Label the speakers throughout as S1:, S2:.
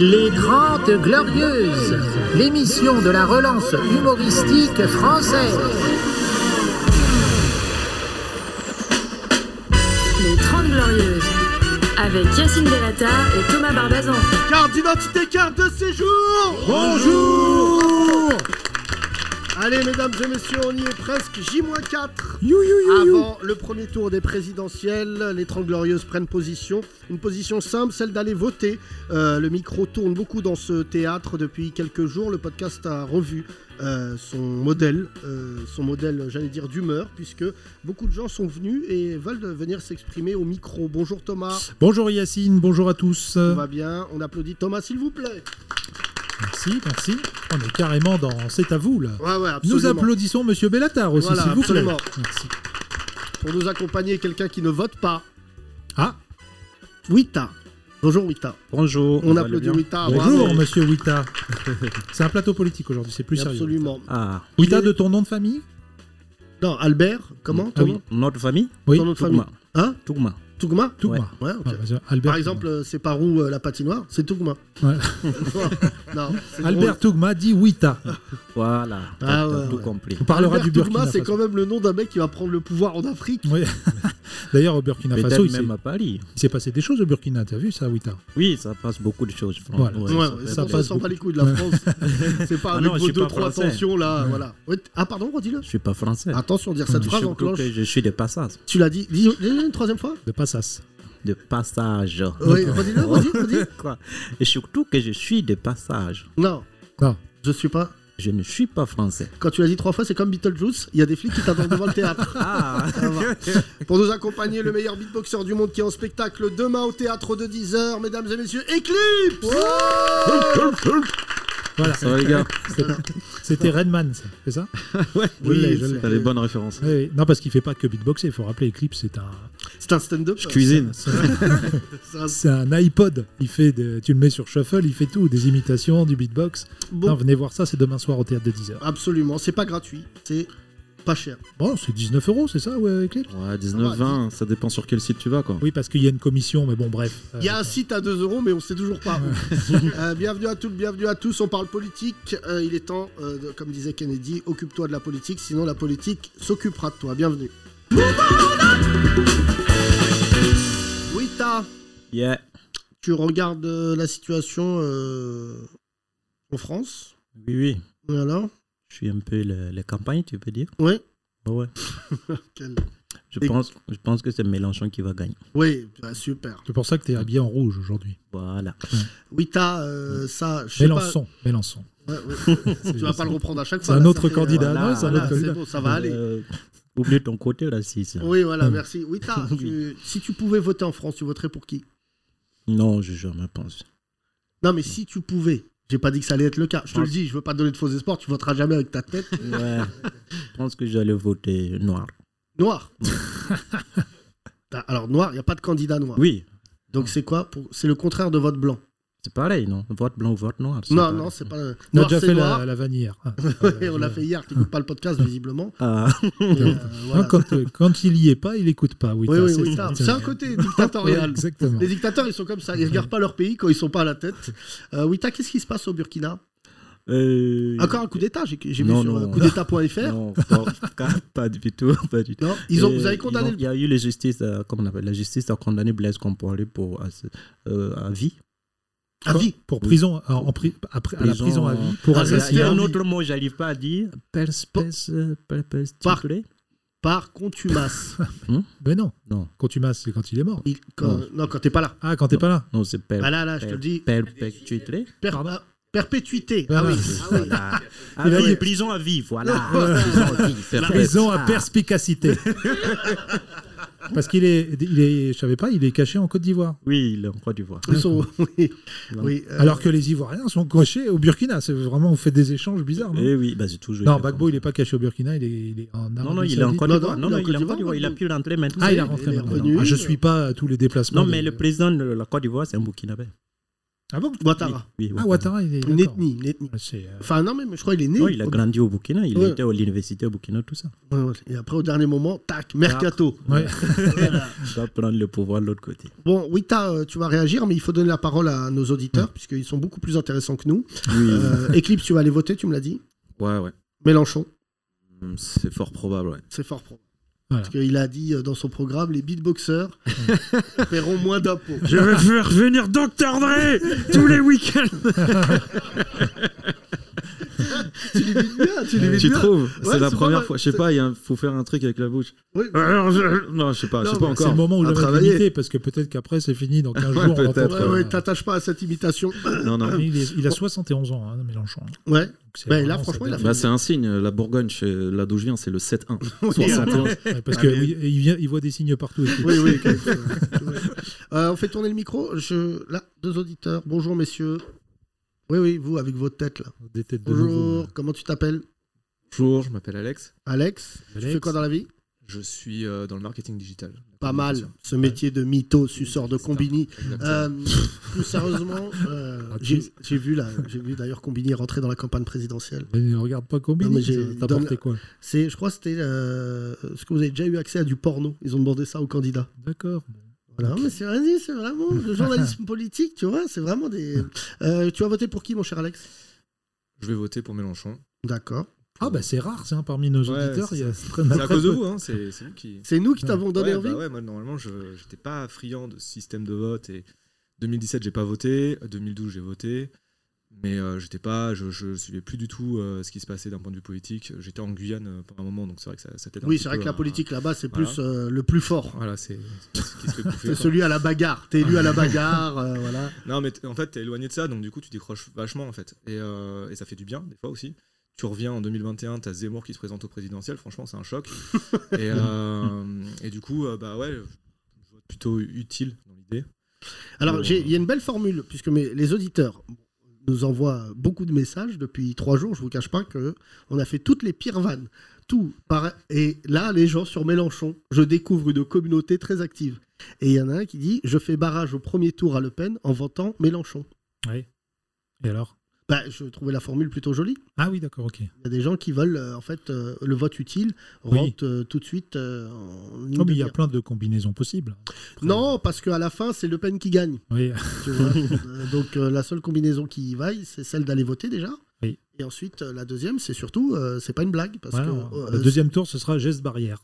S1: Les Grandes Glorieuses, l'émission de la relance humoristique française.
S2: Les 30 Glorieuses, avec Yacine Delata et Thomas Barbazan.
S3: Carte d'identité, carte de séjour
S4: Bonjour
S3: Allez, mesdames et messieurs, on y est presque J-4.
S4: You, you, you, you.
S3: Avant le premier tour des présidentielles, les 30 Glorieuses prennent position. Une position simple, celle d'aller voter. Euh, le micro tourne beaucoup dans ce théâtre depuis quelques jours. Le podcast a revu euh, son modèle, euh, son modèle, j'allais dire, d'humeur, puisque beaucoup de gens sont venus et veulent venir s'exprimer au micro. Bonjour Thomas,
S4: Bonjour Yacine, bonjour à tous.
S3: tout va bien On applaudit Thomas, s'il vous plaît.
S4: Merci, merci. On est carrément dans C'est à vous là.
S3: Ouais, ouais,
S4: Nous
S3: absolument.
S4: applaudissons Monsieur Bellatar aussi,
S3: Voilà,
S4: s'il vous plaît.
S3: absolument.
S4: Merci.
S3: Pour nous accompagner, quelqu'un qui ne vote pas,
S4: Ah,
S3: Wita. Bonjour Wita.
S5: Bonjour.
S3: On
S5: ça va
S3: applaudit
S5: bien
S3: Wita.
S4: Ah, bonjour
S3: bravo.
S4: Monsieur Wita. c'est un plateau politique aujourd'hui, c'est plus sérieux.
S3: Absolument.
S5: Ah,
S4: Wita de ton nom de famille
S3: Non, Albert, comment
S4: Ah oui.
S3: Thomas
S5: notre famille
S4: Oui.
S3: Ton nom de famille
S5: Tougma.
S3: Hein
S5: Tougma.
S3: Tougma
S4: Tougma.
S3: Ouais, ok.
S4: Ah, bah, Albert.
S3: Par exemple, euh, c'est par où euh, la patinoire C'est Tougma.
S4: Ouais.
S3: non, c'est drôle.
S4: Albert Tougma dit Wita.
S5: Voilà.
S3: Ah
S5: t'as- t'as
S3: ouais,
S5: tout
S3: ouais.
S5: compris.
S4: On parlera
S3: Albert
S4: du Burkina
S3: Tougma, c'est
S4: Faso.
S3: quand même le nom d'un mec qui va prendre le pouvoir en Afrique.
S4: Oui. D'ailleurs, au Burkina
S5: Peut-être
S4: Faso, il s'est-
S5: même à Paris.
S4: il s'est passé des choses au Burkina, t'as vu ça, Wita
S5: Oui, ça passe beaucoup de choses.
S4: Voilà.
S3: Ouais, ouais,
S4: ça
S3: ça,
S5: fait
S3: ça
S4: passe
S5: plaisir.
S3: sent pas les couilles de la France. c'est pas
S5: Ah
S3: avec
S5: non, je
S3: vos
S5: suis
S3: deux,
S5: pas
S3: trois
S5: français.
S3: tensions là. Voilà. Ouais, t- Ah, pardon, redis-le.
S5: Je suis pas français.
S3: Attention, dire cette phrase
S5: Surtout
S3: enclenche.
S5: que je suis de passage.
S3: Tu l'as dit. Dis dis-le une troisième fois
S4: De Passas.
S5: De passage.
S3: Oh, Oui, redis-le, redis, redis.
S5: Quoi Et surtout que je suis de passage.
S3: Non,
S4: Quoi
S3: je suis pas.
S5: Je ne suis pas français.
S3: Quand tu l'as dit trois fois, c'est comme Beetlejuice, il y a des flics qui t'attendent devant le théâtre.
S5: Ah,
S3: Ça va. Pour nous accompagner, le meilleur beatboxer du monde qui est en spectacle demain au théâtre de 10h, mesdames et messieurs, Eclipse
S5: Ah.
S4: Voilà,
S5: ça va les gars
S4: c'était Redman, ça, c'est ça
S5: Ouais.
S4: Je l'ai, je l'ai.
S5: T'as les bonnes références.
S4: Oui, oui. Non, parce qu'il fait pas que beatboxer, il faut rappeler, Eclipse, c'est un,
S3: C'est un stand-up.
S5: Je cuisine.
S3: c'est un-
S4: c'est un iPod. Il fait de- tu le mets sur shuffle, il fait tout, des imitations, du beatbox.
S3: Bon,
S4: Non, venez voir ça, c'est demain soir au théâtre de 10h.
S3: absolument, c'est pas gratuit, c'est pas cher.
S4: Bon, c'est 19 euros, c'est ça, ouais, Eclipse
S6: Ouais, 19, 20, ça dépend sur quel site tu vas, quoi.
S4: Oui, parce qu'il y a une commission, mais bon, bref. Euh,
S3: Il y a un site à 2 euros, mais on sait toujours pas. Euh, bienvenue à toutes, bienvenue à tous. On parle politique. Euh, il est temps, euh, de- comme disait Kennedy, occupe-toi de la politique, sinon la politique s'occupera de toi. Bienvenue. Oui, t'as.
S5: Yeah.
S3: tu regardes euh, la situation euh, en France.
S5: Oui, oui.
S3: Et alors
S5: Je suis un peu le- les campagnes, tu peux dire
S3: Oui.
S5: Ah Ouais.
S3: Quel-
S5: Je
S3: Et-
S5: pense, je pense que c'est Mélenchon qui va gagner.
S3: Oui, bah, super.
S4: C'est pour ça que t'es habillé en rouge aujourd'hui.
S5: Voilà.
S3: Oui, t'as euh, ça. Je sais pas.
S4: Mélençon, Mélençon.
S3: Ouais, ouais.
S4: C'est-
S3: tu vas pas le reprendre à chaque
S4: C'est
S3: fois.
S4: un
S3: là,
S4: autre
S3: ça fait-
S4: candidat.
S3: voilà,
S4: non, c'est un
S3: voilà,
S4: autre
S3: c'est
S4: candidat.
S3: bon, ça va aller.
S5: Euh, oublie ton côté raciste.
S3: Oui, voilà,
S4: Mm.
S3: merci. Oui, t'as, tu- si tu pouvais voter en France, tu voterais pour qui
S5: Non, je jamais pensé.
S3: Non, mais si tu pouvais. J'ai pas dit que ça allait être le cas. Je te le dis, je veux pas te donner de faux espoirs. Tu voteras jamais avec ta tête
S5: Ouais. je pense que j'allais voter noir.
S3: noire. T'as- Alors noir, il y a pas de candidat noir.
S5: Oui,
S3: Donc c'est quoi pour- C'est le contraire de vote blanc.
S5: c'est pareil, non Vote blanc ou vote noir.
S3: Non,
S5: pareil.
S3: non, c'est pas.
S4: On a
S3: Noir,
S4: déjà
S3: c'est
S4: fait
S3: noir.
S4: la, la vannière. Ah,
S3: Ouais,
S4: euh,
S3: on l'a fait hier, tu n'écoutes pas le podcast visiblement.
S5: Ah,
S3: Mais, euh,
S4: Hein,
S3: voilà.
S4: quand, euh, quand il y est pas, il écoute pas. Oui,
S3: Oui,
S4: t'as-
S3: oui,
S4: c'est-
S3: oui, ça, c'est un côté dictatorial.
S4: Exactement.
S3: Les dictateurs, ils sont comme ça. Ils regardent pas leur pays quand ils sont pas à la tête. Euh, Wita, qu'est-ce qui se passe au Burkina
S5: euh,
S3: Encore un coup d'État, j'ai j'ai vu
S5: Non,
S3: sur
S5: non,
S3: euh,
S5: non.
S3: coup d'État.fr. Non,
S5: Non, pas, pas du tout. Pas du tout.
S3: ils ont,
S5: Euh,
S3: vous avez
S5: ils
S3: condamné
S5: ont- Il y a eu la justice, euh, comment on appelle La justice a condamné Blaise Compaoré pour à ce- euh, à vie.
S3: le- à vie.
S4: Pour prison, en, en pri- après, à la prison à vie. Pour
S3: Ah,
S5: Il y a- il y a
S4: assassinat.
S5: un autre mot, j'arrive pas à dire. Perspèce. Perspèce.
S3: Par- Par contumace.
S4: Mais non.
S5: Non.
S4: Quand tu masses, c'est quand il est mort.
S3: Il- quand, non. quand t'es pas là.
S4: Ah, quand t'es pas là.
S5: Non, c'est per,
S3: Ah là, là, je te le dis.
S5: perpétuité.
S3: per- ah, perpétuité. Ah
S4: Voilà.
S3: oui. Ah oui.
S5: Voilà.
S4: Il a
S5: Ah oui,
S4: dit-
S5: prison à vie, voilà. Prison à vie, c'est
S4: Prison
S5: vrai.
S4: à perspicacité. Parce qu'il est, il est, je savais pas, il est caché en Côte d'Ivoire.
S5: Oui, il est en Côte d'Ivoire.
S3: Ah, Ils sont- oui.
S5: Non.
S3: Oui, euh,
S4: Alors que les Ivoiriens sont cachés au Burkina. C'est vraiment, vous faites des échanges bizarres. Non,
S5: Eh oui, bah c'est toujours.
S4: Mmh. non Bagbo, il est pas caché au Burkina, il est, il est en Arabie
S5: Non, non, il est en
S4: Saoudite.
S5: Côte
S3: Non,
S5: d'Ivoire.
S3: non,
S5: Non, non, il est en Côte d'Ivoire.
S3: Bagbo.
S5: Il a pu rentrer maintenant.
S4: Ah, il est
S3: Il est
S4: rentré. maintenant.
S3: revenu.
S4: Ah, je suis pas à tous les déplacements.
S5: Non, mais
S4: des-
S5: le président de la Côte d'Ivoire, c'est un Burkinabé.
S4: Ah bon
S3: Ouattara.
S5: Oui,
S4: Ah,
S5: Ouattara.
S4: Ouattara, il est.
S3: Une
S4: d'accord.
S3: ethnie, une ethnie.
S4: C'est, euh,
S3: Enfin, non, mais je crois qu'il est né.
S5: Non, il a
S3: au-
S5: grandi au Burkina, il
S3: Ouais.
S5: était à l'université au Burkina, tout ça.
S3: Ouais, ouais. Et après, au dernier moment, tac, mercato.
S4: ouais.
S5: Il va prendre le pouvoir de l'autre côté.
S3: Bon, Wita, euh, tu vas réagir, mais il faut donner la parole à nos auditeurs, puisqu'ils sont beaucoup plus intéressants que nous.
S6: Oui.
S3: Euh, Eclipse, tu vas aller voter, tu me l'as dit.
S6: Ouais, ouais.
S3: Mélenchon,
S6: Hum, C'est fort probable, ouais.
S3: c'est fort probable.
S4: Voilà.
S3: Parce qu'il a dit euh, dans son programme, les beatboxers paieront moins d'impôts.
S7: Je vais faire venir Dr. Dre tous les week-ends.
S3: tu l'imites bien, tu l'imites
S6: Tu
S3: bien.
S6: trouves
S3: Ouais,
S6: C'est la
S3: c'est pas
S6: première
S3: mal.
S6: fois. Je sais pas, il y a un- faut faire un truc avec la bouche.
S3: Oui.
S6: Alors, je- Non, je sais pas, je
S3: Non,
S6: sais pas
S3: mais
S4: C'est le
S6: encore.
S4: moment où
S3: À
S4: je vais
S3: travailler.
S4: limiter parce que peut-être qu'après c'est fini dans 15
S6: Ouais,
S4: jours. on
S6: peut-être,
S3: Ouais,
S4: rencontre,
S3: ouais,
S4: euh,
S3: t'attaches pas à cette imitation.
S6: Non, non.
S4: il, est- il a 71 ans, hein, Mélenchon. Donc
S3: Ouais.
S4: c'est
S3: Ouais, là,
S4: vraiment,
S3: franchement,
S4: ça
S3: il a
S4: date.
S6: Bah, c'est un signe, la Bourgogne, chez- là d'où je viens, c'est le 7-1.
S3: Oui,
S6: 71.
S4: Ouais, parce
S3: Ah,
S4: que
S3: mais-
S4: oui, il, vient- il voit des signes partout. aussi.
S3: Oui, oui. ok. Euh, on fait tourner le micro. Je... Là, deux auditeurs. Bonjour, messieurs. Oui, oui, vous, avec votre tête, là.
S4: Des têtes de nouveau. euh,
S3: Bonjour, comment tu t'appelles
S8: Bonjour, je m'appelle Alex.
S3: Alex, Tu
S4: Alex.
S3: fais quoi dans la vie
S8: Je suis euh, dans le marketing digital.
S3: Pas mal, ce métier de mytho, suceur de combini. Euh, plus sérieusement, euh,
S8: Ah,
S3: j'ai j'ai vu, là, j'ai vu d'ailleurs combini rentrer dans la campagne présidentielle.
S4: Mais ne regarde pas combien.
S3: Non, mais j'ai-
S4: T'as
S3: dans
S4: porté
S3: la-
S4: quoi
S3: C'est, je crois, que c'était. euh, Est-ce que vous avez déjà eu accès à du porno Ils ont demandé ça aux candidats.
S4: D'accord.
S3: Voilà, mais c'est vas-y, c'est vraiment le journalisme politique, tu vois. C'est vraiment des. Euh, tu as voté pour qui, mon cher Alex
S8: Je vais voter pour Mélenchon.
S3: D'accord.
S4: Ah bah c'est rare, c'est un parmi nos
S8: Ouais,
S4: auditeurs.
S8: c'est
S4: il y a-
S8: C'est à cause de vous, hein, c'est c'est vous qui.
S3: C'est nous qui t'avons donné
S8: ouais,
S3: envie.
S8: bah ouais, moi normalement, je j'étais pas friand de ce système de vote. Et 2017, j'ai pas voté. 2012, j'ai voté. Mais euh, j'étais pas, je, je suivais plus du tout euh, ce qui se passait d'un point de vue politique. J'étais en Guyane euh, pendant un moment, donc c'est vrai que ça, ça t'aide un
S3: Oui,
S8: petit
S3: c'est vrai
S8: peu
S3: que la
S8: à-
S3: politique là-bas, c'est
S8: Voilà.
S3: plus euh, le plus fort.
S8: Voilà, c'est c'est ce qui se fait bouffer,
S3: C'est
S8: quoi.
S3: celui à la bagarre. T'es élu à la bagarre, euh, voilà.
S8: Non, mais t- en fait, t'es éloigné de ça, donc du coup, tu décroches vachement, en fait. Et, euh, et ça fait du bien, des fois aussi. Tu reviens en 2021, t'as Zemmour qui se présente au présidentiel, franchement, c'est un choc. et, euh, et du coup, euh, bah ouais, je je vote plutôt utile dans l'idée.
S3: Alors,
S4: Euh,
S8: Ouais.
S3: j'ai- il y a une belle formule, puisque mes- les auditeurs nous envoient beaucoup de messages depuis trois jours. Je vous cache pas que on a fait toutes les pires vannes. Tout. par- Et là, les gens sur Mélenchon, je découvre une communauté très active. Et il y en a un qui dit Je fais barrage au premier tour à Le Pen en votant Mélenchon.
S4: Et alors
S3: Bah, je trouvais la formule plutôt jolie.
S4: Ah oui, d'accord, ok.
S3: Il y a des gens qui veulent, euh, en fait, euh, le vote utile
S4: Oui.
S3: rentre euh, tout de suite euh, en ligne
S4: Oh,
S3: de
S4: mais il y a
S3: mire.
S4: plein de combinaisons possibles.
S3: Non, parce qu'à la fin, c'est Le Pen qui gagne.
S4: Oui.
S3: Tu vois. Euh, Donc euh, la seule combinaison qui y vaille, c'est celle d'aller voter déjà.
S4: Oui.
S3: Et ensuite, euh, la deuxième, c'est surtout, euh, c'est pas une blague. Parce
S4: Voilà,
S3: que, euh,
S4: le deuxième tour, ce sera geste barrière.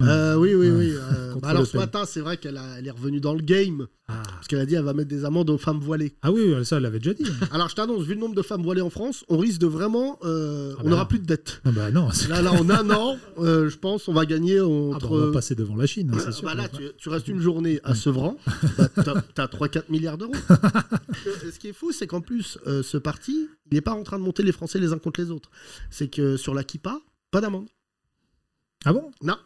S3: euh, oui, oui,
S4: Ouais.
S3: oui. euh,
S4: Contre
S3: bah alors
S4: Le
S3: ce
S4: Pen.
S3: matin, c'est vrai qu'elle a- elle est revenue dans le game.
S4: Ah,
S3: Parce qu'elle a dit elle va mettre des amendes aux femmes voilées.
S4: Ah oui, ça, elle l'avait déjà dit. hein.
S3: Alors je t'annonce, vu le nombre de femmes voilées en France, on risque de vraiment. euh,
S4: Ah
S3: on
S4: bah
S3: n'aura
S4: là.
S3: plus de dettes.
S4: Ah bah non, c'est-
S3: Là, là, en un an, euh, je pense, on va gagner
S4: Ah bah,
S3: entre.
S4: on va passer devant la Chine, hein, c'est sûr.
S3: Bah là, tu, tu restes une journée à Sevran, bah, t'as- t'as 3-4 milliards d'euros. Euh, ce qui est fou, c'est qu'en plus, euh, ce parti, il n'est pas en train de monter les Français les uns contre les autres. C'est que sur la kippa, pas d'amende.
S4: Ah bon Ah ouais.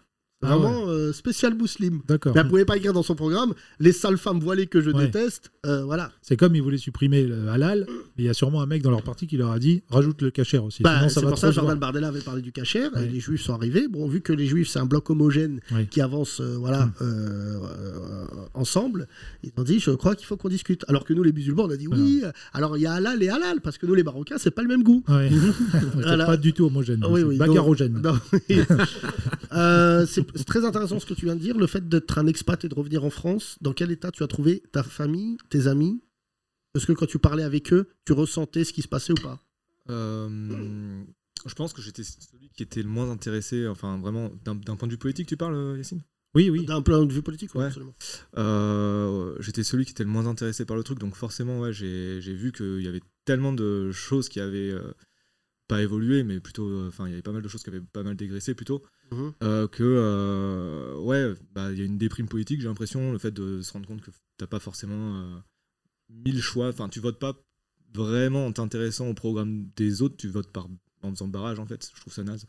S3: Vraiment euh, spécial mousseline.
S4: D'accord.
S3: Mais elle pouvait pas écrire dans son programme les sales femmes voilées que je
S4: Ouais.
S3: déteste. euh, voilà.
S4: C'est comme ils voulaient supprimer le halal, mais il y a sûrement un mec dans leur parti qui leur a dit rajoute le cachère aussi.
S3: Bah,
S4: sinon
S3: c'est
S4: ça va
S3: pour
S4: trop
S3: ça
S4: se
S3: que Jordan
S4: voir.
S3: Bardella avait parlé du cachère.
S4: Ouais.
S3: et les Juifs sont arrivés. Bon, vu que les Juifs, c'est un bloc homogène
S4: Ouais.
S3: qui avance euh, voilà,
S4: Mm.
S3: euh, euh, ensemble, ils ont dit je crois qu'il faut qu'on discute. Alors que nous, les musulmans, on a dit oui. euh, Alors il y a halal et halal, parce que nous, les Marocains, c'est pas le même goût.
S4: Ouais. C'est
S3: Mhm. Voilà.
S4: pas du tout homogène.
S3: Ah oui,
S4: c'est
S3: oui,
S4: bagarogène.
S3: donc- non, oui. Euh, c'est c'est très intéressant ce que tu viens de dire, le fait d'être un expat et de revenir en France. Dans quel état tu as trouvé ta famille, tes amis Est-ce que quand tu parlais avec eux, tu ressentais ce qui se passait ou pas
S8: Euh, je pense que j'étais celui qui était le moins intéressé, enfin vraiment, d'un d'un point de vue politique, tu parles, euh, Yacine
S4: Oui, oui.
S3: D'un point de vue politique, oui,
S8: Ouais.
S3: absolument.
S8: Euh, J'étais celui qui était le moins intéressé par le truc, donc forcément, ouais, j'ai j'ai vu qu'il y avait tellement de choses qui avaient euh, pas évolué, mais plutôt, euh, enfin, il y avait pas mal de choses qui avaient pas mal dégraissé plutôt,
S3: Mhm.
S8: euh, que, euh, ouais, bah, il y a une déprime politique, j'ai l'impression, le fait de se rendre compte que t'as pas forcément euh, mille choix, enfin, tu votes pas vraiment en t'intéressant au programme des autres, tu votes par, en faisant barrage, en fait, je trouve ça naze.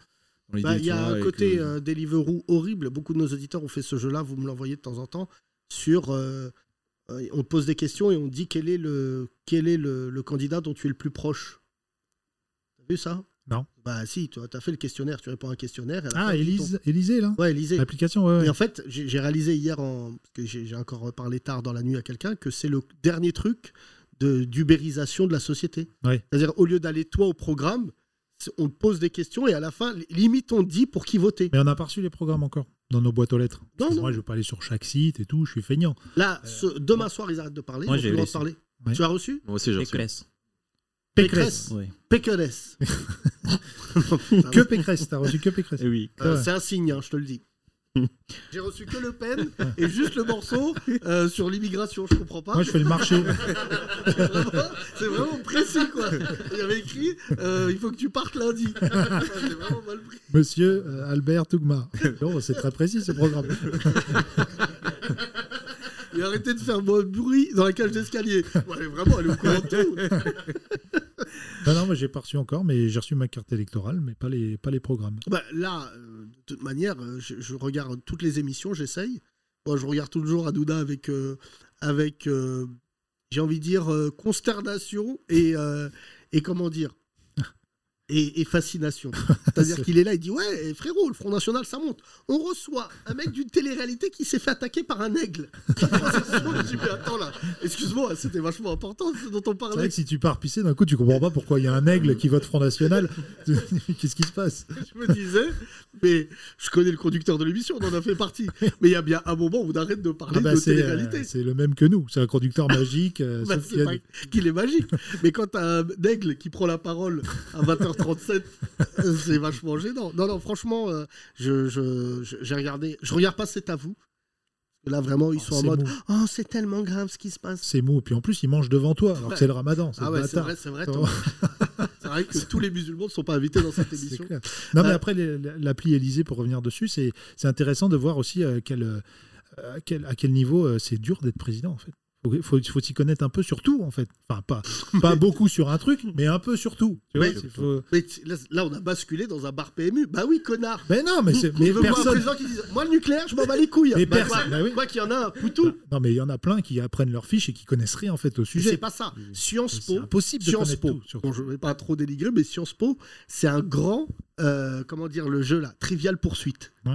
S8: dans l'idée,
S3: Bah, Il
S8: tu
S3: y a
S8: vois,
S3: un
S8: et
S3: côté
S8: que-
S3: euh, Deliveroo horrible. Beaucoup de nos auditeurs ont fait ce jeu-là, vous me l'envoyez de temps en temps. Sur, euh, euh, on te pose des questions et on te dit quel est le, quel est le, le candidat dont tu es le plus proche. T'as vu ça
S4: Non.
S3: Bah si, tu as fait le questionnaire, tu réponds à un questionnaire. et à la fin,
S4: Ah,
S3: tu dis
S4: Élise, Bah, Élisée, là
S3: ton- Ouais, Élisée.
S4: L'application, ouais. ouais.
S3: Et en fait, j'ai j'ai réalisé hier, en... parce que j'ai j'ai encore parlé tard dans la nuit à quelqu'un, que c'est le dernier truc de- de- d'ubérisation de, la société.
S4: Ouais.
S3: C'est-à-dire, au lieu d'aller toi au programme, on te pose des questions et à la fin, limite, on te dit pour qui voter.
S4: Mais on n'a pas reçu les programmes encore dans nos boîtes aux lettres.
S3: Non,
S4: Moi, je veux pas aller sur chaque site et tout, je suis feignant.
S3: Là, ce- demain soir, ils arrêtent de parler.
S5: Moi,
S3: ils ont
S5: j'ai
S3: plus le
S5: eu
S3: droit
S5: les
S3: de parler.
S4: Ouais.
S3: Tu as reçu
S6: Moi aussi, j'ai reçu.
S5: Pécresse.
S4: Pécresse.
S5: Oui.
S3: Pécresse. ah
S4: Que Pécresse, t'as reçu que Pécresse.
S5: Eh oui.
S3: Euh,
S4: Ouais.
S3: c'est un signe, hein, je te le dis. J'ai reçu que Le Pen et juste le morceau euh, sur l'immigration, je comprends pas.
S4: Moi, je fais le marché.
S3: C'est vraiment- C'est vraiment précis, quoi. Il y avait écrit euh, il faut que tu partes lundi. J'ai vraiment mal pris.
S4: Monsieur euh, Albert Tougma. Bon, c'est très précis ce programme.
S3: Et arrêtez de faire mon bruit dans la cage d'escalier. Ouais, mais vraiment, elle est au courant de tout.
S4: Non, non, moi, j'ai pas reçu encore, mais j'ai reçu ma carte électorale, mais pas les, pas les programmes.
S3: Bah, là, euh, de toute manière, euh, je, je regarde toutes les émissions, j'essaye. Moi, je regarde toujours Adouda avec, euh, avec euh, j'ai envie de dire, euh, consternation et, euh, et comment dire et, et fascination. C'est-à-dire qu'il est là, il dit Ouais, eh, frérot, le Front National, ça monte. On reçoit un mec d'une télé-réalité qui s'est fait attaquer par un aigle. Ça, c'est sûr. J'ai dit, Mais attends là, excuse-moi, c'était vachement important ce dont on
S4: C'est vrai
S3: parlait.
S4: que si tu pars pisser, d'un coup, tu comprends pas pourquoi il y a un aigle qui vote Front National. Qu'est-ce qui se passe
S3: je me disais, mais je connais le conducteur de l'émission, on en a fait partie. Mais il y a bien un moment où on arrête de parler
S4: Ah bah,
S3: de
S4: c'est, euh,
S3: télé-réalité.
S4: c'est le même que nous. C'est un conducteur magique. euh,
S3: Bah,
S4: sauf qu'il y
S3: c'est
S4: a
S3: pas
S4: des-
S3: qu'il est magique. Mais quand t'as un aigle qui prend la parole à 20h37, euh, c'est vachement gênant. Non, non, franchement, euh, je, je- je- j'ai regardé. Je regarde pas C'est à vous. Là, vraiment, ils
S4: Oh,
S3: sont en
S4: c'est
S3: mode
S4: mou.
S3: Oh, c'est tellement grave ce qui se passe.
S4: C'est mou. Et puis en plus, il mange devant toi, alors que c'est le ramadan. C'est
S3: Ah
S4: le
S3: ouais, c'est
S4: bâtard. Oh.
S3: vrai, c'est vrai.
S4: Ça
S3: t'as-
S4: va.
S3: C'est vrai que tous les musulmans ne sont pas invités dans cette
S4: C'est
S3: émission.
S4: clair. Non, mais
S3: Euh,
S4: après, les- l'appli Élysée, pour revenir dessus, c'est c'est intéressant de voir aussi euh, quel, euh, à, quel, à quel niveau euh, c'est dur d'être président, en fait. Il faut, faut s'y connaître un peu sur tout, en fait. Enfin, pas, pas beaucoup sur un truc, mais un peu sur tout. Tu vois,
S3: Oui.
S4: c'est- faut-
S3: Mais t- là, là, on a basculé dans un bar PMU. Bah oui, connard
S4: Mais non, mais, c'est- mais
S3: Mais un
S4: personne.
S3: président qui dise Moi, le nucléaire, je m'en bats les couilles.
S4: Mais
S3: Bah,
S4: personne,
S3: quoi,
S4: bah oui.
S3: quoi qu'il y en a, un, poutou.
S4: Non, mais il y en a plein qui apprennent leurs fiches et qui connaissent rien, en fait,
S3: Mais
S4: au
S3: Mmh. C'est
S4: sujet.
S3: pas ça. Sciences
S4: Hmm. C'est
S3: Po.
S4: impossible de
S3: Sciences
S4: connaître
S3: Po.
S4: tout. surtout.
S3: Bon, je vais pas trop dénigrer, mais Sciences Po, c'est un grand, euh, comment dire, le jeu là, trivial poursuite.
S4: Ouais.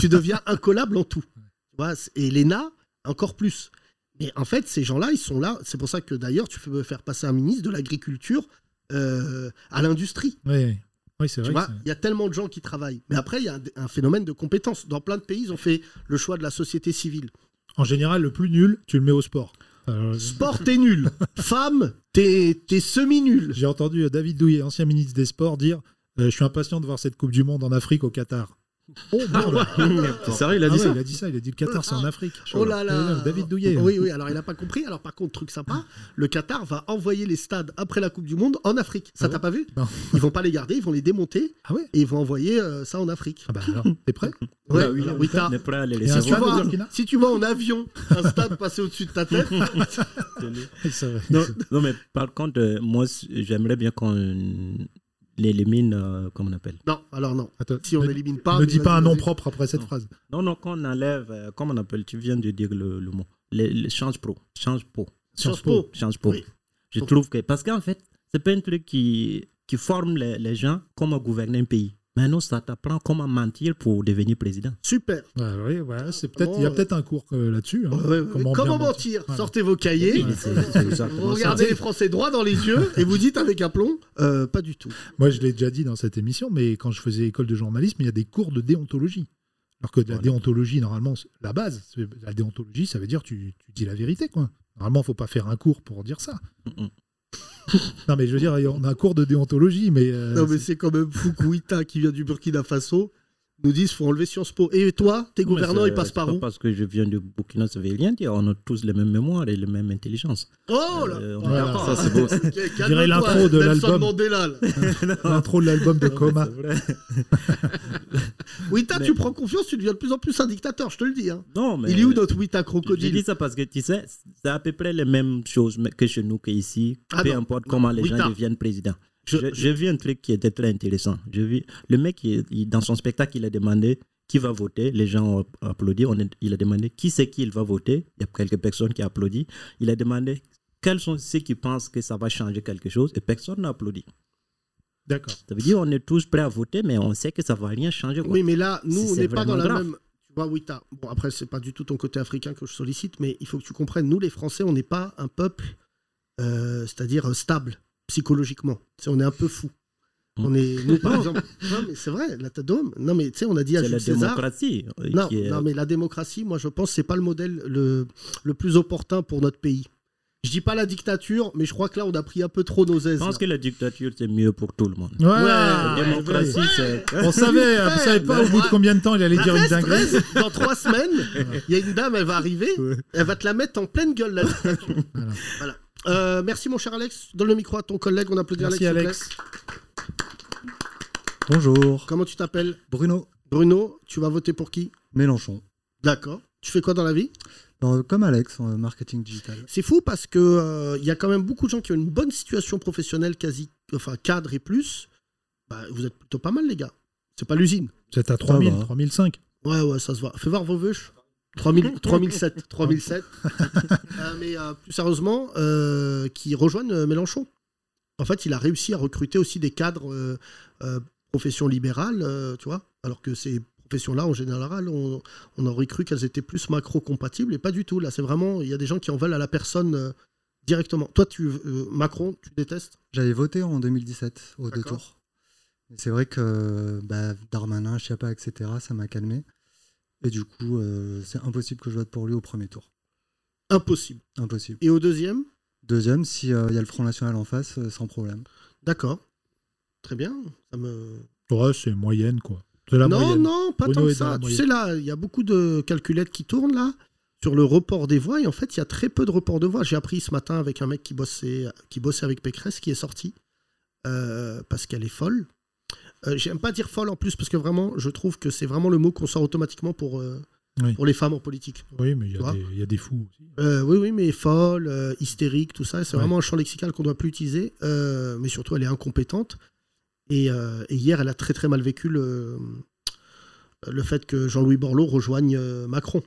S3: tu deviens incollable en tout. Tu vois, c'est- Et l'ENA, encore plus. Mais en fait, ces gens-là, ils sont là. C'est pour ça que d'ailleurs, tu peux faire passer un ministre de l'agriculture euh, à l'industrie.
S4: Ouais, ouais. Ah Oui, c'est
S3: Tu
S4: vrai.
S3: vois,
S4: que c'est-
S3: il y a tellement de gens qui travaillent. Mais après, il y a un, un phénomène de compétence. Dans plein de pays, ils ont fait le choix de la société civile.
S4: En général, le plus nul, tu le mets au sport. euh, Alors,
S3: Sport, t'es nul. Femme, t'es t'es semi-nul.
S4: J'ai entendu euh, David Douillet, ancien ministre des Sports, dire euh, Je suis impatient de voir cette Coupe du Monde en Afrique au Qatar. Oh, merde.
S6: T'es Sérieux, il
S4: Ah
S6: a dit
S4: ouais,
S6: ça
S4: il a dit ça, il a dit le Qatar, c'est en Afrique.
S3: Oh là là.
S4: Eh, David Douillet. hein.
S3: Oui, oui, alors il n'a pas compris. Alors par contre, truc sympa, le Qatar va envoyer les stades après la Coupe du Monde en Afrique. Ça,
S4: Ah ouais
S3: t'as pas vu
S4: Non.
S3: Ils vont pas les garder, ils vont les démonter
S4: Ah ouais
S3: et ils vont envoyer euh, ça en Afrique.
S4: Ah bah alors, t'es prêt
S3: Ouais,
S5: Ah oui,
S3: alors, oui, t'as-
S5: on est prêt à les
S4: Et
S5: laisser
S4: un
S3: Tu
S5: voir.
S4: Au
S3: vois,
S4: Burkina
S3: si tu vois en avion un stade passer au-dessus de ta tête,
S4: Ça va.
S5: Non, non, mais par contre, euh, moi, j'aimerais bien qu'on l'élimine, euh, comment on appelle
S3: non, alors non.
S4: Attends,
S3: Si on
S4: ne-
S3: n'élimine pas.
S4: Ne dis
S3: vas-y,
S4: pas un nom
S3: vas-y.
S4: propre après cette phrase.
S5: Non, non, qu'on enlève, euh, comment on appelle Tu viens de dire le, le mot. Les- les- change pro. Change pro.
S3: Sciences Po.
S5: Change pro.
S3: Oui.
S5: Je
S3: Pour-
S5: trouve que. Parce qu'en fait, c'est pas un truc qui, qui forme les, les gens comment gouverner un pays. Maintenant, ça t'apprend comment mentir pour devenir président.
S3: Super.
S4: Ah oui, ouais, c'est peut-être,
S3: Bon, Ah,
S4: il y a
S3: euh,
S4: peut-être un cours euh, là-dessus. hein.
S3: Ouais, ouais, ouais. Comment,
S4: bien
S3: mentir
S4: Voilà.
S3: Sortez vos cahiers,
S4: Ouais,
S5: c'est- c'est exactement ça.
S3: regardez les Français droit dans les yeux et vous dites avec aplomb euh, pas du tout.
S4: Moi, je l'ai déjà dit dans cette émission, mais quand je faisais école de journalisme, il y a des cours de déontologie. Alors que de la
S5: Voilà.
S4: déontologie, normalement, c'est la base, C'est- la déontologie, ça veut dire tu, tu dis la vérité, quoi. Normalement, faut pas faire un cours pour dire ça.
S5: Mm-mm.
S4: non, mais je veux dire, on a un cours de déontologie, mais, euh,
S3: non mais c'est quand même Fukuita qui vient du Burkina Faso nous disent faut enlever Sciences Po. Et toi, tes gouvernants
S5: Mais
S3: ils passent
S5: c'est
S3: par
S5: pas
S3: où
S5: Parce que je viens du Burkina, ça veut rien dire. On a tous les mêmes mémoires et les mêmes intelligences.
S3: Oh là
S5: Euh, on-
S4: Voilà.
S3: Attends, hein.
S6: Ça, c'est beau.
S3: ok,
S4: dirait
S3: calme-toi,
S4: l'intro de
S3: Nelson
S4: l'album.
S3: Mandela, là.
S4: l'intro de l'album de Coma.
S3: Ah.
S5: C'est vrai.
S3: Ouïta,
S5: Mais-
S3: tu prends confiance, tu deviens de plus en plus un dictateur, je te le dis. hein.
S5: Non, mais
S3: Il est où notre Ouïta
S5: Je dis
S3: crocodile
S5: ça parce que tu sais, c'est à peu près les mêmes choses mais- que chez nous qu'ici.
S3: Ah
S5: peu
S3: non.
S5: importe comment les
S3: Oui, t'as-
S5: gens deviennent président.
S3: Je-
S5: Je- J'ai vu un truc qui était très intéressant. Je vu, le mec, il- il- dans son spectacle, il a demandé qui va voter. Les gens ont applaudi. On est- il a demandé qui c'est qui il va voter. Il y a quelques personnes qui applaudissent. Il a demandé quels sont ceux qui pensent que ça va changer quelque chose et personne n'a applaudi.
S4: D'accord.
S5: Ça veut dire on est tous prêts à voter, mais on sait que ça va rien changer. quoi.
S3: Oui, mais là, nous,
S5: Si
S3: on
S5: c'est
S3: n'est pas dans la
S5: vraiment grave.
S3: même. Tu vois, Ouïta, bon, après, c'est pas du tout ton côté africain que je sollicite, mais il faut que tu comprennes, nous, les Français, on n'est pas un peuple euh, c'est-à-dire stable psychologiquement. Tu sais, on est un peu fou. On est, nous, par exemple, non, mais c'est vrai, la Tadôme, non, mais tu sais, on a dit à
S5: C'est la
S3: Jules César,
S5: démocratie. euh,
S3: non,
S5: qui est-
S3: non, mais la démocratie, moi, je pense, c'est pas le modèle le, le plus opportun pour notre pays. Je dis pas la dictature, mais je crois que là, on a pris un peu trop nos aises.
S5: Je pense
S3: là.
S5: que la dictature, c'est mieux pour tout le monde.
S4: Voilà.
S5: la démocratie, c'est.
S4: On savait, on savait pas au bout de combien de temps il allait
S3: Bah,
S4: dire une
S3: reste,
S4: dinguerie.
S3: reste. dans trois semaines, il y a une dame, elle va arriver, elle va te la mettre en pleine gueule. La dictature.
S4: Voilà.
S3: Voilà. Euh, merci mon cher Alex. Donne le micro à ton collègue. On applaudit
S4: Merci
S3: Alex. s'il te
S4: Alex.
S3: plaît.
S9: Bonjour.
S3: Comment tu t'appelles
S9: Bruno
S3: Bruno, tu vas voter pour qui
S9: Mélenchon.
S3: D'accord. Tu fais quoi dans la vie
S9: Dans- comme Alex en euh, marketing digital.
S3: C'est fou parce que euh, il y a quand même beaucoup de gens qui ont une bonne situation professionnelle, quasi, enfin cadre et plus. Bah, vous êtes plutôt pas mal les gars. C'est pas l'usine.
S4: Vous êtes à 3000,
S9: va.
S4: 3005.
S3: Ouais ouais, ça se voit. Fais voir vos vœux. 3000, 3007, 3007. Euh, mais euh, plus sérieusement, euh, qui rejoignent euh, Mélenchon. En fait, il a réussi à recruter aussi des cadres euh, euh, profession libérale, euh, tu vois, alors que ces professions-là, en général, on, on aurait cru qu'elles étaient plus macro-compatibles, et pas du tout. Là, c'est vraiment, il y a des gens qui en veulent à la personne euh, directement. Toi, tu, euh, Macron, tu détestes
S9: J'avais voté en 2017 au
S3: D'accord.
S9: détour. Mais C'est vrai que bah, Darmanin, Chiappa, etc., ça m'a calmé. Et du coup, euh, c'est impossible que je vote pour lui au premier tour.
S3: Impossible.
S9: Impossible.
S3: Et au deuxième
S9: Deuxième, s'il y a le Front National en face, euh, sans problème.
S3: D'accord. Très bien. Ça me...
S4: Ouais, c'est moyenne, quoi. C'est la
S3: non,
S4: moyenne.
S3: non, pas
S4: Bruno
S3: tant
S4: est
S3: que
S4: dans
S3: ça.
S4: la
S3: Tu
S4: moyenne.
S3: sais, là, il y a beaucoup de calculettes qui tournent, là, sur le report des voix. Et en fait, il y a très peu de reports de voix. J'ai appris ce matin avec un mec qui bossait, qui bossait avec Pécresse, qui est sorti, euh, parce qu'elle est folle. Euh, J'aime pas dire folle en plus, parce que vraiment, je trouve que c'est vraiment le mot qu'on sort automatiquement pour, euh,
S4: Oui.
S3: pour les femmes en politique.
S4: Oui, mais il y,
S3: Tu
S4: a
S3: vois
S4: des- il y a des fous aussi. hein.
S3: Euh, oui, oui, mais folle, euh, hystérique, tout ça. C'est
S4: Ouais.
S3: vraiment un champ lexical qu'on ne doit plus utiliser. euh, mais surtout, elle est incompétente. Et, euh, et hier, elle a très très mal vécu le, le fait que Jean-Louis Borloo rejoigne euh, Macron.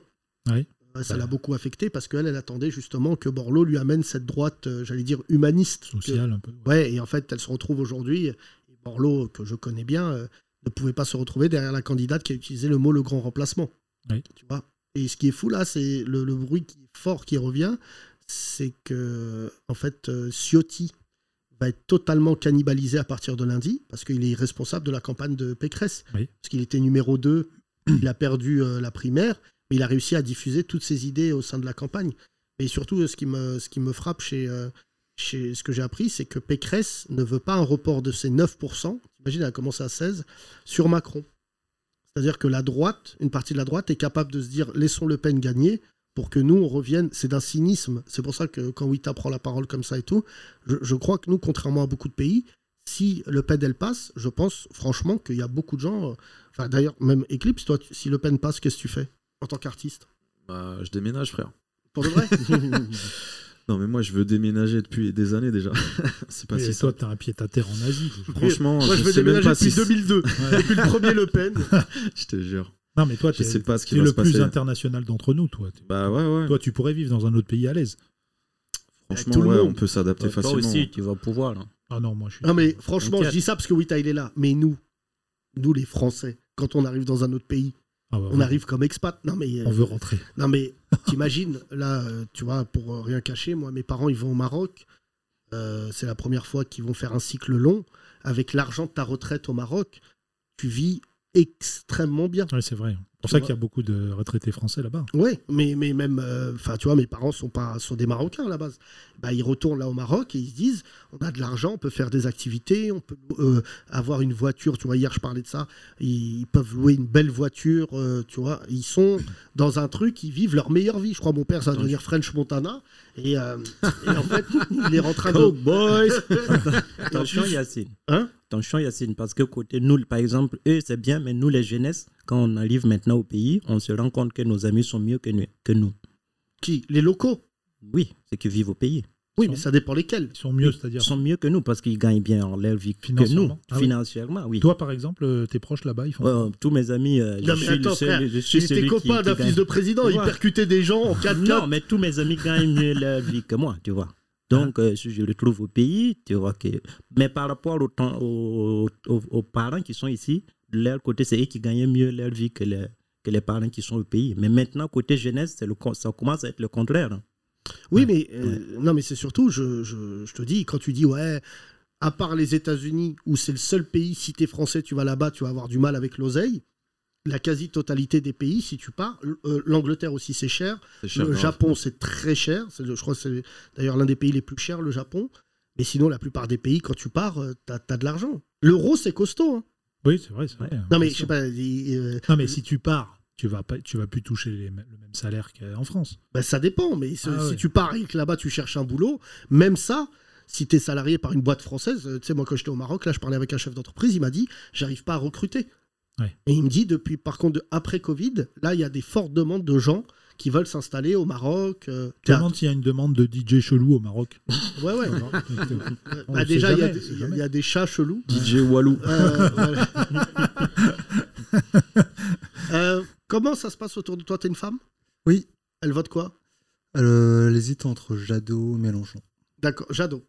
S4: Ouais.
S3: Euh, Ça
S4: Bah.
S3: l'a beaucoup affectée parce qu'elle, elle attendait justement que Borloo lui amène cette droite, euh, j'allais dire, humaniste. que-
S4: Social, un peu. ouais.
S3: Ouais, et en fait, elle se retrouve aujourd'hui. et Borloo, que je connais bien, euh, ne pouvait pas se retrouver derrière la candidate qui a utilisé le mot le grand remplacement.
S4: Oui.
S3: Tu vois et ce qui est fou là, c'est le, le bruit qui est fort qui revient, c'est que en fait, euh, Ciotti va être totalement cannibalisé à partir de lundi parce qu'il est responsable de la campagne de Pécresse.
S4: Oui.
S3: Parce qu'il était numéro 2, il a perdu euh, la primaire, mais il a réussi à diffuser toutes ses idées au sein de la campagne. Et surtout, euh, ce qui me, ce qui me frappe chez, euh, chez ce que j'ai appris, c'est que Pécresse ne veut pas un report de ses 9%, imagine, elle a commencé à 16, sur Macron. C'est-à-dire que la droite, une partie de la droite, est capable de se dire laissons Le Pen gagner pour que nous, on revienne. C'est d'un cynisme. C'est pour ça que quand Wita prend la parole comme ça et tout, je, je crois que nous, contrairement à beaucoup de pays, si Le Pen, elle passe, je pense franchement qu'il y a beaucoup de gens. euh, Enfin, d'ailleurs, même Eclipse, toi, tu- si Le Pen passe, qu'est-ce que tu fais en tant qu'artiste
S6: Bah, je déménage, frère.
S3: Pour de vrai
S6: Non, mais moi, je veux déménager depuis des années déjà. c'est pas
S4: Et
S6: si
S4: toi,
S6: simple.
S4: t'as un pied à terre en Asie. déjà.
S6: Franchement,
S3: Moi, je
S6: je,
S3: veux
S6: sais même
S3: déménager
S6: pas si.
S3: depuis 2002, depuis le premier Le Pen.
S6: Je te jure.
S4: Non, mais toi,
S6: Je
S4: t'es
S6: sais pas ce
S4: t'es
S6: qui va
S4: le
S6: se
S4: plus
S6: passer.
S4: international d'entre nous, toi. T'es-
S6: Bah, ouais, ouais.
S4: Toi, tu pourrais vivre dans un autre pays à l'aise.
S6: Franchement,
S5: tout le
S6: ouais,
S5: monde.
S6: on peut s'adapter
S5: Toi
S6: facilement.
S5: aussi, tu vas pouvoir. hein.
S4: Ah non, moi, je suis.
S3: Non mais franchement,
S5: T'inquiète.
S3: je dis ça parce que Wita il est là. Mais nous, nous les Français, quand on arrive dans un autre pays,
S4: Ah bah,
S3: on arrive comme expat. Non mais, euh,
S4: On veut rentrer.
S3: non mais, t'imagines là, euh, tu vois, pour euh, rien cacher, moi mes parents ils vont au Maroc. Euh, c'est la première fois qu'ils vont faire un cycle long avec l'argent de ta retraite au Maroc. Tu vis extrêmement bien.
S4: Ouais, c'est vrai. C'est pour
S3: Tu
S4: ça
S3: vois.
S4: qu'il y a beaucoup de retraités français là-bas.
S3: Ouais, mais, mais même, euh, enfin, tu vois, mes parents sont pas sont des Marocains à la base. Bah, ils retournent là au Maroc et ils se disent, on a de l'argent, on peut faire des activités, on peut euh, avoir une voiture. Tu vois, hier je parlais de ça. Ils peuvent louer une belle voiture. euh, tu vois, ils sont dans un truc, ils vivent leur meilleure vie. Je crois mon père, ça va devenir French Montana. Et, euh, et en fait, il est en train de.
S5: Cowboys
S3: en
S5: Ton chant,
S3: plus-
S5: Yacine.
S3: Hein
S5: Ton chant, Yacine, parce que côté nous, par exemple, eux, c'est bien, mais nous, les jeunesses, quand on arrive maintenant au pays, on se rend compte que nos amis sont mieux que nous. Que nous.
S3: Qui Les locaux.
S5: Oui, ceux qui vivent au pays.
S3: Oui, mais ça dépend lesquels.
S4: Ils sont mieux, c'est-à-dire.
S5: Ils sont mieux que nous parce qu'ils gagnent bien en leur vie que nous,
S4: Financièrement. Ah oui.
S5: financièrement, oui.
S4: Toi, par exemple, euh, tes proches là-bas, ils font.
S5: Euh, tous mes amis, euh, je
S3: Non, mais
S5: suis
S3: attends,
S5: le seul-
S3: frère,
S5: je suis
S3: Ils étaient
S5: celui qui-
S3: copains
S5: qui
S3: d'un
S5: gagne.
S3: fils de président,
S5: Tu
S3: ils
S5: vois.
S3: percutaient des gens en 4
S5: Non, mais tous mes amis gagnent mieux leur vie que moi, tu vois. Donc, euh, si je le trouve au pays, tu vois que. Mais par rapport au temps- au- au- aux, parents qui sont ici, de leur côté, c'est eux qui gagnent mieux leur vie que les, que les parents qui sont au pays. Mais maintenant, côté jeunesse, c'est le, con- ça commence à être le contraire. hein.
S3: Oui,
S5: Ouais.
S3: mais euh, non, mais c'est surtout, je, je- je te dis, quand tu dis ouais, à part les États-Unis, où c'est le seul pays, si t'es français, tu vas là-bas, tu vas avoir du mal avec l'oseille. La quasi-totalité des pays, si tu pars, l- euh, l'Angleterre aussi c'est cher,
S6: C'est cher, hein.
S3: le
S6: grave.
S3: Japon c'est très cher, C'est- je crois que c'est d'ailleurs l'un des pays les plus chers, le Japon. Mais sinon, la plupart des pays, quand tu pars, euh, t'as t'as de l'argent. L'euro c'est costaud. hein.
S4: Oui, c'est vrai, c'est vrai.
S3: Non mais je
S4: Bien sûr.
S3: sais pas, il- euh,
S4: Non, mais si tu pars, tu vas pas, tu vas plus toucher les m- le même salaire qu'en France.
S3: Bah, ça dépend, mais ce-
S4: Ah
S3: si
S4: ouais.
S3: tu pars et que là-bas tu cherches un boulot, même ça, si tu es salarié par une boîte française, euh, tu sais, moi quand j'étais au Maroc, là je parlais avec un chef d'entreprise, il m'a dit j'arrive pas à recruter.
S4: Ouais.
S3: Et il me dit depuis, par contre, de- après Covid, là il y a des fortes demandes de gens qui veulent s'installer au Maroc. euh,
S4: Je me
S3: théâtre.
S4: demande s'il y a une demande de DJ chelou au Maroc.
S3: Ouais, ouais. Euh,
S4: On
S3: bah,
S4: le sait
S3: déjà, il y a
S4: jamais,
S3: des-
S4: on sait
S3: il y, a-
S4: jamais.
S3: il y a des chats chelous.
S6: DJ Walou.
S3: Euh, voilà. Euh, comment ça se passe autour de toi T'es une femme
S9: Oui.
S3: Elle vote quoi
S9: Elle, elle hésite entre Jadot et Mélenchon.
S3: D'accord, Jadot.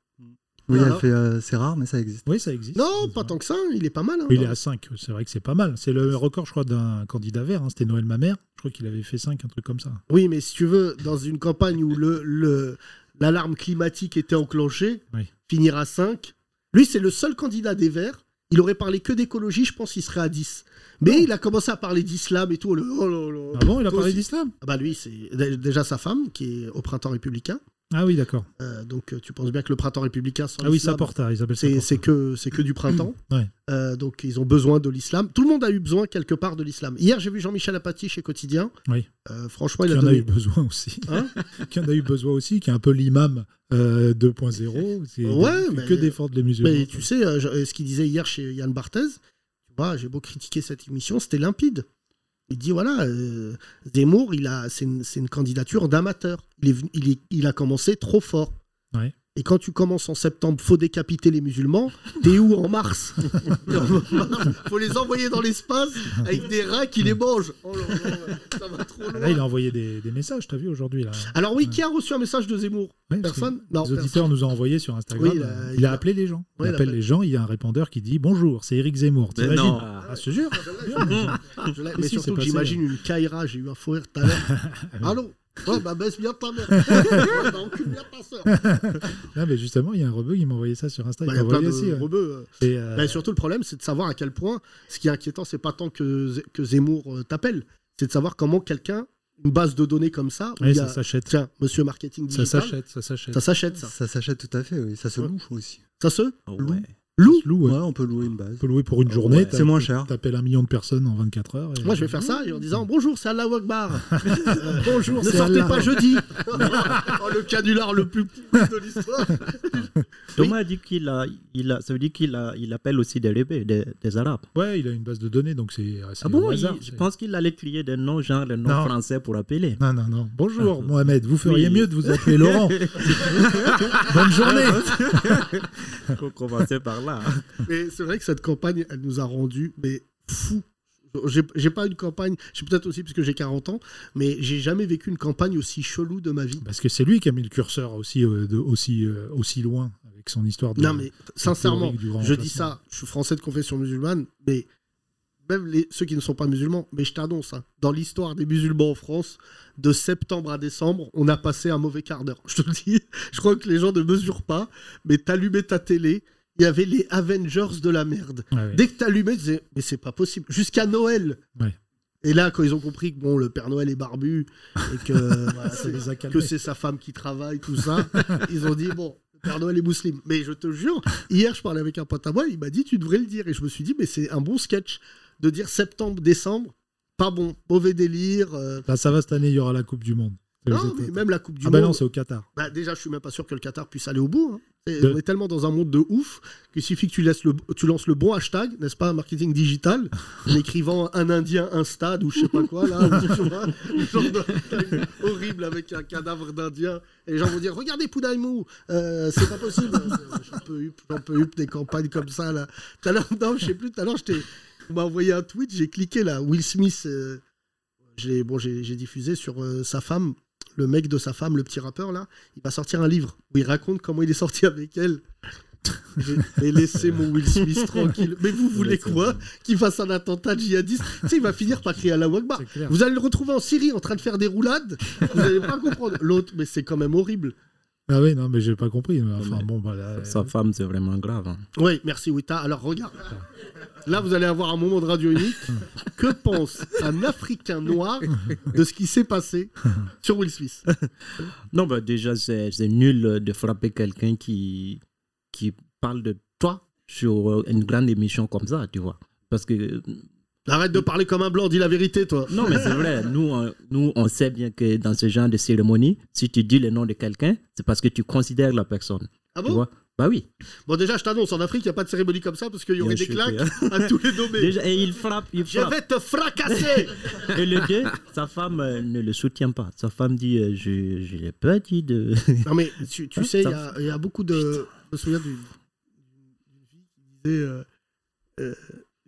S9: Oui,
S3: Ah.
S9: elle fait. euh, c'est rare, mais ça existe.
S4: Oui, ça existe.
S3: Non, pas tant que ça, il est pas mal. hein.
S4: Il est à 5, c'est vrai que c'est pas mal. C'est le record, je crois, d'un candidat vert. hein. C'était Noël Mamère. Je crois qu'il avait fait 5, un truc comme ça.
S3: Oui, mais si tu veux, dans une campagne où le, le- l'alarme climatique était enclenchée,
S4: Oui.
S3: finir à 5, lui, c'est le seul candidat des Verts. Il aurait parlé que d'écologie, je pense qu'il serait à 10. Mais il a commencé à parler d'islam et tout. Le, oh là là.
S4: Ah bon, il a
S3: Toi
S4: parlé
S3: aussi.
S4: d'islam
S3: Ah bah lui, c'est dé- déjà sa femme qui est au printemps républicain.
S4: Ah oui, d'accord.
S3: Euh, donc euh, tu penses bien que le printemps républicain sans
S4: Ah oui,
S3: l'islam,
S4: ça porte, ils appellent ça.
S3: c'est,
S4: porte.
S3: c'est que, c'est que du printemps.
S4: Ouais.
S3: Euh, donc ils ont besoin de l'islam. Tout le monde a eu besoin quelque part de l'islam. Hier, j'ai vu Jean-Michel Apathy chez Quotidien.
S4: Oui.
S3: Euh, franchement, il a
S4: Qui en a
S3: donné
S4: eu besoin aussi.
S3: Hein
S4: qui en a eu besoin aussi, qui est un peu l'imam euh, 2.0. c'est-
S3: Ouais,
S4: que
S3: mais-
S4: que défendent les musulmans.
S3: Mais tu sais, euh, je- euh, ce qu'il disait hier chez Yann Barthez, tu vois, j'ai beau critiquer cette émission, c'était limpide. Il dit voilà, euh, Zemmour, il a, c'est une, c'est une candidature d'amateur. Il, est venu- il, est- il a commencé trop fort.
S4: Ouais.
S3: Et quand tu commences en septembre, faut décapiter les musulmans. T'es où en mars Faut les envoyer dans l'espace avec des rats qui les mangent. Oh là là, ça va trop
S4: Ah, Là, il
S3: loin.
S4: a envoyé des, des messages, t'as vu aujourd'hui là.
S3: Alors oui, qui a reçu un message de Zemmour
S4: Ouais, parce que
S3: Personne Non.
S4: Les auditeurs nous ont envoyé sur Instagram.
S3: Oui, il a-
S4: euh, il,
S3: il
S4: a
S3: a-
S4: appelé les gens.
S3: Ouais,
S4: il
S3: il
S4: appelle
S3: appelle.
S4: les gens. Il y a un répondeur qui dit Bonjour, c'est Eric Zemmour.
S6: Mais
S4: T'imagines
S6: non.
S4: Ah, je te jure.
S3: personne. Je l'ai-
S4: Ah, si,
S3: Mais
S4: c'est
S3: surtout,
S4: passé, hein.
S3: j'imagine une Kaira, j'ai eu un fou rire tout à l'heure. Allô Ouais, bah baisse bien ta mère. Ouais, bah, encule bien ta sœur. Bah,
S4: Non, Ah, mais justement, il y a un rebeu qui m'a envoyé ça sur Insta.
S3: Il
S4: il
S3: y
S4: m'a
S3: a plein
S4: envoyé
S3: de
S4: aussi, ouais.
S3: rebeux, euh.
S4: Et, euh,
S3: Bah, surtout, le problème, c'est de savoir à quel point ce qui est inquiétant, c'est pas tant que, Z- que Zemmour euh, t'appelle, c'est de savoir comment quelqu'un, une base de données comme ça, où
S4: ouais,
S3: il y
S4: ça
S3: a,
S4: s'achète.
S3: tiens, monsieur marketing
S4: Ça
S3: digital,
S4: s'achète, ça s'achète.
S3: ça s'achète, ça.
S9: Ça s'achète tout à fait, oui. Ça se
S3: Ouais.
S9: loue aussi.
S3: Ça se
S5: Ah
S3: Lou.
S5: ouais.
S4: Loue. Loue, ouais.
S9: Ouais, on peut louer une base.
S4: On peut louer pour une
S5: Ah
S4: journée.
S5: ouais.
S4: t'as-
S9: C'est moins cher.
S4: T'appelles un million de personnes en 24 heures. et-
S3: Moi, je vais faire ça et en disant bonjour, c'est Allah Akbar. Euh, bonjour, ne
S4: c'est
S3: sortez
S4: Allah.
S3: pas jeudi. oh, le canular le plus pourri de l'histoire.
S5: Thomas a dit qu'il a, il a, ça veut dire qu'il a, il appelle aussi des rébés, des, des Arabes.
S4: Ouais, il a une base de données, donc c'est c'est
S5: Ah bon
S4: au
S5: il-
S4: hasard,
S5: Je
S4: c'est-
S5: pense qu'il allait crier des noms, genre des noms
S4: Non.
S5: français pour appeler.
S4: Non, non, non. Bonjour, Mohamed. Vous feriez
S5: Oui.
S4: mieux de vous appeler Laurent. Bonne journée.
S3: Ah,
S5: Il faut commencer par là. hein.
S3: Mais c'est vrai que cette campagne, elle nous a rendu mais fou. J'ai j'ai pas une campagne, j'ai peut-être aussi parce que j'ai 40 ans, mais j'ai jamais vécu une campagne aussi chelou de ma vie.
S4: Parce que c'est lui qui a mis le curseur aussi, euh, de- aussi, euh, aussi loin avec son histoire de.
S3: Non mais sincèrement,
S4: théorie du grand
S3: je dis
S4: remplacement.
S3: ça, je suis français de confession musulmane, mais même les, ceux qui ne sont pas musulmans, mais je t'annonce, hein, dans l'histoire des musulmans en France, de septembre à décembre, on a passé un mauvais quart d'heure. Je te le dis, je crois que les gens ne mesurent pas, mais t'allumais ta télé, il y avait les Avengers de la merde.
S4: Ouais, ouais.
S3: Dès que t'allumais, tu disais, mais c'est pas possible. Jusqu'à Noël.
S4: Ouais.
S3: Et là, quand ils ont compris que bon, le Père Noël est barbu et que voilà,
S4: Ça les a calmés.
S3: que c'est sa femme qui travaille, tout ça, ils ont dit, bon, le Père Noël est musulman. Mais je te jure, hier, je parlais avec un pote à moi, il m'a dit, tu devrais le dire. Et je me suis dit, mais c'est un bon sketch de dire septembre, décembre, pas bon, mauvais délire. euh,
S4: Là, ça va cette année, il y aura la Coupe du Monde.
S3: non, mais même la Coupe du
S4: ah bah
S3: Monde.
S4: non, c'est au Qatar.
S3: Bah, déjà, je suis même pas sûr que le Qatar puisse aller au bout. hein. Et
S4: De-
S3: On est tellement dans un monde de ouf qu'il suffit que tu, laisses le, tu lances le bon hashtag, n'est-ce pas, marketing digital, en écrivant un Indien, un stade ou je sais pas quoi, là, ou, tu vois, le genre de hashtag horrible avec un cadavre d'Indien. Et les gens vont dire Regardez Poudaïmou, euh, c'est pas possible. Euh, J'en peux up, j'en peux up des campagnes comme ça, là. Tout à l'heure, non, je sais plus, tout à l'heure, je t'ai- on m'a envoyé un tweet, j'ai cliqué là, Will Smith. euh, je l'ai- bon, j'ai j'ai diffusé sur euh, sa femme, le mec de sa femme, le petit rappeur là, il va sortir un livre où il raconte comment il est sorti avec elle. J'ai- Mais laissez mon Will Smith tranquille. Mais vous voulez quoi Qu'il fasse un attentat djihadiste Tu sais, il va finir par crier à la Wagbar.
S4: C'est clair.
S3: Vous allez le retrouver en Syrie en train de faire des roulades. Vous n'allez pas comprendre. L'autre, mais c'est quand même horrible.
S4: Ah oui, non, mais j'ai pas compris. mais Enfin,
S5: mais-
S4: bon, bah là,
S5: Sa femme, c'est vraiment grave. hein.
S3: Oui, merci Wita. Alors regarde. Là, vous allez avoir un moment de radio unique. Que pense un Africain noir de ce qui s'est passé sur Will Smith
S5: Non, bah déjà, c'est c'est nul euh, de frapper quelqu'un qui, qui parle de toi sur euh, une grande émission comme ça, tu vois. Parce que, euh,
S3: Arrête de parler comme un blanc, dis la vérité, toi.
S5: non, mais c'est vrai, nous on, nous, on sait bien que dans ce genre de cérémonie, si tu dis le nom de quelqu'un, c'est parce que tu considères la personne,
S3: Ah
S5: tu
S3: bon
S5: vois. Bah oui.
S3: Bon, déjà, je t'annonce, en Afrique, il n'y a pas de cérémonie comme ça parce qu'il y aurait
S5: Bien
S3: des
S5: sûr,
S3: claques
S5: hein.
S3: à tous les nommés.
S5: Déjà, et il frappe, il
S3: Je
S5: frappe.
S3: vais te fracasser
S5: Et le deux, sa femme euh, ne le soutient pas. Sa femme dit euh, Je, je l'ai pas dit de.
S3: Non, mais tu, tu
S5: Hein,
S3: sais, il y,
S5: ça-
S3: a- il y a beaucoup de. Je me souviens d'une d'une fille qui disait. euh, euh,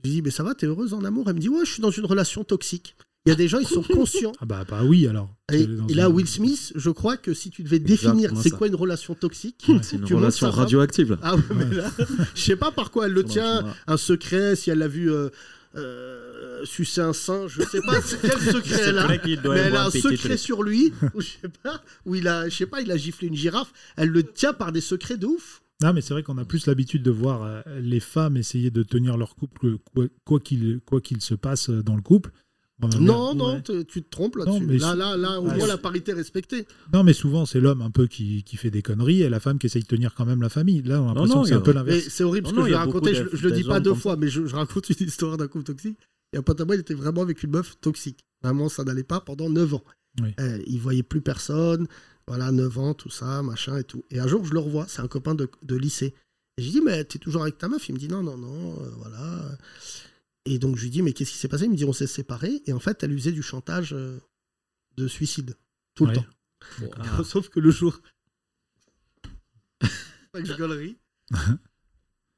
S3: je lui dis, mais ça va, t'es heureuse en amour Elle me dit, ouais, je suis dans une relation toxique. Il y a des gens, ils sont conscients.
S4: Ah bah, bah oui, alors.
S3: Et,
S4: Parce que dans
S3: et là,
S4: une-
S3: Will Smith, je crois que si tu devais
S6: Exactement
S3: définir c'est
S6: ça.
S3: quoi une relation toxique,
S6: C'est une
S3: Tu montes
S6: relation
S3: sa femme.
S6: radioactive, là.
S3: ah ouais, mais là, je sais pas par quoi elle le tient,
S5: Franchement.
S3: un secret, si elle l'a vu euh, euh, sucer un sein, je sais pas c'est- quel secret
S5: C'est
S3: elle a.
S5: vrai qu'il doit
S3: Mais
S5: y
S3: elle
S5: avoir
S3: a un
S5: petit
S3: secret
S5: truc.
S3: sur lui, ou je sais pas, où il a, je sais pas, il a giflé une girafe. Elle le tient par des secrets de ouf.
S4: Non, mais c'est vrai qu'on a plus l'habitude de voir euh, les femmes essayer de tenir leur couple, quoi quoi qu'il quoi qu'il se passe euh, dans le couple. On a
S3: Non,
S4: bien-
S3: non,
S4: Ouais.
S3: te- tu te trompes
S4: Non,
S3: là-dessus.
S4: mais
S3: Là,
S4: si-
S3: là, là, au
S4: Ouais,
S3: moins
S4: c'est-
S3: la parité est respectée.
S4: Non, mais souvent, c'est l'homme un peu qui, qui fait des conneries et la femme qui essaye de tenir quand même la famille. Là, on a l'impression
S5: non,
S4: que c'est un
S5: il y a-
S4: peu
S3: Mais
S4: l'inverse.
S3: c'est horrible
S5: Non,
S3: ce
S5: non,
S3: que
S5: il
S3: je
S5: y
S3: vais
S5: a beaucoup
S3: raconter. Je,
S5: de-
S3: je le
S5: des
S3: dis pas
S5: hommes hein.
S3: deux
S5: comme
S3: fois, mais je, je raconte une histoire d'un couple toxique. Et un pote à moi, il était vraiment avec une meuf toxique. Vraiment, ça n'allait pas pendant 9 ans.
S4: Oui.
S3: Euh, il voyait plus personne. Voilà, 9 ans, tout ça, machin et tout. Et un jour, je le revois. C'est un copain de, de lycée. Et je lui dis, mais t'es toujours avec ta meuf Il me dit, non, non, non, euh, voilà. Et donc, je lui dis, mais qu'est-ce qui s'est passé Il me dit, on s'est séparés. Et en fait, elle usait du chantage euh, de suicide. Tout le
S4: Ouais.
S3: temps.
S5: ah.
S3: Sauf que le jour. Pas que je gueulerie.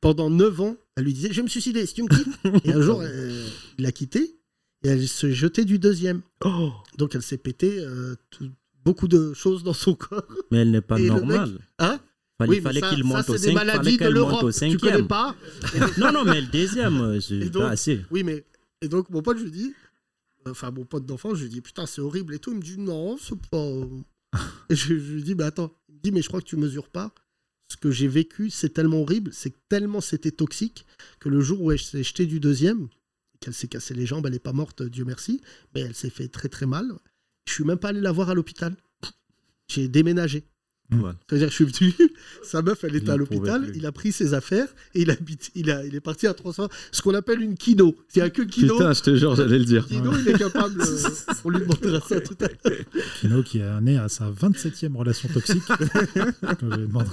S3: Pendant 9 ans, elle lui disait Je vais me suicider, si tu me quittes. Et un jour, euh, il l'a quittée et elle se jetait du deuxième.
S5: Oh.
S3: Donc elle s'est pété euh, tout- beaucoup de choses dans son corps.
S5: Mais elle n'est pas
S3: Et le mec-
S5: normale.
S3: Hein
S5: Fallait,
S3: Oui, mais
S5: Bah, fallait
S3: ça-
S5: qu'il
S3: ça,
S5: monte au
S3: c'est des
S5: cinq-
S3: maladies
S5: fallait
S3: de
S5: qu'elle monte au
S3: l'Europe. Tu connais
S5: cinquième.
S3: pas
S5: Non, non, mais le deuxième, euh,
S3: Et
S5: c'est
S3: donc-
S5: pas assez.
S3: Oui, mais. Et donc, mon pote, je lui dis. Enfin, mon pote d'enfance, je lui dis Putain, c'est horrible et tout. Il me dit Non, c'est pas. Et je, je lui dis Mais attends. Il me dit Mais je crois que tu mesures pas. Ce que j'ai vécu, c'est tellement horrible, c'est que tellement c'était toxique que le jour où elle s'est jetée du deuxième, qu'elle s'est cassée les jambes, elle n'est pas morte, euh, Dieu merci, mais elle s'est fait très très mal. Je suis même pas allé la voir à l'hôpital. J'ai déménagé.
S5: Voilà.
S3: C'est-à-dire, je suis venu, sa meuf, elle était
S5: Il
S3: à
S5: en pouvait
S3: l'hôpital,
S5: plus.
S3: il a pris ses affaires et il, habite, il, a, il est parti à 300, ce qu'on appelle une kino. C'est-à-dire que kino,
S6: Putain, je te jure, j'allais le dire.
S3: kino il est capable. euh, on lui demandera ça tout à l'heure.
S4: Kino qui est né à sa 27e relation toxique. Quand je lui demande-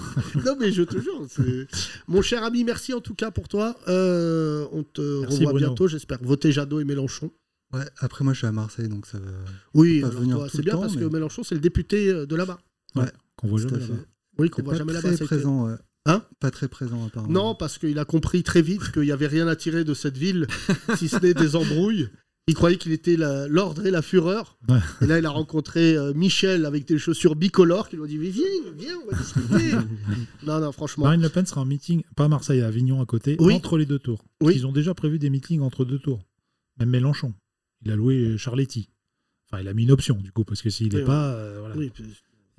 S3: Non, mais je te jure. c'est- Mon cher ami, merci en tout cas pour toi. Euh, on te
S4: Merci,
S3: revoit
S4: Bruno.
S3: bientôt, j'espère. Votez Jadot et Mélenchon.
S9: Ouais, après, moi, je suis à Marseille, donc ça va.
S3: Oui,
S9: pas
S3: alors
S9: venir
S3: toi,
S9: tout
S3: c'est
S9: le
S3: bien
S9: temps,
S3: parce que
S9: mais-
S3: Mélenchon, c'est le député euh, de là-bas.
S4: Qu'on voit
S9: Tout
S4: jamais
S9: à fait.
S4: là-bas.
S3: Oui, qu'on
S9: C'est
S3: voit
S9: pas
S3: jamais là-bas.
S9: très
S3: ça a été-
S9: présent, ouais.
S3: Hein
S9: Pas très présent, apparemment.
S3: Non, parce qu'il a compris très vite qu'il n'y avait rien à tirer de cette ville, si ce n'est des embrouilles. Il croyait qu'il était la- l'ordre et la fureur.
S4: Ouais.
S3: Et là, il a rencontré euh, Michel avec des chaussures bicolores qui lui ont dit Mais Viens, viens, on va discuter. non, non, franchement.
S4: Marine Le Pen sera en meeting, pas à Marseille, à Avignon à côté,
S3: Oui.
S4: entre les deux tours.
S3: Oui.
S4: Ils ont déjà prévu des meetings entre deux tours. Même Mélenchon. Il a loué euh, Charletti. Enfin, il a mis une option, du coup, parce que s'il n'est
S3: Oui, oui.
S4: pas. euh, voilà.
S3: Oui, puis-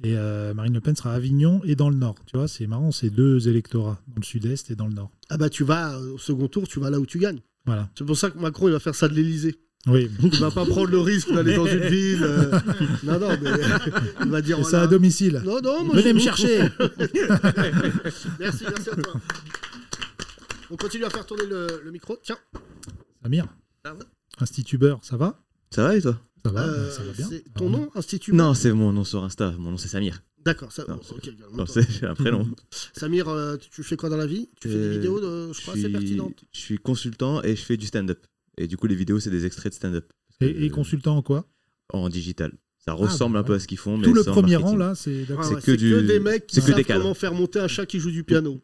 S4: Et euh, Marine Le Pen sera à Avignon et dans le Nord. Tu vois, c'est marrant, c'est deux électorats, dans le Sud-Est et dans le Nord.
S3: ah bah, tu vas euh, au second tour, tu vas là où tu gagnes.
S4: Voilà.
S3: C'est pour ça que Macron, il va faire ça de l'Elysée.
S4: Oui.
S3: Il va pas prendre le risque d'aller dans une ville. euh, Non, non, mais il va dire "Oh
S4: Et ça
S3: voilà.
S4: à domicile.
S3: Non, non, moi,
S4: Venez
S3: je-
S4: me chercher.
S3: Merci, merci à toi. On continue à faire tourner le, le micro. Tiens,
S4: Samir.
S3: Ça va
S4: Institubeur, ça va
S6: Ça va et toi
S4: Ça va,
S3: euh,
S4: ça va bien.
S3: c'est ton nom, Institut
S6: Non, c'est mon nom sur Insta. Mon nom, c'est Samir.
S3: D'accord, ça,
S6: Non,
S3: bon,
S6: c'est-
S3: ok, calme-toi.
S6: Non, c'est un prénom.
S3: Samir, euh, tu- tu fais quoi dans la vie Tu fais des
S6: Euh,
S3: vidéos, de, je crois, assez pertinentes.
S6: Je suis consultant et je fais du stand-up. Et du coup, les vidéos, c'est des extraits de stand-up.
S4: Et, et
S6: Euh,
S4: consultant en quoi
S6: En digital. Ça ressemble
S4: bah,
S6: un peu à ce qu'ils font, mais
S4: Tout le
S6: sans
S4: premier
S6: marketing.
S4: rang, là, c'est
S3: Ah
S4: d'accord.
S6: c'est
S3: ouais,
S6: que du-
S3: des mecs qui
S6: c'est que
S3: savent
S6: des cadres.
S3: comment faire monter un chat qui joue du piano.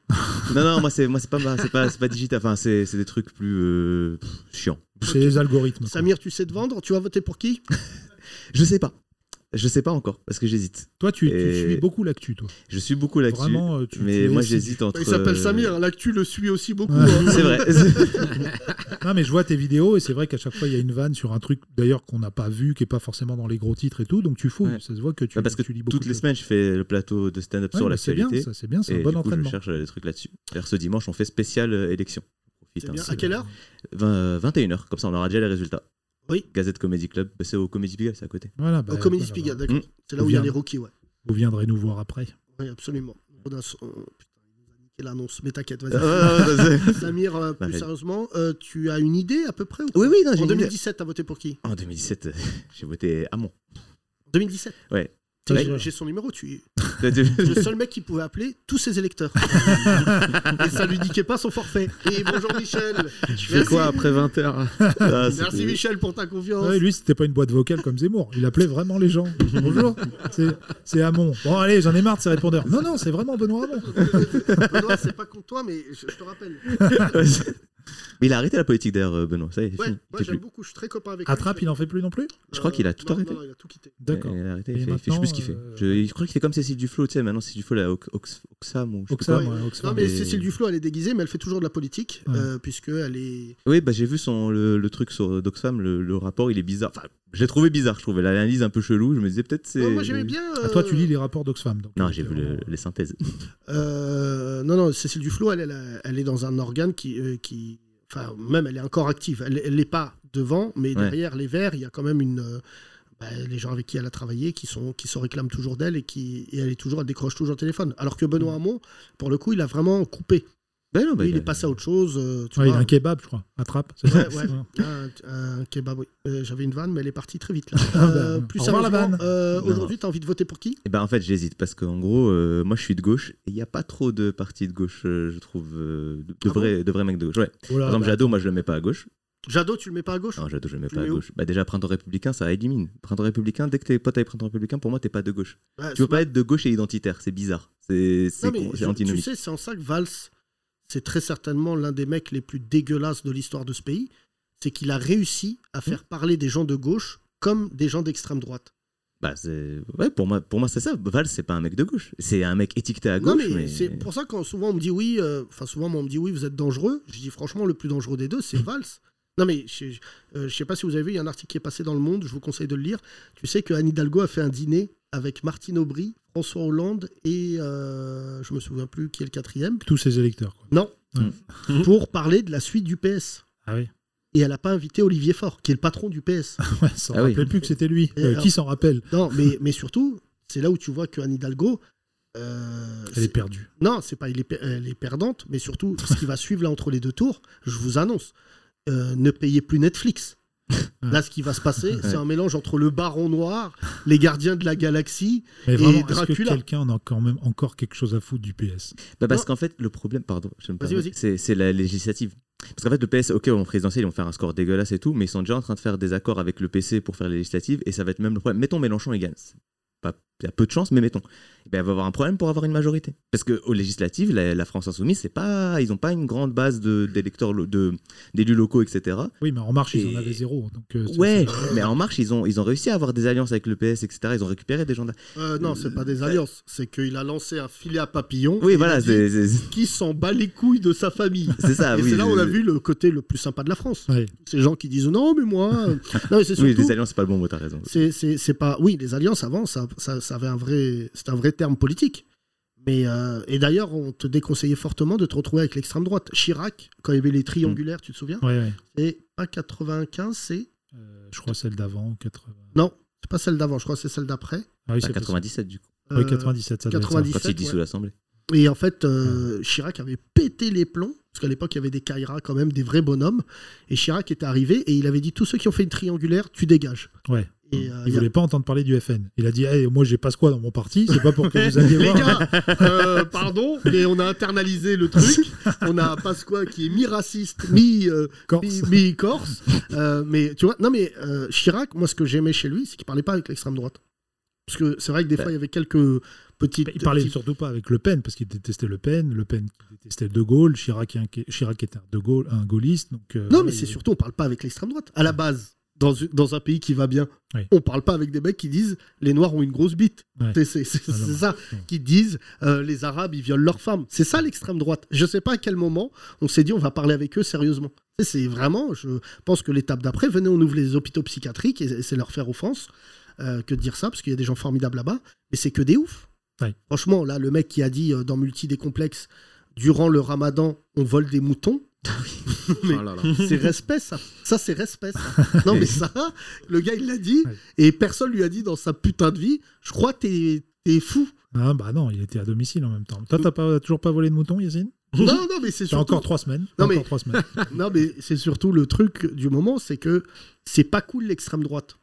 S6: Non, non, moi, c'est moi, c'est pas, ma- c'est pas, c'est pas digital. Enfin, c'est c'est des trucs plus euh, pff, chiants.
S4: C'est les algorithmes. quoi.
S3: Samir, tu sais te vendre Tu vas voter pour qui
S6: Je sais pas. Je sais pas encore, parce que j'hésite.
S4: Toi, tu, tu
S6: Et-
S4: suis beaucoup l'actu, toi.
S6: Je suis beaucoup l'actu.
S4: Vraiment, euh, tu- tu
S6: Mais
S4: es
S6: moi,
S4: assidu.
S6: j'hésite entre.
S3: Il s'appelle
S6: euh,
S3: Samir, hein, l'actu le suit aussi beaucoup.
S4: Ouais.
S3: hein.
S6: C'est vrai.
S4: Non, mais je vois tes vidéos et c'est vrai qu'à chaque fois, il y a une vanne sur un truc d'ailleurs qu'on n'a pas vu, qui n'est pas forcément dans les gros titres et tout. Donc tu fouilles.
S6: Ouais.
S4: Ça se voit que tu,
S6: Bah, parce que
S4: tu lis beaucoup.
S6: toutes les
S4: de-
S6: semaines, je fais le plateau de stand-up
S4: Ouais,
S6: sur
S4: mais c'est
S6: l'actualité.
S4: bien, ça, c'est bien, c'est un
S6: et
S4: bon
S6: du coup, je
S4: entraînement.
S6: cherche euh, des trucs là-dessus. D'ailleurs, ce dimanche, on fait spécial euh, élection. Profite,
S3: C'est
S6: hein. euh,
S3: bien. À quelle heure
S6: 21h, comme ça on aura déjà les résultats.
S3: Oui.
S6: Gazette Comedy Club, bah, c'est au Comedy Pigalle, c'est à côté.
S4: Voilà, bah,
S3: Au Comedy
S4: voilà,
S3: Spigat,
S4: voilà.
S3: d'accord.
S6: Mm.
S3: C'est là où il y a
S4: Bien.
S3: les rookies, ouais.
S4: Vous viendrez nous voir après.
S3: Oui, absolument. On a- on- Putain, il nous a niqué l'annonce, mais t'inquiète,
S6: Ah, ouais, ouais,
S3: vas-y.
S6: ouais, ouais.
S3: Samir, euh, plus
S6: Arrête.
S3: sérieusement, euh, tu as une idée à peu près ou pas
S6: oui, oui, non, Bah, j'ai
S3: En
S6: une idée.
S3: 2017, t'as voté pour qui
S6: En 2017, euh, j'ai voté Hamon.
S3: En 2017
S6: Ouais.
S3: Tiens,
S6: Ouais.
S3: j'ai- J'ai son numéro, tu
S6: J'ai
S3: le seul mec qui pouvait appeler tous ses électeurs. Et ça lui niquait pas son forfait. Et bonjour Michel
S6: fait quoi après 20h
S3: Ah,
S6: Ah,
S3: Merci Michel pour ta confiance.
S4: Ouais, lui, c'était pas une boîte vocale comme Zemmour. Il appelait vraiment les gens. Bonjour, c'est- c'est Hamon. Bon, allez, j'en ai marre de ces répondeurs. Non, non, c'est vraiment Benoît Hamon.
S3: Benoît, c'est pas contre toi, mais je, je te rappelle.
S6: Mais il a arrêté la politique d'ailleurs, euh, Benoît. Ça y est,
S3: Ouais,
S6: fini. Il
S3: moi
S6: fait
S3: j'aime
S6: plus.
S3: beaucoup, je suis très copain avec lui.
S4: Attrape, il en fait plus non plus
S6: Je crois qu'il a tout
S3: non,
S6: arrêté.
S3: Non, il a tout quitté.
S4: D'accord.
S6: Il a arrêté,
S4: Et
S6: il fait- il fait- je sais plus ce qu'il fait.
S4: maintenant, euh,
S6: Je, il crois qu'il fait comme Cécile Duflo, tu sais, maintenant Cécile Duflo, elle a Ox- Ox- Oxfam ou je sais plus
S4: Oxfam,
S6: quoi.
S4: ouais,
S3: Non,
S4: Oxfam.
S3: mais
S6: Et-
S3: Cécile Duflo, elle est déguisée, mais elle fait toujours de la politique,
S4: Ouais.
S3: euh, puisqu'elle est.
S6: Oui, bah, j'ai vu son, le, le truc sur d'Oxfam, le, le rapport, il est bizarre. Enfin, je l'ai trouvé bizarre, je trouvais l'analyse un peu chelou. Je me disais peut-être c'est.
S3: Non, moi j'aimais bien.
S4: Ah, toi,
S3: euh,
S4: tu lis les rapports d'Oxfam. donc,
S6: Non,
S4: euh,
S6: j'ai vu le- les synthèses.
S3: Euh, non, non, Cécile Duflo, elle, elle, a- elle est dans un organe qui, euh, qui. Enfin, même, elle est encore active. Elle elle n'est pas devant, mais
S6: Ouais.
S3: derrière les verts, il y a quand même une. euh, bah, les gens avec qui elle a travaillé qui, sont, qui se réclament toujours d'elle et, qui, et elle, est toujours, elle décroche toujours le téléphone. Alors que Benoît Hamon, pour le coup, il a vraiment coupé.
S6: Mm. Ben non,
S3: Lui,
S6: bah,
S3: il est passé à autre chose. euh, tu
S4: Ouais, il
S3: vois.
S4: a un kebab, je crois. Attrape. c'est
S3: Ouais,
S4: ça Oh
S3: ouais. Un, un kebab, oui. Euh, J'avais une vanne, mais elle est partie très vite là.
S4: Ah, bah,
S3: Euh,
S4: ouais.
S3: plus
S4: Au revoir, la
S3: sérieusement,
S4: vanne.
S3: euh,
S6: Non.
S3: aujourd'hui, t'as envie de voter pour qui
S6: Eh ben, en fait, j'hésite parce qu'en gros, euh, moi je suis de gauche et il n'y a pas trop de partis de gauche, euh, je trouve, euh, de, de
S3: Ah bon Ah,
S6: vrais, de vrais mecs de gauche. Ouais.
S4: Oh là,
S6: Par exemple,
S4: bah,
S6: Jadot, moi je le mets pas à gauche.
S3: Jadot, tu le mets pas à gauche
S6: Non, Jadot, je le mets
S3: Tu
S6: pas
S3: le
S6: à
S3: mets où
S6: gauche. Bah, déjà, Printemps républicain, ça élimine. Printemps républicain, dès que t'es pote avec Printemps républicain, pour moi, t'es pas de gauche.
S3: Ouais,
S6: Tu peux pas être de gauche et identitaire, c'est bizarre. C'est c'est
S3: Ah, Non, mais
S6: con- c'est
S3: je- Tu
S6: antinomique.
S3: sais, c'est en ça que Valls, c'est très certainement l'un des mecs les plus dégueulasses de l'histoire de ce pays. C'est qu'il a réussi à faire
S6: Hmm.
S3: parler des gens de gauche comme des gens d'extrême droite.
S6: Bah, c'est- ouais, pour moi, pour moi c'est ça. Val, c'est pas un mec de gauche. C'est un mec étiqueté à
S3: non,
S6: gauche.
S3: mais,
S6: mais
S3: c'est pour ça quand souvent on me dit oui, euh, enfin souvent moi, on me dit oui, vous êtes dangereux. Je dis franchement, le plus dangereux des deux, c'est Valls. Non, mais je, je- euh, je sais pas si vous avez vu, il y a un article qui est passé dans Le Monde, je vous conseille de le lire. Tu sais que Anne Hidalgo a fait un dîner avec Martine Aubry, François Hollande et euh, je me souviens plus qui est le quatrième,
S4: Tous ses électeurs. Quoi.
S3: Non.
S6: Mm.
S3: Pour parler de la suite du PS.
S4: Ah oui.
S3: Et elle n'a pas invité Olivier Faure, qui est le patron du PS.
S4: Ouais, ça
S6: Ah oui.
S4: rappelait plus que c'était lui.
S3: Et
S4: Euh,
S3: alors-
S4: qui s'en rappelle
S3: non, mais, mais surtout, c'est là où tu vois qu'Anne Hidalgo. euh,
S4: Elle est
S3: c'est-
S4: perdue.
S3: non, c'est pas elle est, per- elle est perdante, mais surtout ce qui va suivre là entre les deux tours, je vous annonce, euh, ne payez plus Netflix. Là, ce qui va se passer, c'est un mélange entre le Baron Noir, les Gardiens de la Galaxie.
S4: Mais
S3: Et
S4: vraiment, est-ce que
S3: Dracula.
S4: quelqu'un en a quand même encore quelque chose à foutre du PS
S6: Bah, parce
S3: Non.
S6: qu'en fait, le problème, pardon, je me
S3: Vas-y,
S6: permets,
S3: vas-y.
S6: c'est c'est la législative. Parce qu'en fait, le PS, ok, en présidentiel, ils vont faire un score dégueulasse et tout, mais ils sont déjà en train de faire des accords avec le PC pour faire les législatives, et ça va être même le problème. Mettons Mélenchon, il gagne. C'est pas- Il y a peu de chance, mais mettons. Eh ben, il va avoir un problème pour avoir une majorité. Parce qu'aux législatives, la, la France Insoumise, c'est pas, ils n'ont pas une grande base de- d'électeurs, lo- de- d'élus locaux, etc.
S4: Oui, mais en marche, ils
S6: Et-
S4: en avaient zéro. Donc, euh, c'est-
S6: Ouais,
S4: c'est-
S6: mais En Marche, ils ont, ils ont réussi à avoir des alliances avec le PS, etc. Ils ont récupéré des gens. d'a-
S3: Euh, non, c'est pas des alliances, c'est qu'il a lancé un filet à papillon.
S6: Oui,
S3: et il
S6: voilà,
S3: a dit,
S6: c'est c'est-
S3: Qui s'en bat les couilles de sa famille
S6: c'est ça.
S3: et
S6: oui,
S3: c'est là où on a
S6: je-
S3: vu le côté le plus sympa de la France.
S4: Ouais.
S3: Ces gens qui disent non, mais moi. euh, non, mais c'est
S6: Oui,
S3: surtout.
S6: les alliances, c'est pas le bon mot, t'as raison. Bah,
S3: c'est- c'est- c'est pas. Oui, les alliances avant, ça, ça, ça avait un vrai. C'est un vrai terme politique. Mais euh, et d'ailleurs, on te déconseillait fortement de te retrouver avec l'extrême droite. Chirac, quand il y avait les triangulaires,
S4: Mm.
S3: tu te souviens
S4: Ouais, ouais.
S3: Et pas 95, c'est
S4: Euh, je crois celle d'avant, 80.
S3: non, c'est pas celle d'avant. Je crois que c'est celle d'après.
S4: Ah oui,
S6: Enfin,
S4: c'est
S6: 97, du coup.
S4: possible. Oui,
S3: Euh,
S4: 97, ça doit être ça.
S3: 90.
S6: Quand il
S3: 17,
S6: dissout
S3: ouais.
S6: l'Assemblée.
S3: Et en fait, euh,
S4: Mm.
S3: Chirac avait pété les plombs, parce qu'à l'époque, il y avait des Kaira quand même, des vrais bonhommes. Et Chirac était arrivé et il avait dit tous ceux qui ont fait une triangulaire, tu dégages.
S4: Ouais.
S3: Et, euh,
S4: Il
S3: y a-
S4: voulait pas entendre parler du FN. Il a dit hey, Moi, j'ai pas ce quoi dans mon parti, c'est pas pour que vous alliez
S3: Les
S4: voir.
S3: gars, euh, pardon, mais on a internalisé le truc. On a Pasqua qui est mi-raciste, mi, euh,
S4: Corse.
S3: mi- mi-corse. Euh, mais tu vois, non mais euh, Chirac, moi ce que j'aimais chez lui, c'est qu'il parlait pas avec l'extrême droite. Parce que c'est vrai que des fois il y avait quelques petites.
S4: Ben. Il parlait
S3: petites-
S4: surtout pas avec Le Pen, parce qu'il détestait Le Pen, Le Pen qui détestait De Gaulle, Chirac, qui- Chirac était un, de Gaulle, un gaulliste. Donc, euh,
S3: Non
S4: voilà,
S3: mais
S4: il-
S3: c'est surtout on parle pas avec l'extrême droite à la base. dans, dans un pays qui va bien.
S4: Oui.
S3: On parle pas avec des mecs qui disent les Noirs ont une grosse bite.
S4: Ouais.
S3: C'est- C'est c'est-
S4: Ah non,
S3: c'est ça.
S4: non.
S3: Qui disent euh, les Arabes, ils violent leurs femmes. C'est ça l'extrême droite. Je sais pas à quel moment on s'est dit on va parler avec eux sérieusement. Et C'est vraiment, je pense que l'étape d'après, venez, on ouvre les hôpitaux psychiatriques et c'est leur faire offense euh, que de dire ça, parce qu'il y a des gens formidables là-bas, mais c'est que des oufs.
S4: Ouais.
S3: Franchement, là, le mec qui a dit euh, dans Multi des complexes, durant le ramadan, on vole des moutons. Mais-
S6: Oh là là.
S3: c'est respect, ça. Ça, c'est respect, ça. Non, mais ça, le gars, il l'a dit,
S4: Ouais.
S3: et personne lui a dit dans sa putain de vie, je crois que t'es- t'es fou.
S4: Ah bah non, il était à domicile en même temps. Toi, t'as pas, toujours pas volé de mouton, Yacine
S3: Non, non, mais c'est
S4: T'as
S3: surtout...
S4: encore trois semaines.
S3: Non, mais-
S4: Encore trois semaines.
S3: Non, mais c'est surtout le truc du moment, c'est que c'est pas cool l'extrême droite.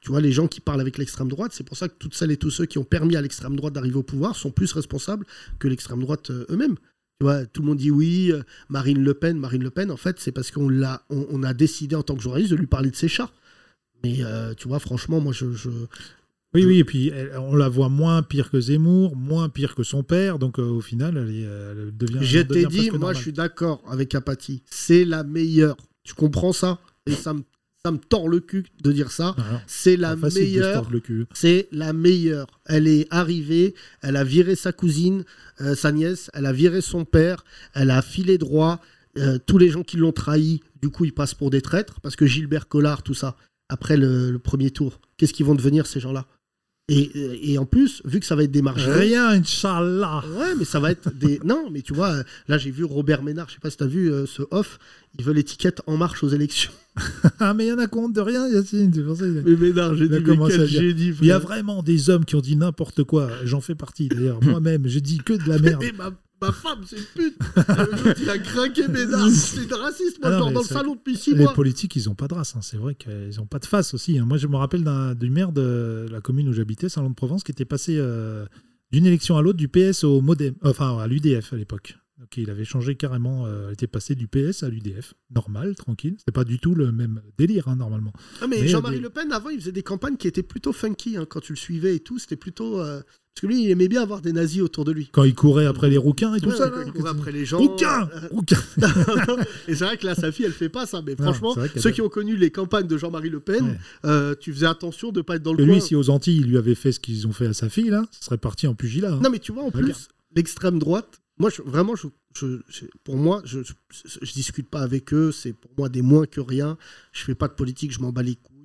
S3: Tu vois, les gens qui parlent avec l'extrême droite, c'est pour ça que toutes celles et tous ceux qui ont permis à l'extrême droite d'arriver au pouvoir sont plus responsables que l'extrême droite euh, eux-mêmes. Tu vois, tout le monde dit oui, euh, Marine Le Pen, Marine Le Pen, en fait, c'est parce qu'on l'a, on, on a décidé en tant que journaliste de lui parler de ses chats. Mais euh, tu vois, franchement, moi, je, je-
S4: Oui, oui, et puis elle- on la voit moins pire que Zemmour, moins pire que son père, donc euh, au final, elle, est, euh, elle devient.
S3: je
S4: elle
S3: t'ai
S4: devient
S3: dit,
S4: presque
S3: moi,
S4: normale.
S3: je suis d'accord avec Apathy. C'est la meilleure. Tu comprends ça Et ça me, ça me tord le cul de dire ça.
S4: Non, alors,
S3: C'est la
S4: pas facile de se
S3: meilleure
S4: tordre le cul.
S3: C'est la meilleure. Elle est arrivée, elle a viré sa cousine, euh, sa nièce, elle a viré son père, elle a filé droit. euh, tous les gens qui l'ont trahi, du coup, ils passent pour des traîtres parce que Gilbert Collard, tout ça, après le, le premier tour, qu'est-ce qu'ils vont devenir ces gens-là et, euh, et en plus, vu que ça va être des marginaux.
S4: Rien, Inch'Allah
S3: Ouais, mais ça va être des. Non, mais tu vois, euh, là, j'ai vu Robert Ménard, je sais pas si t'as vu euh, ce off, il veut l'étiquette En Marche aux élections.
S4: Ah, mais il y en a compte de rien, Yacine, c'est pour ça qu'il a-
S3: Mais Ménard, j'ai
S4: Il a
S3: dit, mais
S4: commencé à
S3: quel
S4: dire,
S3: génie,
S4: Il y a
S3: frère.
S4: vraiment des hommes qui ont dit n'importe quoi. J'en fais partie d'ailleurs. Moi-même, j'ai dit que de la merde.
S3: Mais ma, ma femme, c'est une pute. Euh, Le jour, il a craqué mes armes. C'est raciste. Moi, je
S4: Ah non,
S3: dors
S4: mais
S3: dans le
S4: c'est-
S3: salon depuis six
S4: Les
S3: mois.
S4: politiques, ils ont pas de race. hein. C'est vrai qu'ils ont pas de face aussi. hein. Moi, je me rappelle d'un- du maire de la commune où j'habitais, Saint-Laurent-de-Provence, qui était passé euh, d'une élection à l'autre du PS au Modem, enfin à l'UDF à l'époque. Donc, il avait changé carrément. euh, il était passé du PS à l'UDF, normal, tranquille. C'était pas du tout le même délire hein, normalement.
S3: Ah, mais
S4: Mais
S3: Jean-Marie
S4: des-
S3: Le Pen, avant, il faisait des campagnes qui étaient plutôt funky. hein, quand tu le suivais et tout, c'était plutôt. euh, Parce que lui, il aimait bien avoir des nazis autour de lui.
S4: Quand il courait après les rouquins et tout
S3: Ouais,
S4: ça. hein.
S3: ouais,
S4: là,
S3: il courait après les gens.
S4: Rouquins,
S3: Euh,
S4: rouquins.
S3: et c'est vrai que là, sa fille, elle fait pas ça. Mais
S4: Non,
S3: franchement,
S4: c'est vrai qu'elle-
S3: ceux qui ont connu les campagnes de Jean-Marie Le Pen,
S4: Ouais.
S3: euh, tu faisais attention de pas être dans le
S4: Et
S3: coin.
S4: lui, si aux Antilles, il lui avait fait ce qu'ils ont fait à sa fille, là, ce serait parti en pugilat. hein.
S3: Non, mais tu vois, en plus,
S4: Regarde.
S3: l'extrême droite, moi, je- vraiment, je, je- je- pour moi, je, je, je discute pas avec eux. C'est pour moi des moins que rien. Je fais pas de politique, je m'en bats les couilles.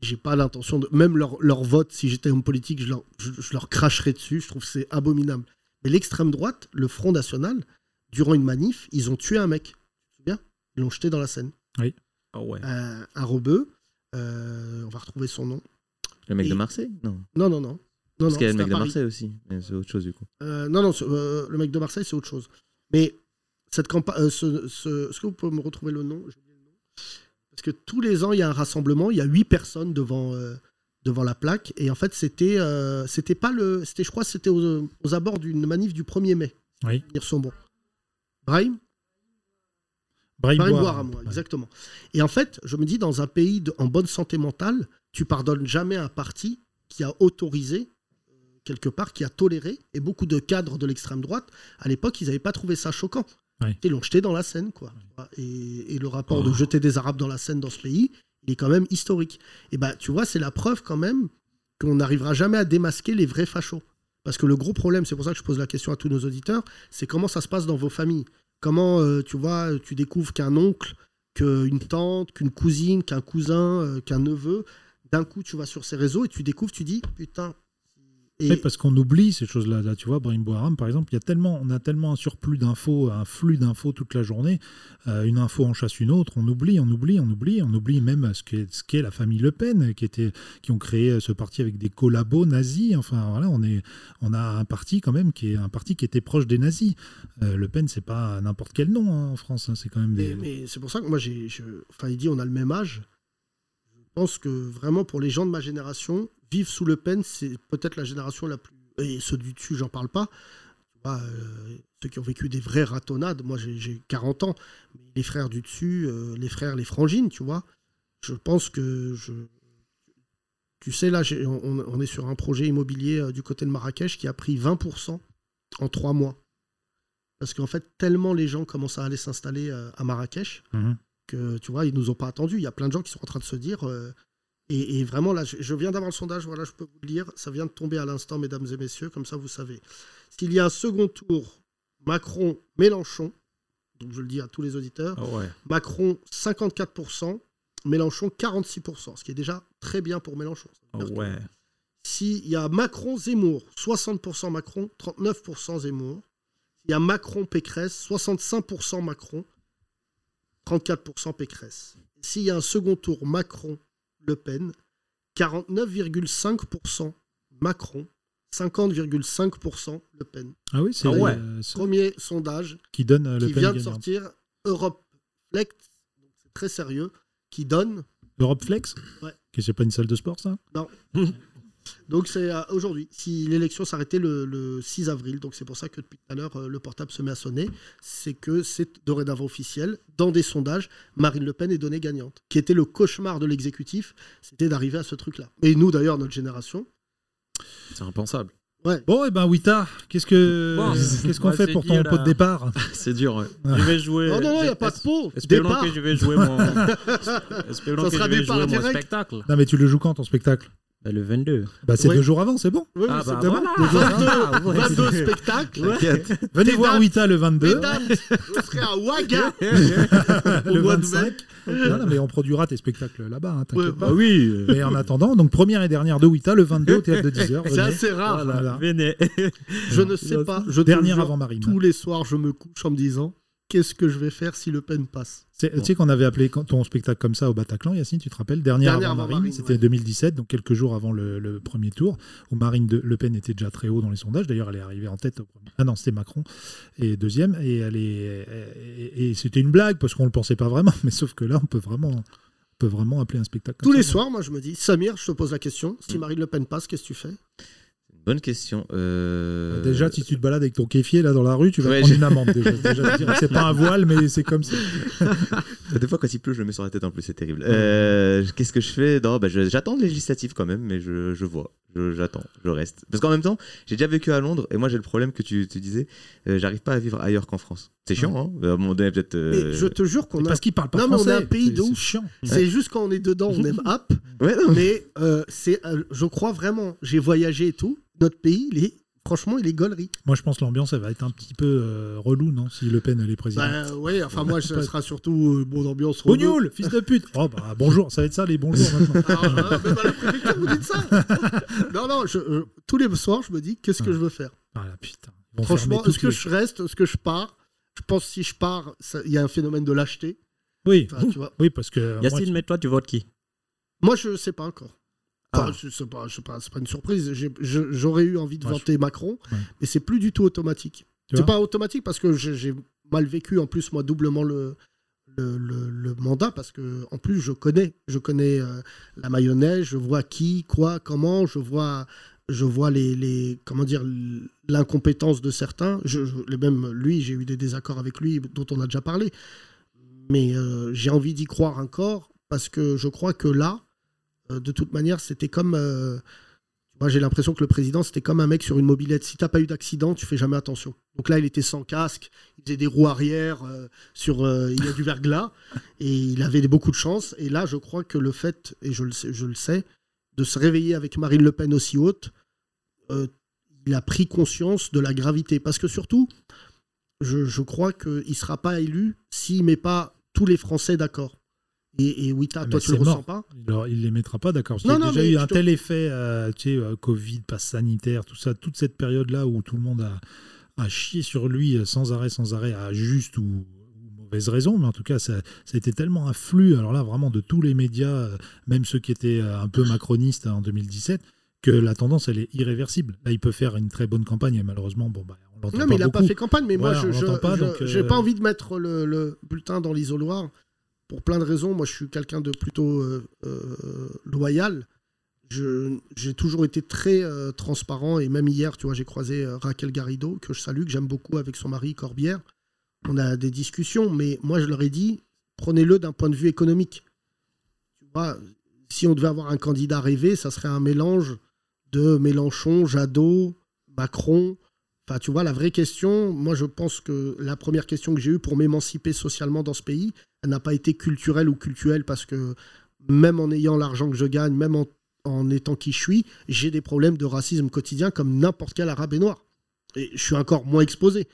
S3: J'ai pas l'intention de. Même leur, leur vote, si j'étais homme politique, je leur, je, je leur cracherais dessus. Je trouve que c'est abominable. Mais l'extrême droite, le Front National, durant une manif, ils ont tué un mec. Tu te souviens Ils l'ont jeté dans la Seine.
S6: Ah ouais.
S3: Un, un rebeu. euh, on va retrouver son nom.
S6: Le mec
S3: Et-
S6: de Marseille Non.
S3: Non, non, non. non
S6: Parce
S3: non,
S6: qu'il y a le
S3: c'était
S6: mec
S3: à
S6: de
S3: Paris.
S6: Marseille aussi. Mais C'est autre chose du coup.
S3: Euh, non, non, ce- euh, le mec de Marseille, c'est autre chose. Mais cette campagne. ce, ce- Est-ce que vous pouvez me retrouver le nom J'ai oublié le nom. Parce que tous les ans, il y a un rassemblement, il y a huit personnes devant, euh, devant la plaque. Et en fait, c'était. euh, c'était pas le. C'était, je crois que c'était aux, aux abords d'une manif du 1er mai.
S4: Oui.
S3: Ils sont bons. Brahim
S4: Brahim
S3: Paris
S4: Boire,
S3: boire à moi,
S4: ouais.
S3: exactement. Et en fait, je me dis, dans un pays de- en bonne santé mentale, tu pardonnes jamais un parti qui a autorisé, euh, quelque part, qui a toléré, et beaucoup de cadres de l'extrême droite, à l'époque, ils n'avaient pas trouvé ça choquant.
S4: Ouais.
S3: Ils l'ont jeté dans la Seine, quoi. Et, et le rapport de jeter des Arabes dans la Seine dans ce pays, il est quand même historique. Et bah, tu vois, c'est la preuve quand même qu'on n'arrivera jamais à démasquer les vrais fachos. Parce que le gros problème, c'est pour ça que je pose la question à tous nos auditeurs, c'est comment ça se passe dans vos familles. Comment, euh, tu vois, tu découvres qu'un oncle, qu'une tante, qu'une cousine, qu'un cousin, euh, qu'un neveu, d'un coup, tu vas sur ces réseaux et tu découvres, tu dis, putain. Et,
S4: Oui, parce qu'on oublie ces choses-là. Là, tu vois, Brahim Boiram, par exemple, il y a tellement, on a tellement un surplus d'infos, un flux d'infos toute la journée. Euh, une info en chasse une autre. On oublie, on oublie, on oublie, on oublie même ce qu'est ce qu'est la famille Le Pen, qui était, qui ont créé ce parti avec des collabos nazis. Enfin, voilà, on est, on a un parti quand même qui est un parti qui était proche des nazis. Euh, le Pen, c'est pas n'importe quel nom hein, en France. hein, c'est quand même
S3: mais,
S4: des.
S3: mais c'est pour ça que moi, j'ai, je, enfin, il dit, on a le même âge. Je pense que vraiment, pour les gens de ma génération, vivre sous Le Pen, c'est peut-être la génération la plus. Et ceux du dessus, j'en parle pas. Tu vois, euh, ceux qui ont vécu des vraies ratonnades, moi, j'ai, j'ai 40 ans. Mais les frères du dessus, euh, les frères, les frangines, tu vois. Je pense que je. Tu sais, là, j'ai- on, on est sur un projet immobilier euh, du côté de Marrakech qui a pris 20% en trois mois. Parce qu'en fait, tellement les gens commencent à aller s'installer euh, à Marrakech
S4: Mhm.
S3: que, tu vois, ils nous ont pas attendu. Il y a plein de gens qui sont en train de se dire euh, Et, et vraiment, là, je, je viens d'avoir le sondage, voilà, je peux vous le lire. Ça vient de tomber à l'instant, mesdames et messieurs, comme ça vous savez. S'il y a un second tour, Macron-Mélenchon, donc je le dis à tous les auditeurs,
S6: Ah
S8: ouais.
S3: Macron 54%, Mélenchon 46%, ce qui est déjà très bien pour Mélenchon. Ça
S6: ah
S3: veut dire que
S8: Ah ouais.
S3: S'il y a Macron-Zemmour, 60% Macron, 39% Zemmour. S'il y a Macron-Pécresse, 65% Macron, 34% Pécresse. S'il y a un second tour Macron-Le Pen, 49,5% Macron, 50,5% Le Pen.
S4: Ah oui, c'est
S8: Ah ouais.
S4: euh, ce
S3: Premier sondage
S4: qui donne euh, Le
S3: qui
S4: Pen
S3: vient de
S4: gagnant.
S3: sortir, Europe Flect, donc c'est très sérieux, qui donne,
S4: Europe Flex
S3: Ouais.
S4: Que c'est pas une salle de sport, ça
S3: donc c'est euh, aujourd'hui, si l'élection s'arrêtait le, le 6 avril, donc c'est pour ça que depuis tout à l'heure euh, le portable se met à sonner, c'est que c'est dorénavant officiel, dans des sondages, Marine Le Pen est donnée gagnante, qui était le cauchemar de l'exécutif, c'était d'arriver à ce truc-là. Et nous d'ailleurs, notre génération,
S6: C'est impensable.
S4: Bon, et ben, Wita, qu'est-ce que
S10: Bon,
S4: qu'est-ce qu'on
S10: bah,
S4: fait
S10: c'est
S4: pour
S10: dit,
S4: ton
S10: là.
S4: pot de départ
S6: C'est dur. ouais.
S10: Je vais jouer.
S3: non non non, il n'y a pas de
S10: es-
S3: pot,
S10: Espérons
S3: départ,
S10: que je vais jouer mon.
S3: Ça
S10: Espérons que je
S3: sera
S10: vais
S3: départ
S10: jouer mon
S3: direct.
S10: spectacle.
S4: Non, mais tu le joues quand ton spectacle
S5: Bah, le 22.
S4: Bah, c'est
S3: Oui.
S4: deux jours avant, c'est bon.
S3: Oui, oui,
S10: Ah
S3: c'est
S10: bah
S3: demain.
S10: voilà.
S3: Le 22,
S10: Ah, ouais.
S3: 22 spectacles,
S4: Venez
S3: Tes
S4: voir
S3: dates.
S4: Wita le 22,
S3: mesdames, vous serez à Ouaga
S4: le
S3: au mois de mai.
S4: 25. Non, non, mais on produira tes spectacles là-bas, hein, t'inquiète
S3: Ouais, bah
S4: pas.
S5: Ah oui.
S4: Mais en attendant, donc première et dernière de Wita le 22 au théâtre de 10h.
S3: C'est assez rare.
S4: Voilà.
S5: Venez.
S3: Je ne sais pas. Je te
S4: Dernière
S3: jure,
S4: avant Marine.
S3: Tous les soirs, je me couche en me disant qu'est-ce que je vais faire si Le Pen passe
S4: C'est- Tu sais qu'on avait appelé quand- ton spectacle comme ça au Bataclan, Yacine, tu te rappelles Dernière,
S3: Dernière
S4: avant
S3: avant
S4: Marine,
S3: Marine,
S4: c'était
S3: ouais.
S4: 2017, donc quelques jours avant le, le premier tour, où Marine de- Le Pen était déjà très haut dans les sondages. D'ailleurs, elle est arrivée en tête. Au premier... Ah non, c'était Macron, et deuxième. Et, elle est- et, et- et c'était une blague, parce qu'on ne le pensait pas vraiment, mais sauf que là, on peut vraiment, on peut vraiment appeler un spectacle comme
S3: Tous
S4: ça.
S3: les soirs, moi, je me dis Samir, je te pose la question si Marine Le Pen passe, qu'est-ce que tu fais
S6: Bonne question. Euh,
S4: Bah, Déjà, si tu te balades avec ton kéfier là dans la rue, tu vas
S6: Ouais,
S4: prendre
S6: je-
S4: une amende. Déjà, Déjà, je dirais que c'est pas un voile, mais c'est comme ça.
S6: Ah, Des fois, quand il pleut, je le mets sur la tête en plus, c'est terrible. Euh, Qu'est-ce que je fais Non, bah, je- J'attends le législatif quand même, mais je, je vois. Je- J'attends, je, reste. Parce qu'en même temps, j'ai déjà vécu à Londres et moi j'ai le problème que tu, tu disais, euh, j'arrive pas à vivre ailleurs qu'en France. C'est chiant, hein À un moment donné, peut-être.
S3: Mais
S6: euh,
S3: je te jure qu'on a.
S4: Parce qu'il parle pas
S3: Non, mais on
S4: français.
S3: est un pays
S4: C'est-
S3: de
S4: c'est
S3: ouf.
S4: chiant.
S3: C'est juste quand on est dedans, on aime app.
S6: Ouais, non, mais-
S3: Mais euh, c'est, euh, je crois vraiment, j'ai voyagé et tout. Notre pays, il est, franchement, il est gaulerie.
S4: Moi, je pense que l'ambiance, elle va être un petit peu euh, relou, non Si Le Pen, elle est présidente.
S3: Bah, ouais, enfin, moi, ça sera surtout euh, bon ambiance. relou.
S4: Bougnoul, fils de pute Oh bah bonjour, ça va être ça les bonjours maintenant.
S3: Ah, ah, mais bah, la préfecture, vous dites ça Non, non, je- je- tous les soirs, je me dis qu'est-ce que
S4: Ah.
S3: je veux faire
S4: Ah la putain. Ils vont
S3: Franchement,
S4: fermer toutes
S3: est-ce que
S4: les-
S3: je reste Est-ce que je pars Je pense que si je pars, ça- il y a un phénomène de lâcheté.
S4: Oui,
S3: Enfin, tu vois.
S4: oui, parce que... moi,
S5: Yacine, mais toi, tu votes qui
S3: Moi, je sais pas encore. Enfin,
S5: Ah.
S3: je- C'est pas, c'est pas, c'est pas une surprise. J'ai- je- J'aurais eu envie de
S4: Ouais,
S3: vanter Macron,
S4: Ouais.
S3: mais c'est plus du tout automatique. C'est
S4: Tu vois
S3: pas automatique parce que j'ai j'ai mal vécu en plus moi doublement le le, le- le mandat parce que en plus je connais, je connais euh, la mayonnaise, je vois qui, quoi, comment, je vois je vois les, les comment dire l'incompétence de certains. Je, je- les mêmes lui, j'ai eu des désaccords avec lui dont on a déjà parlé, mais euh, j'ai envie d'y croire encore parce que je crois que là, euh, de toute manière, c'était comme euh, moi, j'ai l'impression que le président, c'était comme un mec sur une mobilette. Si t'as pas eu d'accident, tu fais jamais attention. Donc là, il était sans casque, il faisait des roues arrière, euh, sur, euh, il y a du verglas, et il avait des- beaucoup de chance. Et là, je crois que le fait, et je le sais, je le sais de se réveiller avec Marine Le Pen aussi haute, euh, il a pris conscience de la gravité. Parce que surtout, je, je crois qu'il ne sera pas élu s'il ne met pas tous les Français d'accord. Et, et Wita,
S4: Ah, mais
S3: toi, tu le
S4: c'est mort.
S3: ressens pas
S4: Alors, il les mettra pas d'accord. Il y
S3: Non,
S4: a
S3: non,
S4: déjà
S3: mais
S4: eu
S3: je
S4: un
S3: te-
S4: tel effet, euh, tu sais, euh, Covid, passe sanitaire, tout ça, toute cette période-là où tout le monde a, a chié sur lui euh, sans arrêt, sans arrêt, à juste ou, ou mauvaise raison, mais en tout cas, ça, ça a été tellement un flux, alors là, vraiment de tous les médias, euh, même ceux qui étaient euh, un peu macronistes hein, en 2017, que la tendance, elle est irréversible. Là, il peut faire une très bonne campagne, et malheureusement, bon, bah, on l'entend
S3: Non, mais il n'a
S4: pas beaucoup.
S3: pas fait campagne, mais
S4: Voilà,
S3: moi,
S4: on
S3: je n'ai
S4: l'entend
S3: pas,
S4: pas, donc, euh,
S3: envie de mettre le, le bulletin dans l'isoloir pour plein de raisons. Moi, je suis quelqu'un de plutôt euh, euh, loyal. Je- J'ai toujours été très euh, transparent et même hier, tu vois, j'ai croisé euh, Raquel Garrido, que je salue, que j'aime beaucoup avec son mari Corbière. On a des discussions, mais moi, je leur ai dit, prenez-le d'un point de vue économique. Tu vois, si on devait avoir un candidat rêvé, ça serait un mélange de Mélenchon, Jadot, Macron. Enfin, tu vois, la vraie question, moi je pense que la première question que j'ai eue pour m'émanciper socialement dans ce pays, elle n'a pas été culturelle ou cultuelle parce que même en ayant l'argent que je gagne, même en, en étant qui je suis, j'ai des problèmes de racisme quotidien comme n'importe quel arabe et noir. Et je suis encore moins exposé.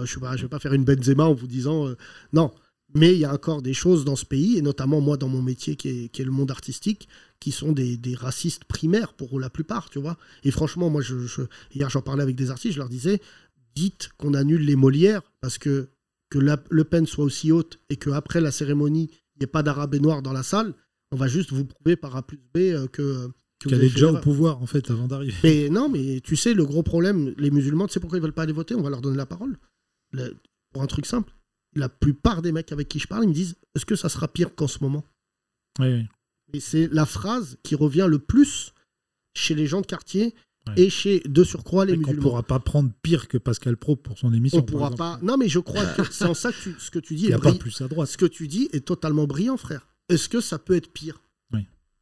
S3: Euh, Je ne vais pas faire une Benzema en vous disant euh, non. Mais il y a encore des choses dans ce pays, et notamment moi dans mon métier qui est, qui est le monde artistique, qui sont des, des racistes primaires pour la plupart, tu vois. Et franchement, moi, je, je- hier j'en parlais avec des artistes, je leur disais, dites qu'on annule les Molières, parce que que la- Le Pen soit aussi haute et qu'après la cérémonie, il n'y ait pas d'arabes et noirs dans la salle, on va juste vous prouver par A plus B euh, que... que vous
S4: Qu'elle
S3: avez
S4: est
S3: fait
S4: déjà au
S3: l'erreur.
S4: pouvoir, en fait, avant d'arriver.
S3: Mais non, mais tu sais, le gros problème, les musulmans, tu sais pourquoi ils veulent pas aller voter On va leur donner la parole. Le- pour un truc simple, la plupart des mecs avec qui je parle, ils me disent est-ce que ça sera pire qu'en ce moment
S4: Oui, oui.
S3: Et c'est la phrase qui revient le plus chez les gens de quartier
S4: Ouais.
S3: et chez, de surcroît, les
S4: On ne
S3: musulmans.
S4: pourra pas prendre pire que Pascal Pro pour son émission.
S3: On
S4: par
S3: pourra
S4: exemple.
S3: pas. Non, mais je crois que c'est en ça que tu- ce que tu dis
S4: Il n'y
S3: est
S4: a pas
S3: brillant.
S4: plus à droite.
S3: Ce que tu dis est totalement brillant, frère. Est-ce que ça peut être pire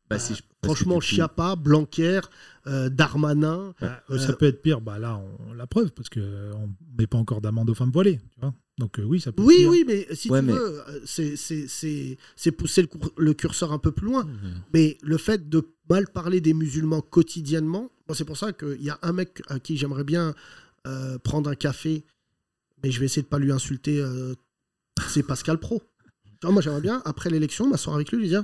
S6: Bah, si je- parce que
S3: Franchement,
S6: du coup-
S3: Chiappa, Blanquer, euh, Darmanin.
S4: Bah, euh, ça peut être pire. Bah là, on, la preuve, parce que euh, on met pas encore d'amende aux femmes voilées. Tu vois Donc euh, oui, ça peut. être
S3: Oui,
S4: pire.
S3: oui, mais si
S4: Ouais,
S3: tu
S4: mais-
S3: veux, euh, c'est- c'est- c'est c'est pousser le, cour- le curseur un peu plus loin. Mais le fait de mal parler des musulmans quotidiennement, moi, c'est pour ça qu'il y a un mec à qui j'aimerais bien euh, prendre un café, mais je vais essayer de pas lui insulter, euh, c'est Pascal Pro. Tu vois, moi, j'aimerais bien, après l'élection, m'asseoir avec lui, lui dire,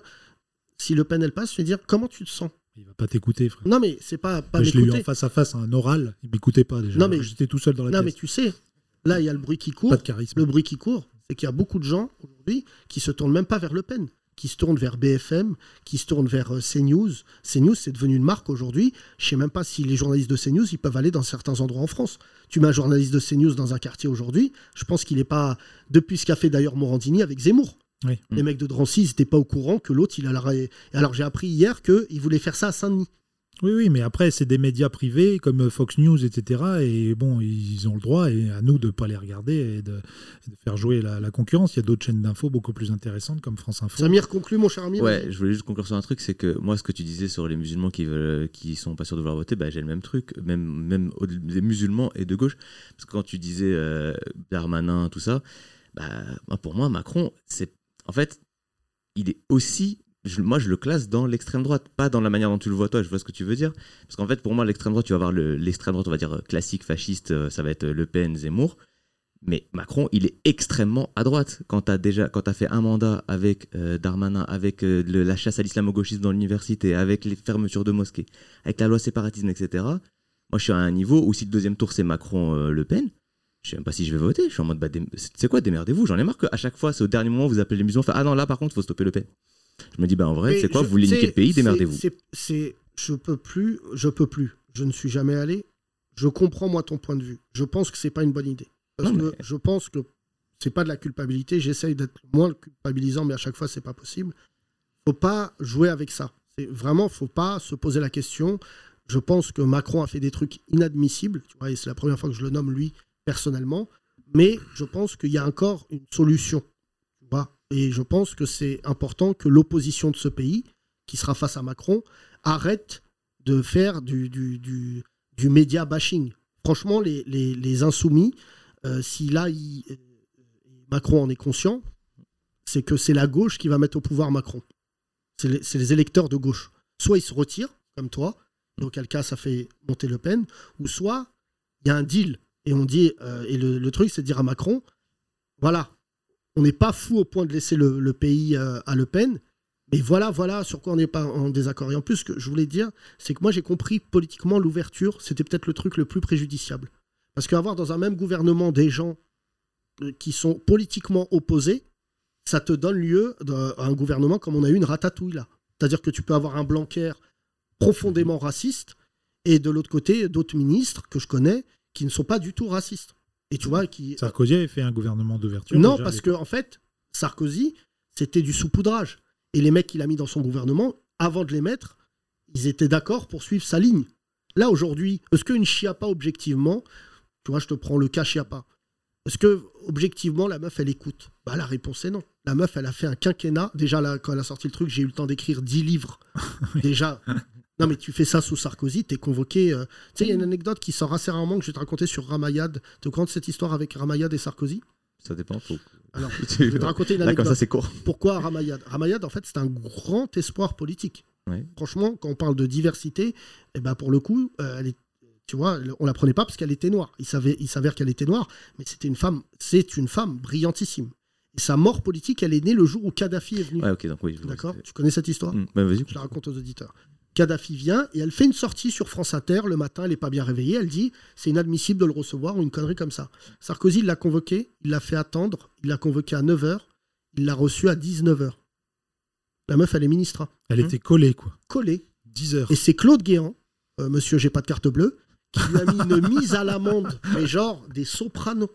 S3: si Le Pen, elle passe, lui dire, comment tu te sens
S4: Il va pas t'écouter, frère.
S3: Non, mais c'est pas, pas
S4: Mais je l'ai eu en
S3: m'écouter.
S4: face à face, un oral. Il m'écoutait pas déjà.
S3: Non, mais-
S4: j'étais tout seul dans la
S3: Non, mais
S4: pièce.
S3: tu sais, là, il y a le bruit qui court.
S4: Pas de charisme.
S3: Le bruit qui court, c'est qu'il y a beaucoup de gens aujourd'hui qui se tournent même pas vers Le Pen, qui se tournent vers BFM, qui se tournent vers euh, CNews. CNews, c'est devenu une marque aujourd'hui. Je sais même pas si les journalistes de CNews, ils peuvent aller dans certains endroits en France. Tu mets un journaliste de CNews dans un quartier aujourd'hui, je pense qu'il n'est pas... Depuis ce qu'a fait d'ailleurs Morandini avec Zemmour.
S4: Oui.
S3: Les mecs de Drancy, ils n'étaient pas au courant que l'autre, il a la... Alors j'ai appris hier qu'il voulait faire ça à Saint-Denis.
S4: Oui, oui, mais après, c'est des médias privés comme euh, Fox News, etc. Et bon, ils ont le droit, et à nous de ne pas les regarder et de, et de faire jouer la, la concurrence. Il y a d'autres chaînes d'infos beaucoup plus intéressantes comme France Info.
S3: Samir, conclut mon cher ami.
S6: Ouais, je voulais juste conclure sur un truc, c'est que moi, ce que tu disais sur les musulmans qui veulent, qui sont pas sûrs de vouloir voter, bah, j'ai le même truc, même, même au- les musulmans et de gauche. Parce que quand tu disais euh, Darmanin, tout ça, bah, moi, pour moi, Macron, c'est. En fait, il est aussi. je- moi, je le classe dans l'extrême droite, pas dans la manière dont tu le vois, toi. Je vois ce que tu veux dire. Parce qu'en fait, pour moi, l'extrême droite, tu vas avoir le- l'extrême droite, on va dire euh, classique, fasciste, euh, ça va être euh, Le Pen, Zemmour. Mais Macron, il est extrêmement à droite. Quand tu as déjà, quand t'as fait un mandat avec euh, Darmanin, avec euh, le- la chasse à l'islamo-gauchisme dans l'université, avec les fermetures de mosquées, avec la loi séparatisme, etc. Moi, je suis à un niveau où si le deuxième tour c'est Macron-Le Pen, je sais même pas si je vais voter. Je suis en mode, bah, dé- c'est quoi, démerdez-vous. J'en ai marre qu'à chaque fois, c'est au dernier moment, vous appelez les musulmans, enfin, ah non, là par contre, faut stopper Le Pen. Je me dis, bah en vrai,
S3: Mais
S6: c'est quoi,
S3: je-
S6: vous voulez niquer
S3: c'est-
S6: le pays,
S3: c'est-
S6: démerdez-vous.
S3: c'est- C'est, je peux plus, je peux plus. Je ne suis jamais allé. Je comprends moi ton point de vue. Je pense que c'est pas une bonne idée. Parce
S6: Non, mais-
S3: que je pense que c'est pas de la culpabilité. J'essaye d'être le moins culpabilisant, mais à chaque fois c'est pas possible. Faut pas jouer avec ça. C'est vraiment, faut pas se poser la question. Je pense que Macron a fait des trucs inadmissibles. Tu vois, et c'est la première fois que je le nomme lui personnellement. Mais je pense qu'il y a encore une solution. Tu vois. Et je pense que c'est important que l'opposition de ce pays, qui sera face à Macron, arrête de faire du, du, du, du média bashing. Franchement, les, les, les insoumis, euh, si là, il- euh, Macron en est conscient, c'est que c'est la gauche qui va mettre au pouvoir Macron. C'est les, c'est les électeurs de gauche. Soit ils se retirent, comme toi, dans quel cas ça fait monter Le Pen, ou soit il y a un deal. Et on dit, euh, et le, le truc, c'est de dire à Macron, voilà, on n'est pas fou au point de laisser le, le pays euh, à Le Pen, mais voilà, voilà sur quoi on n'est pas en désaccord. Et en plus, ce que je voulais dire, c'est que moi j'ai compris politiquement l'ouverture, c'était peut-être le truc le plus préjudiciable. Parce qu'avoir dans un même gouvernement des gens euh, qui sont politiquement opposés, ça te donne lieu d'un- à un gouvernement comme on a eu une ratatouille là. C'est-à-dire que tu peux avoir un Blanquer profondément raciste et de l'autre côté d'autres ministres que je connais qui ne sont pas du tout racistes. Et tu vois, qui,
S4: Sarkozy avait fait un gouvernement d'ouverture.
S3: non,
S4: déjà,
S3: parce
S4: avec-
S3: que en fait, Sarkozy, c'était du saupoudrage. Et les mecs qu'il a mis dans son gouvernement, avant de les mettre, ils étaient d'accord pour suivre sa ligne. Là, aujourd'hui, est-ce qu'une Chiappa, objectivement, tu vois, je te prends le cas Chiappa, est-ce que, objectivement, la meuf, elle écoute Bah, la réponse est non. La meuf, elle a fait un quinquennat. Déjà, là, quand elle a sorti le truc, j'ai eu le temps d'écrire 10 livres. Déjà. Non, mais tu fais ça sous Sarkozy, t'es convoqué. euh, Tu sais, il y a une anecdote qui sort assez rarement que je vais te raconter sur Ramayad. Tu te de cette histoire avec Ramayad et Sarkozy
S6: Ça dépend. faut-
S3: Alors, je
S6: Tu-
S3: vais te raconter une
S6: D'accord,
S3: anecdote.
S6: ça c'est court.
S3: Pourquoi Ramayad Ramayad, en fait, c'est un grand espoir politique.
S6: Ouais.
S3: Franchement, quand on parle de diversité, eh ben pour le coup, euh, elle est, tu vois, le- on la prenait pas parce qu'elle était noire. Il, savait, il s'avère qu'elle était noire, mais c'était une femme, c'est une femme brillantissime. Et sa mort politique, elle est née le jour où Kadhafi est venu.
S6: Ouais, ok, donc oui. je vois,
S3: D'accord
S6: c'est-
S3: Tu connais cette histoire
S6: Hmm, bah, vas-y.
S3: Je la raconte aux auditeurs. Kadhafi vient et elle fait une sortie sur France Inter le matin, elle n'est pas bien réveillée, elle dit c'est inadmissible de le recevoir ou une connerie comme ça. Sarkozy il l'a convoqué, il l'a fait attendre, il l'a convoqué à 9h, il l'a reçu à 19h. La meuf elle est ministre, hein,
S4: Elle était collée, quoi.
S3: collée.
S4: 10 heures.
S3: Et c'est Claude Guéant, euh, monsieur j'ai pas de carte bleue, qui lui a mis une mise à l'amende, mais genre des sopranos.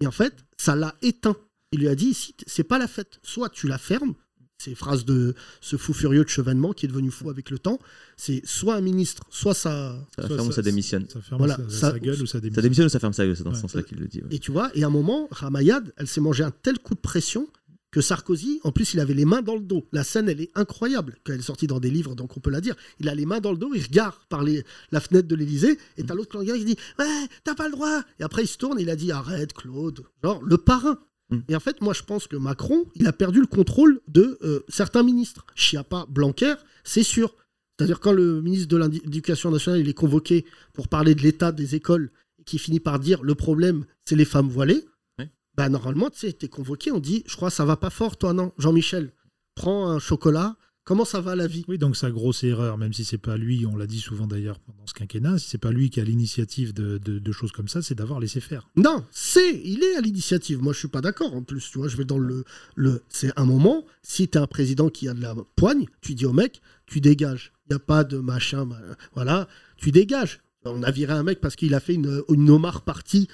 S3: Et en fait, ça l'a éteint. Il lui a dit si t- c'est pas la fête, soit tu la fermes, ces phrases de ce fou furieux de Chevènement qui est devenu fou avec le temps, c'est soit un ministre, soit ça.
S6: Ça
S4: Ça-
S6: ferme ou
S4: ça-
S6: ça démissionne.
S4: Ça ferme
S3: Voilà,
S4: sa,
S3: ça-
S4: sa gueule ou ça démissionne.
S6: Ça démissionne ou ça ferme sa gueule, c'est dans ce
S4: Ouais.
S6: sens-là qu'il le dit. ouais.
S3: Et tu vois, et à un moment, Ramayad, elle s'est mangé un tel coup de pression que Sarkozy, en plus, il avait les mains dans le dos. La scène, elle est incroyable, qu'elle est sortie dans des livres, donc on peut la dire. Il a les mains dans le dos, il regarde par les- la fenêtre de l'Élysée, et t'as l'autre qui le regarde, il dit Ouais, t'as pas le droit Et après, il se tourne, il a dit Arrête, Claude. Genre, le parrain.
S6: Mm.
S3: Et en fait, moi, je pense que Macron, il a perdu le contrôle de euh, certains ministres. Chiappa, Blanquer, c'est sûr. C'est-à-dire, quand le ministre de l'Éducation nationale, il est convoqué pour parler de l'état des écoles, et qui finit par dire Le problème, c'est les femmes voilées,
S6: Ouais.
S3: bah, normalement, tu sais, t'es convoqué, on dit Je crois que ça va pas fort, toi, non Jean-Michel, prends un chocolat, comment ça va la vie
S4: Oui, donc sa grosse erreur, même si c'est pas lui, on l'a dit souvent d'ailleurs pendant ce quinquennat, si c'est pas lui qui a l'initiative de, de- de choses comme ça, c'est d'avoir laissé faire.
S3: Non, c'est, il est à l'initiative. Moi, je suis pas d'accord. En plus, tu vois, je vais dans le, le, c'est un moment. Si t'es un président qui a de la poigne, tu dis au mec, tu dégages. Il y a pas de machin, ma- voilà, tu dégages. On a viré un mec parce qu'il a fait une, une Omar partie.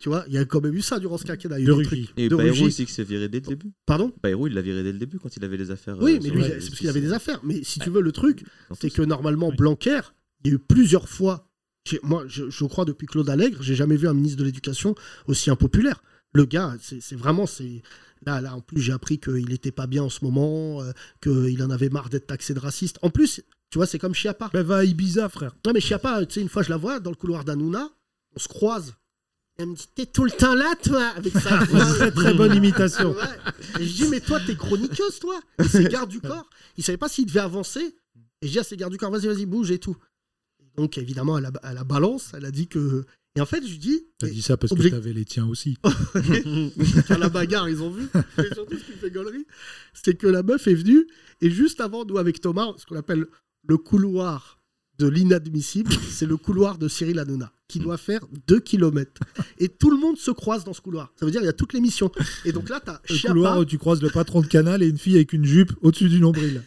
S3: tu vois, il y a quand même eu ça durant ce quinquennat. Il y a eu
S4: De
S3: des
S4: rugby.
S3: trucs-
S6: Et
S3: de
S6: Bayrou
S3: Rugy.
S6: aussi qui s'est viré dès le début.
S3: Pardon
S6: Bayrou, il l'a viré dès le début quand il avait les affaires.
S3: Oh. Oui,
S6: euh,
S3: mais
S6: sur
S3: lui,
S6: le-
S3: c'est parce qu'il y avait des affaires. Mais si tu veux, le truc,
S6: Dans
S3: c'est
S6: ce
S3: que normalement,
S4: Oui.
S3: Blanquer, il y a eu plusieurs fois. j'ai- Moi, je, je crois depuis Claude Allègre, j'ai jamais vu un ministre de l'Éducation aussi impopulaire. Le gars, c'est c'est vraiment. c'est Là, là, en plus, j'ai appris qu'il n'était pas bien en ce moment, euh, qu'il en avait marre d'être taxé de raciste. En plus, tu vois, c'est comme Chiappa.
S4: Bah, va à Ibiza, frère.
S3: Non, mais Chiappa, tu sais, une fois, je la vois dans le couloir d'Anouna, on se croise. Elle me dit T'es tout le temps là, toi, avec ça.
S4: Très très bonne imitation.
S3: Ouais. Et je dis, mais toi, t'es chroniqueuse, toi. Et c'est garde du corps. Il savait pas s'il devait avancer. Et je dis à ses gardes du corps, vas-y, vas-y, bouge et tout. Donc, évidemment, elle a, elle a balance. Elle a dit que. Et en fait, je lui dis,
S4: T'as dit ça parce que
S3: Obje-
S4: t'avais les tiens aussi.
S3: Oh, à la bagarre, ils ont vu. Mais surtout, ce qui me fait gaulerie, c'est que la meuf est venue. Et juste avant, nous, avec Thomas, ce qu'on appelle le couloir de l'inadmissible, c'est le couloir de Cyril Hanouna, qui doit faire 2 km. Et tout le monde se croise dans ce couloir. Ça veut dire, il y a toutes les missions. Et donc là, t'as
S4: Le
S3: Chiappa.
S4: couloir où tu croises le patron de canal et une fille avec une jupe au-dessus du nombril.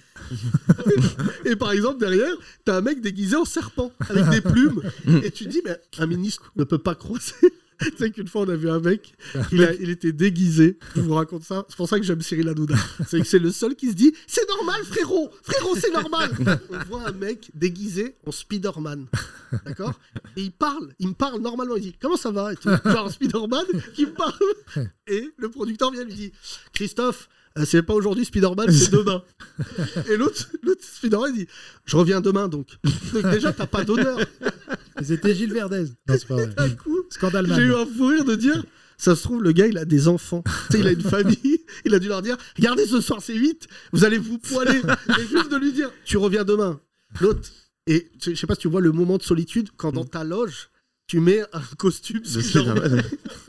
S3: Et par exemple, derrière, t'as un mec déguisé en serpent, avec des plumes. Et tu te dis, mais un ministre ne peut pas croiser. tu sais qu'une fois, on a vu un mec, il, a- il était déguisé. Je vous raconte ça. C'est pour ça que j'aime Cyril Hanouna. C'est que c'est le seul qui se dit, c'est normal, frérot. Frérot, c'est normal. On voit un mec déguisé en Spider-Man. D'accord Et il parle. Il me parle normalement. Il dit, comment ça va Et tout. Genre Spider-Man qui me parle. Et le producteur vient lui dit, Christophe, euh, c'est pas aujourd'hui Spider-Man, c'est demain. Et l'autre, l'autre Spider-Man dit Je reviens demain donc. Donc déjà, t'as pas d'honneur.
S4: Et C'était Gilles Verdez. Non, c'est pas vrai.
S3: D'un coup,
S4: Scandale
S3: j'ai eu un fou rire de dire Ça se trouve, le gars, il a des enfants. Tu sais, il a une famille. Il a dû leur dire Regardez, ce soir, c'est 8. Vous allez vous poiler. Et juste de lui dire Tu reviens demain. L'autre. Et je je sais pas si tu vois le moment de solitude quand
S6: Mm.
S3: dans ta loge, tu mets un costume Spider-Man.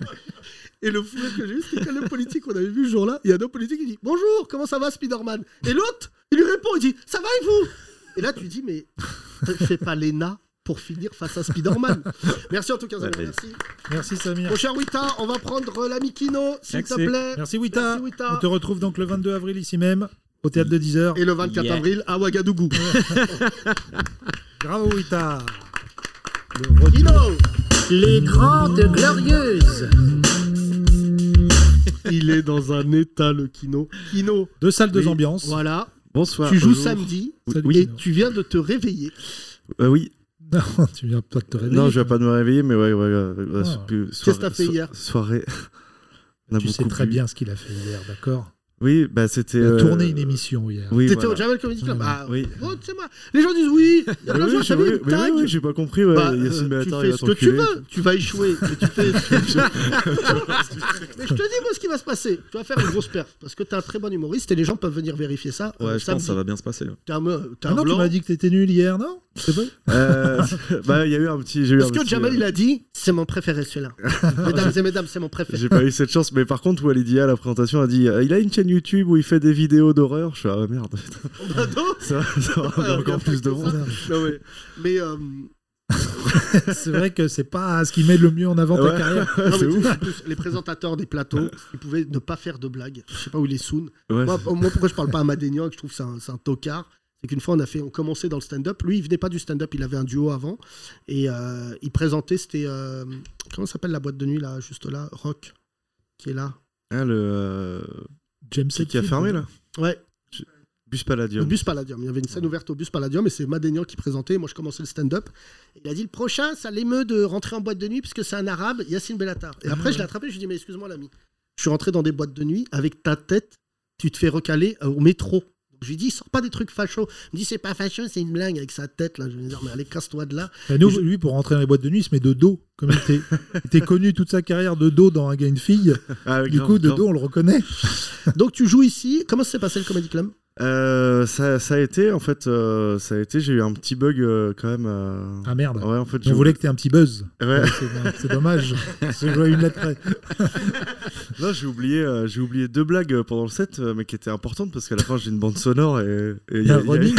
S3: Et le fou rire que j'ai eu, c'est quand le politique qu'on avait vu ce jour-là, il y a un homme politique qui dit Bonjour, comment ça va Spider-Man Et l'autre, il lui répond, il dit Ça va et vous Et là, tu dis Mais fais pas l'ENA pour finir face à Spider-Man. Merci en tout cas, Zamir,
S6: Ouais,
S3: merci.
S4: Merci Samir.
S3: Mon cher Wita, on va prendre l'ami Kino, s'il te
S4: Merci.
S3: plaît.
S4: Merci Wita.
S3: Merci, Wita.
S4: On te retrouve donc le 22 avril ici même, au théâtre de 10h.
S3: Et le 24
S5: Yeah.
S3: avril à Ouagadougou.
S4: Bravo Wita.
S3: Kino
S1: Les Grandes Glorieuses.
S3: Il est dans un état, le Kino. Kino
S4: Deux salles, deux
S3: Oui,
S4: ambiances.
S3: Voilà,
S6: Bonsoir.
S3: tu joues
S6: bonjour.
S3: samedi
S4: Salut,
S3: et
S4: Kino.
S3: tu viens de te réveiller.
S10: Euh, oui,
S4: Non, tu viens pas de te réveiller.
S10: non, je vais pas de me réveiller, mais ouais, ouais, ouais, ouais,
S4: Ah.
S10: c'est plus-
S3: Qu'est-ce que
S10: soirée-
S3: t'as fait
S10: so-
S3: hier
S10: Soirée. On a
S4: Tu sais
S10: beaucoup
S4: très
S10: bu.
S4: bien ce qu'il a fait hier, d'accord
S10: Oui, bah c'était.
S4: Il a
S10: euh,
S4: tourné une émission hier.
S10: Oui,
S3: T'étais
S10: voilà.
S3: au Javel Comedy Club
S4: Ouais.
S3: Ah,
S10: Oui.
S3: oh, tu sais moi. Les gens disent oui. Il y a
S10: Oui,
S3: plein de gens,
S10: oui,
S3: t'as
S10: oui,
S3: vu,
S10: oui, oui,
S3: tac.
S10: oui, j'ai pas compris. Ouais.
S3: Bah,
S10: Yacine
S3: euh,
S10: Bellatar,
S3: tu
S10: il
S3: fais
S10: va
S3: ce que tu
S10: t'enculer.
S3: veux, tu vas échouer, mais tu fais ce que tu veux. mais je te dis moi ce qui va se passer. Tu vas faire une grosse perf parce que t'es un très bon humoriste et les gens peuvent venir vérifier ça.
S6: Ouais,
S3: euh,
S6: je pense que
S3: samedi.
S6: ça va bien se passer. hein. ouais.
S3: T'es un, me- t'es
S4: Ah
S3: un
S4: non, tu
S3: blanc.
S4: m'as dit que t'étais nul hier, non C'est vrai
S10: Euh, bah, il y a eu un petit. j'ai eu un
S3: Parce que
S10: petit,
S3: Jamal
S10: euh, Ah,
S3: il a dit c'est mon préféré celui-là. mesdames et mesdames, c'est mon préféré.
S10: euh, J'ai pas eu cette chance, mais par contre, Walidia, à la présentation, a dit euh, il a une chaîne YouTube où il fait des vidéos d'horreur. Je suis ah ouais, merde,
S3: Bah, non,
S10: ça, ça va ramener
S3: Ouais, Ah, y a
S10: encore
S3: pas
S10: plus
S3: que
S10: de
S3: ça.
S10: monde.
S3: non, ouais. Mais euh,
S4: C'est vrai que c'est pas ce qui met le mieux en avant ta
S10: Ouais.
S4: carrière.
S3: non, mais
S10: C'est
S3: tu-
S10: ouf.
S3: en plus, les présentateurs des plateaux, ils pouvaient ne pas faire de blagues. Je sais pas où ils les sounent.
S10: Ouais,
S3: Moi, moi, pourquoi je parle pas à Madénian, que je trouve que c'est un, c'est un tocard c'est qu'une fois, on a fait, on commençait dans le stand-up. Lui, il venait pas du stand-up, il avait un duo avant. Et euh, il présentait, c'était. euh, comment s'appelle la boîte de nuit, là, juste là Rock, qui est là.
S10: Ah, le. euh,
S4: James
S10: C'est qui a
S4: Hetfield.
S10: fermé là
S3: Ouais,
S10: Bus
S3: le
S10: Palladium.
S3: bus Palladium. Il y avait une scène ouverte au bus Palladium et c'est Madénian qui présentait. Moi, je commençais le stand-up. Il a dit le prochain, ça l'émeut de rentrer en boîte de nuit puisque c'est un arabe, Yacine Bellatar. Et après, je l'ai attrapé, je lui ai dit, mais excuse-moi, l'ami. Je suis rentré dans des boîtes de nuit avec ta tête, tu te fais recaler euh, au métro. Je lui ai dit, sors pas des trucs fachos. Il me dit, c'est pas facho, c'est une blague avec sa tête. Là. Je lui ai dit, mais allez, casse-toi de là.
S4: Et nous, lui, pour rentrer dans les boîtes de nuit, il se met de dos. Comme il était, il était connu toute sa carrière de dos dans Un gars, une fille.
S10: Ah,
S4: Du
S10: grave,
S4: coup, de
S10: grave.
S4: dos, on le reconnaît.
S3: Donc, tu joues ici. Comment s'est passé le Comedy Club
S10: Euh, ça, ça a été, en fait, euh, ça a été. J'ai eu un petit bug euh, quand même. euh,
S4: Ah merde.
S10: Ouais, en fait,
S4: On voulait que t'aies un petit buzz.
S10: Ouais.
S4: Ouais, c'est- C'est dommage. C'est joué à une lettre près.
S10: Non, j'ai oublié, euh, j'ai oublié deux blagues euh, pendant le set, euh, mais qui étaient importantes parce qu'à la fin j'ai une bande sonore et. et
S4: Il y a un
S10: y a-
S4: running.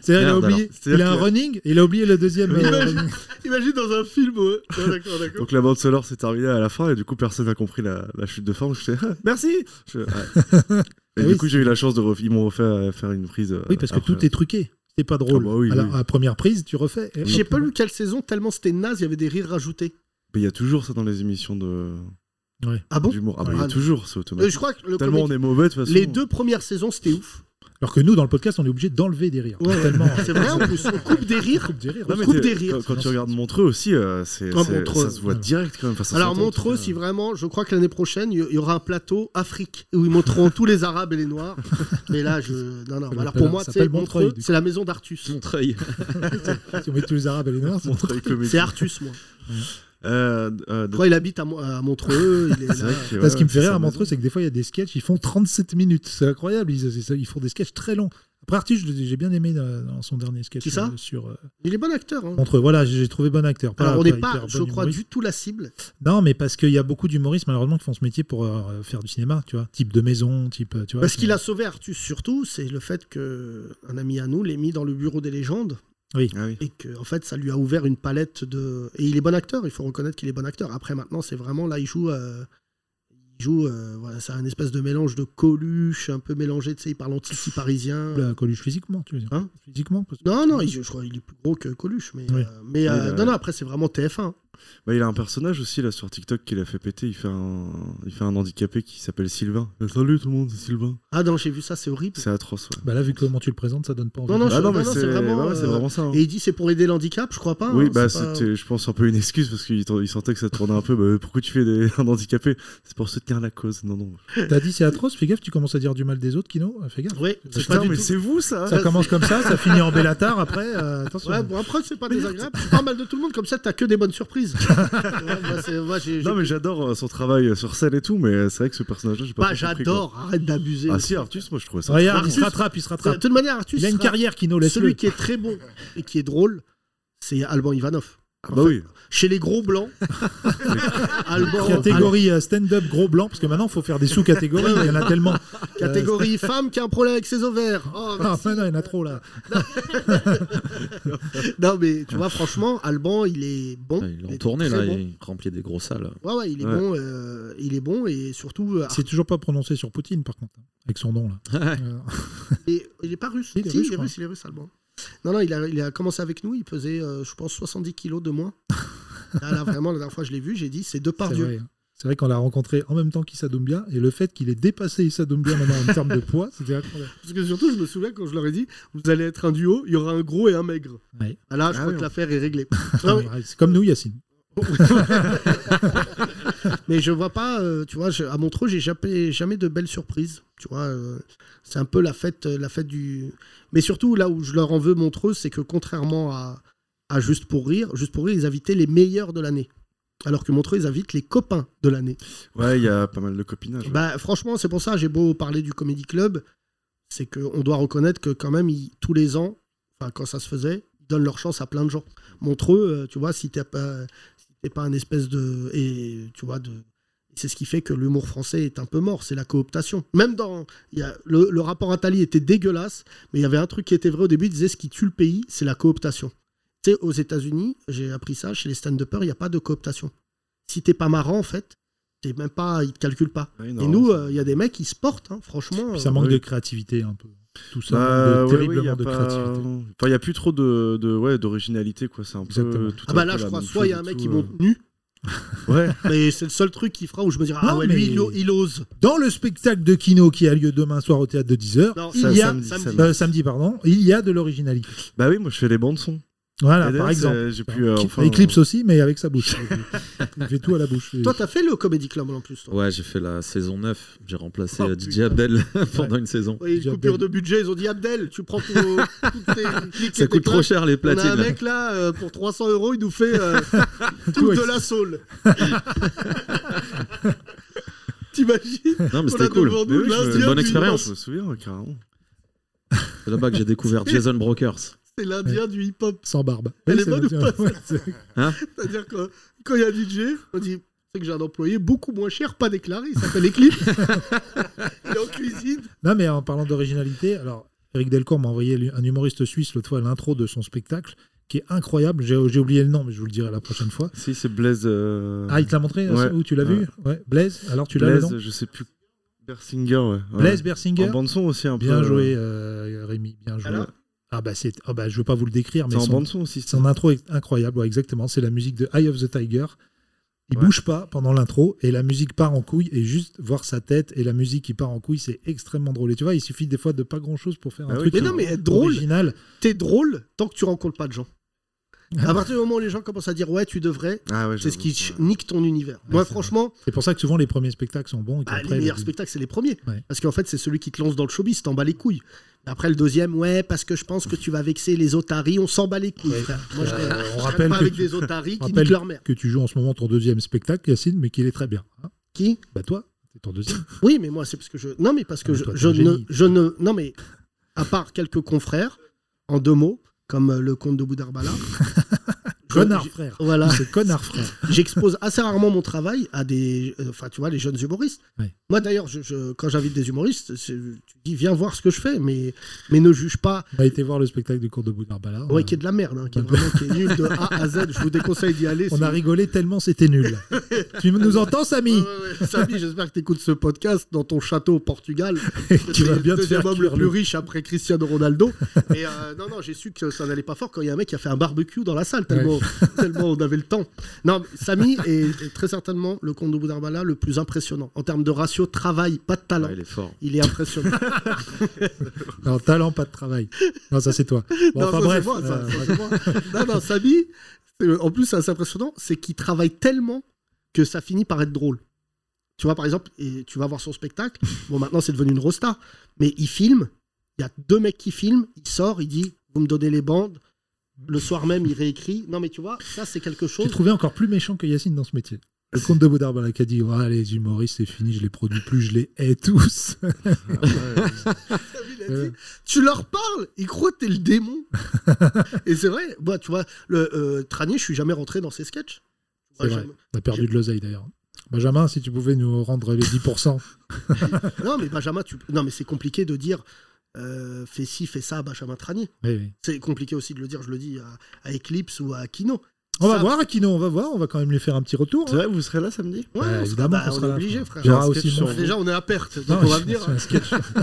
S4: C'est-à-dire, il a
S6: Merde,
S4: oublié.
S10: alors.
S4: Il a un
S10: C'est-à-dire que-
S4: running et il a oublié le deuxième. euh,
S3: Imagine.
S4: running.
S3: Imagine dans un film, ouais. Ouais, D'accord, d'accord.
S10: Donc la bande sonore s'est terminée à la fin et du coup personne n'a compris la, la chute de forme. Je fais ah, merci. Je- ouais.
S4: Ah
S10: et
S4: oui,
S10: du coup j'ai eu la chance de ref- ils m'ont refait euh, faire une prise. euh,
S4: Oui, parce que
S3: Ah,
S10: après.
S4: tout est truqué. C'est pas drôle.
S10: Ah bah oui,
S4: à, la,
S10: oui.
S4: à la première prise, tu refais. Et-
S3: Je sais pas lu quelle saison, tellement c'était naze, il y avait des rires rajoutés.
S10: Mais il y a toujours ça dans les émissions de
S3: Ah
S4: Oh.
S3: bon
S10: d'humour. Ah bah, il y
S3: Ah,
S10: a toujours, c'est
S3: Euh,
S10: automatique.
S3: Je crois que le
S10: Tellement
S3: Comedy
S10: on est mauvais de toute façon.
S3: Les deux premières saisons, c'était ouf.
S4: Alors que nous, dans le podcast, on est obligé d'enlever des rires.
S3: Ouais, ouais.
S4: Tellement.
S3: C'est vrai, en plus, on coupe des
S4: On
S3: rires.
S4: coupe des rires.
S10: Non, mais
S3: coupe
S10: t'es-
S3: des rires.
S10: Quand, quand tu regardes Montreux aussi, euh, c'est,
S3: Ah,
S10: c'est-
S3: Montreux.
S10: ça se voit
S4: Ouais.
S10: direct quand même. Enfin, ça
S3: Alors
S10: s'entend.
S3: Montreux, si vraiment, je crois que l'année prochaine, il y- il y aura un plateau Afrique où ils montreront tous les Arabes et les Noirs. Mais là, je, non, non.
S4: Ça
S3: Alors
S4: s'appelle-
S3: pour moi,
S4: ça
S3: c'est
S4: s'appelle Montreuil,
S3: Montreux,
S4: du coup.
S3: c'est la maison d'Artus.
S6: Montreuil.
S4: Si on met tous les arabes et les noirs, c'est bon.
S10: Montreux comédie.
S3: C'est Artus, moi.
S10: Euh,
S3: Je
S10: euh, donc-
S3: crois qu'il habite à, Mo- à Montreux. Il est
S10: c'est
S3: là.
S10: vrai que,
S4: Là, ce qui
S10: ouais,
S4: me fait
S10: c'est
S4: rire
S10: sa
S4: à
S10: maison.
S4: Montreux, c'est que des fois, il y a des sketchs, ils font 37 minutes. C'est incroyable. Ils, ils- ils font des sketchs très longs. Après, Artie, je l'ai- j'ai bien aimé dans, dans son dernier sketch
S3: Qui ça
S4: euh, sur euh,
S3: Il est bon acteur. hein.
S4: Montreux. Voilà, j'ai j'ai trouvé bon acteur.
S3: Alors on n'est
S4: Ah, hyper
S3: pas,
S4: bon
S3: je crois,
S4: humoriste.
S3: du tout la cible.
S4: Non, mais parce qu'il y a beaucoup d'humoristes, malheureusement, qui font ce métier pour euh, faire du cinéma, tu vois. Type de maison, type. euh, Tu vois,
S3: Parce
S4: c'est-
S3: qu'il a sauvé Artus surtout, c'est le fait qu'un ami à nous l'ait mis dans le bureau des légendes.
S10: Ah oui.
S3: et que en fait ça lui a ouvert une palette de et il est bon acteur il faut reconnaître qu'il est bon acteur après maintenant c'est vraiment là il joue euh, il joue euh, voilà c'est un espèce de mélange de Coluche un peu mélangé tu sais il parle en titi parisien
S4: Là, Coluche physiquement, tu veux dire.
S3: Hein
S4: physiquement parce que-
S3: non non il- je crois qu'il est plus gros que Coluche mais
S4: Oui.
S3: euh, mais
S10: Oui,
S3: euh,
S10: là,
S3: non
S10: ouais.
S3: non après c'est vraiment TF1
S10: Bah, il a un personnage aussi là sur TikTok qu'il a fait péter. Il fait un, il fait un handicapé qui s'appelle Sylvain. Euh, Salut tout le monde, c'est Sylvain.
S3: ah non j'ai vu ça c'est horrible
S10: C'est atroce. Ouais.
S4: Bah là, vu comment tu le présentes, ça donne pas envie.
S3: Non, non,
S10: Bah
S3: je-
S10: non, mais
S3: non,
S10: c'est
S3: c'est vraiment,
S10: bah ouais, c'est
S3: euh,
S10: vraiment ça. hein.
S3: et il dit c'est pour aider l'handicap je crois pas
S10: oui,
S3: hein,
S10: bah
S3: c'est pas-
S10: c'était, je pense, un peu une excuse parce qu'il il sentait que ça tournait un peu. Bah, pourquoi tu fais des, un handicapé C'est pour soutenir la cause. Non, non.
S4: T'as dit c'est atroce, fais gaffe, tu commences à dire du mal des autres, Kino. euh, Fais gaffe.
S3: Ouais,
S4: C'est
S3: c'est
S4: pas
S3: pas
S4: du
S3: du
S10: mais
S3: tout.
S10: c'est vous ça
S4: Ça commence comme ça, ça finit en Bellatar après. euh, attention.
S3: Ah, Ouais, bon, après, c'est pas désagréable. Tu parles mal de tout le monde, comme ça, t'as que des bonnes surprises. Ouais, moi, c'est- moi, j'ai- j'ai-
S10: Non, mais j'adore euh, son travail euh, sur scène et tout, mais c'est vrai que ce personnage-là, j'ai pas.
S3: Bah,
S10: trop compris,
S3: j'adore, arrête d'abuser.
S10: quoi. Ah si, Artus, moi je trouvais ça.
S4: Regarde, il se
S3: Artus-
S4: rattrape, il se
S3: De
S4: rattrape.
S3: toute manière, Arthus,
S4: Il a une
S3: sera-
S4: carrière, Kino, laisse-le.
S3: Celui qui est très bon et qui est drôle, c'est Alban Ivanov.
S10: Ah, bah oui.
S3: Chez les gros blancs, Alban,
S4: Catégorie euh, stand-up gros blanc, parce que maintenant, il faut faire des sous-catégories, il y en a tellement.
S3: Al- catégorie femme qui a un problème avec ses ovaires. Oh,
S4: Ah, ouais, non, il y en a trop là.
S3: non mais tu vois, franchement, Alban, il est bon.
S4: Ah,
S11: Ouais, il est en
S3: est
S11: tournée
S3: Oh, très
S11: là,
S3: bon.
S11: il remplit des grosses salles.
S3: Ouais, ouais, il est
S10: Ouais.
S3: bon, euh, il est bon et surtout, euh,
S4: C'est toujours pas prononcé sur Poutine, par contre, hein, avec son nom là. Euh,
S3: et- il est pas russe.
S4: Il est
S3: Si,
S4: russe,
S3: il
S4: je
S3: est
S4: crois.
S3: russe, il est russe, Alban. Non, non, il a, il a commencé avec nous, il pesait, euh, je pense, 70 kilos de moins. Là, là, vraiment, la dernière fois, je l'ai vu, j'ai dit, c'est deux par
S4: C'est
S3: Dieu.
S4: vrai. hein. C'est vrai qu'on l'a rencontré en même temps qu'Issa Doumbia, et le fait qu'il ait dépassé Issa Doumbia maintenant en termes de poids, c'était incroyable.
S3: Parce que surtout, je me souviens quand je leur ai dit, vous allez être un duo, il y aura un gros et un maigre.
S4: Ouais.
S3: Ah Là, je
S10: Ah
S3: crois
S10: oui,
S3: que
S10: on-
S3: l'affaire est réglée. Ah oui.
S4: C'est comme nous, Yacine.
S3: mais je vois pas, euh, tu vois, je- à Montreux, j'ai jamais, jamais de belles surprises. Tu vois, euh, c'est un peu la fête, euh, la fête du. Mais surtout, là où je leur en veux, Montreux, c'est que contrairement à, à Juste pour Rire, Juste pour Rire, ils invitaient les meilleurs de l'année. Alors que Montreux, ils invitent les copains de l'année.
S10: Ouais, il y a pas mal de copinage. ouais.
S3: Bah, franchement, c'est pour ça, j'ai beau parler du Comedy Club, c'est qu'on doit reconnaître que quand même, ils- tous les ans, enfin, quand ça se faisait, ils donnent leur chance à plein de gens. Montreux, euh, tu vois, si t'es pas, si t'es pas un espèce de... Et, tu vois, de... C'est ce qui fait que l'humour français est un peu mort, c'est la cooptation. Même dans. il y a- le, le rapport Attali était dégueulasse, mais il y avait un truc qui était vrai au début, il disait ce qui tue le pays, c'est la cooptation. Tu sais, aux États-Unis, j'ai appris ça, chez les stand-uppers, il n'y a pas de cooptation. Si t'es pas marrant, en fait, t'es même pas, ils te calculent pas.
S10: Ouais,
S3: Et
S10: non,
S3: nous, euh, il y a des mecs qui se portent, hein, franchement.
S4: Puis
S3: euh,
S4: ça manque
S10: Oh, oui.
S4: de créativité un peu. Tout ça,
S10: Bah,
S4: manque de-
S10: ouais,
S4: terriblement
S10: ouais, y a
S4: de
S10: pas-
S4: créativité.
S10: Enfin, il n'y a plus trop de, de- ouais, d'originalité, quoi. C'est un peu.
S4: Exactement.
S10: tout
S3: Ah
S10: un
S3: bah
S10: peu
S3: là,
S10: la
S3: je crois,
S10: même
S3: soit il y a un
S10: chose et
S3: mec
S10: tout,
S3: qui
S10: euh.
S3: monte nu,
S10: Ouais,
S3: mais c'est le seul truc qui fera où je me dirais, ah
S4: Non,
S3: ouais, lui,
S4: mais-
S3: il, o- il ose.
S4: Dans le spectacle de Kino qui a lieu demain soir au théâtre de 10h,
S3: Non,
S4: il
S10: ça,
S4: y a
S10: samedi, samedi.
S4: euh, samedi pardon, il y a de l'originalité.
S10: Bah oui, moi je fais les bandes son.
S4: Voilà,
S10: Et d'ailleurs,
S4: par exemple.
S10: c'est- J'ai pu. euh, enfin,
S4: Eclipse aussi, mais avec sa bouche. il fait tout à la bouche.
S3: Toi, t'as fait le Comedy Club en plus. toi.
S11: Ouais, j'ai fait la saison 9. J'ai remplacé
S3: Oh,
S11: euh, DJ
S3: putain.
S11: Abdel pendant une saison.
S3: Ouais, une
S4: J'ai
S3: coupure
S4: Abdel.
S3: de budget, ils ont dit Abdel, tu prends ton- toutes tes clics et
S11: Ça
S3: tes
S11: coûte trop
S3: claques.
S11: cher les
S3: On a
S11: platines.
S3: un
S11: là.
S3: mec là, euh, pour 300 euros, il nous fait euh, tout
S4: Tout
S3: de
S4: ex-
S3: la saule. T'imagines
S11: Non, mais
S3: On
S11: c'était
S3: a
S11: cool.
S3: devant
S10: mais
S3: nous
S10: oui, je me-
S11: C'était une
S3: l'Indien
S11: bonne
S3: du
S11: expérience.
S10: Je me souviens, carrément.
S11: C'est là-bas que j'ai découvert Jason Brokers.
S3: C'est l'Indien du hip-hop.
S4: Sans barbe.
S3: Elle est
S4: c'est
S3: bonne ou
S4: vrai,
S3: pas,
S4: ouais, c'est-
S3: C'est-à-dire que quand il y a un DJ, on dit c'est que j'ai un employé beaucoup moins cher, pas déclaré, il s'appelle Eclipse. il est en cuisine.
S4: Non, mais en parlant d'originalité, alors, Eric Delcourt m'a envoyé lui- un humoriste suisse l'autre fois l'intro de son spectacle, qui est incroyable. J'ai j'ai oublié le nom, mais je vous le dirai la prochaine fois.
S10: Si, c'est Blaise. euh,
S4: Ah, il te l'a montré
S10: Ouais.
S4: Ou tu l'as vu ouais. Blaise, alors tu l'as le
S10: Blaise,
S4: nom
S10: je sais plus. Bersinger, ouais. ouais.
S4: Blaise Bersinger
S10: En bande son aussi, un peu.
S4: Bien
S10: euh,
S4: joué, euh, Rémi, bien joué.
S3: Alors
S4: ah bah c'est, ah bah je veux pas vous le décrire,
S10: C'est
S4: mais
S10: en
S4: son,
S10: bande son aussi. ça.
S4: son intro est incroyable, ouais, exactement. C'est la musique de Eye of the Tiger. Il
S10: Ouais.
S4: bouge pas pendant l'intro et la musique part en couille et juste voir sa tête et la musique qui part en couille, c'est extrêmement drôle. Et tu vois, il suffit des fois de pas grand chose pour faire un
S10: Ah oui,
S4: truc
S3: Bah Mais non, mais être drôle.
S4: original.
S3: T'es drôle tant que tu rencontres pas de gens. À partir du moment où les gens commencent à dire ouais, tu devrais,
S10: Ah ouais,
S3: c'est ce
S10: j'avoue,
S3: qui
S10: ouais.
S3: ch- nique ton univers.
S4: Ouais,
S3: Moi,
S4: c'est
S3: franchement,
S4: C'est pour ça que souvent les premiers spectacles sont bons. Et
S3: bah,
S4: qu'après,
S3: les meilleurs
S4: le-
S3: spectacles, c'est les premiers.
S4: Ouais.
S3: Parce qu'en fait, c'est celui qui te lance dans le showbiz, t'en bats les couilles. Après le deuxième, ouais, parce que je pense que tu vas vexer les otaries, on s'en bat les couilles. frère. Moi, je,
S4: Euh,
S3: traîne-
S4: on
S3: je traîne
S4: rappelle
S3: pas
S4: que
S3: avec
S4: tu-
S3: des otaries qui
S4: rappelle-
S3: niquent leur mère.
S4: que tu joues en ce moment ton deuxième spectacle, Yacine, mais qu'il est très bien. hein.
S3: Qui
S4: bah toi, c'est ton deuxième.
S3: Oui, mais moi, c'est parce que je. Non, mais parce
S4: Ah,
S3: que
S4: mais
S3: je,
S4: toi, t'es
S3: je
S4: un
S3: ne,
S4: génie.
S3: je ne. Non, mais à part quelques confrères, en deux mots, comme euh, le comte de Boudarbala. je-
S4: Connard
S3: j'ai-
S4: frère.
S3: Voilà.
S4: C'est connard frère.
S3: J'expose assez rarement mon travail à des. euh, Enfin, tu vois, les jeunes humoristes.
S4: Ouais.
S3: Moi, d'ailleurs, je, je- quand j'invite des humoristes, c'est- tu dis, viens voir ce que je fais, mais, mais ne juge pas.
S4: On a été voir le spectacle du cours de Boudarbala. On,
S3: Ouais,
S4: a-
S3: qui est de la merde, hein, qui est vraiment qui est nul de A à Z. Je vous déconseille d'y aller.
S4: on
S3: si-
S4: a rigolé tellement c'était nul. tu nous entends,
S3: Ouais,
S4: Samy
S3: ouais, ouais. Samy, j'espère que tu écoutes ce podcast dans ton château au Portugal.
S4: Tu vas bien
S3: le
S4: te faire
S3: deuxième homme le
S4: cuire
S3: plus
S4: le-
S3: riche après Cristiano Ronaldo. Et euh, non, non, j'ai su que ça n'allait pas fort quand il y a un mec qui a fait un barbecue dans la salle, tellement, tellement on avait le temps. Non, mais Samy est, est très certainement le comte de Boudarbala le plus impressionnant. En termes de ratio travail, pas de talent.
S6: Ah,
S11: Ouais, il est fort.
S3: Il est impressionnant.
S4: Non, talent, pas de travail. Non, ça c'est toi. Bon,
S3: non, ça,
S4: enfin
S3: c'est
S4: bref.
S3: moi, ça,
S4: euh,
S3: ça, c'est moi. Non, non, Samy, c'est- euh, en plus, c'est assez impressionnant, c'est qu'il travaille tellement que ça finit par être drôle. Tu vois, par exemple, et tu vas voir son spectacle. Bon, maintenant, c'est devenu une rosta. Mais il filme. Il y a deux mecs qui filment. Il sort, il dit Vous me donnez les bandes. Le soir même, il réécrit. Non, mais tu vois, ça, c'est quelque
S4: je t'ai
S3: chose.
S4: trouvé encore plus méchant que Yacine dans ce métier. Le comte de Boudarbala qui a dit Ouais, les humoristes, c'est fini, je les produis plus, je les hais tous.
S3: Samy l'a dit. Tu leur parles, ils croient que t'es le démon. et c'est vrai. Bah, tu vois, le euh, Tranier, je suis jamais rentré dans ses sketchs.
S4: C'est vrai. On a perdu de l'oseille d'ailleurs. Benjamin, si tu pouvais nous rendre les 10%.
S3: Non, mais Benjamin, tu... non, mais c'est compliqué de dire euh, fais ci, fais ça à Benjamin Tranier.
S4: Oui, oui.
S3: C'est compliqué aussi de le dire, je le dis, à, à Eclipse ou à Kino.
S4: On va
S3: Ça-
S4: voir, Akino, on va voir, on va quand même lui faire un petit retour.
S10: C'est vrai, vous serez là samedi
S3: Ouais,
S4: Bah,
S3: on sera-
S4: évidemment
S3: bah,
S4: qu'on
S3: on
S4: sera
S3: est
S4: là.
S3: obligé, frère.
S4: Il y aura
S10: un
S4: aussi
S10: sketch
S4: mon-
S10: sur-
S3: Déjà, on est à perte, donc on
S4: Non,
S3: va
S4: je-
S3: venir.
S4: je-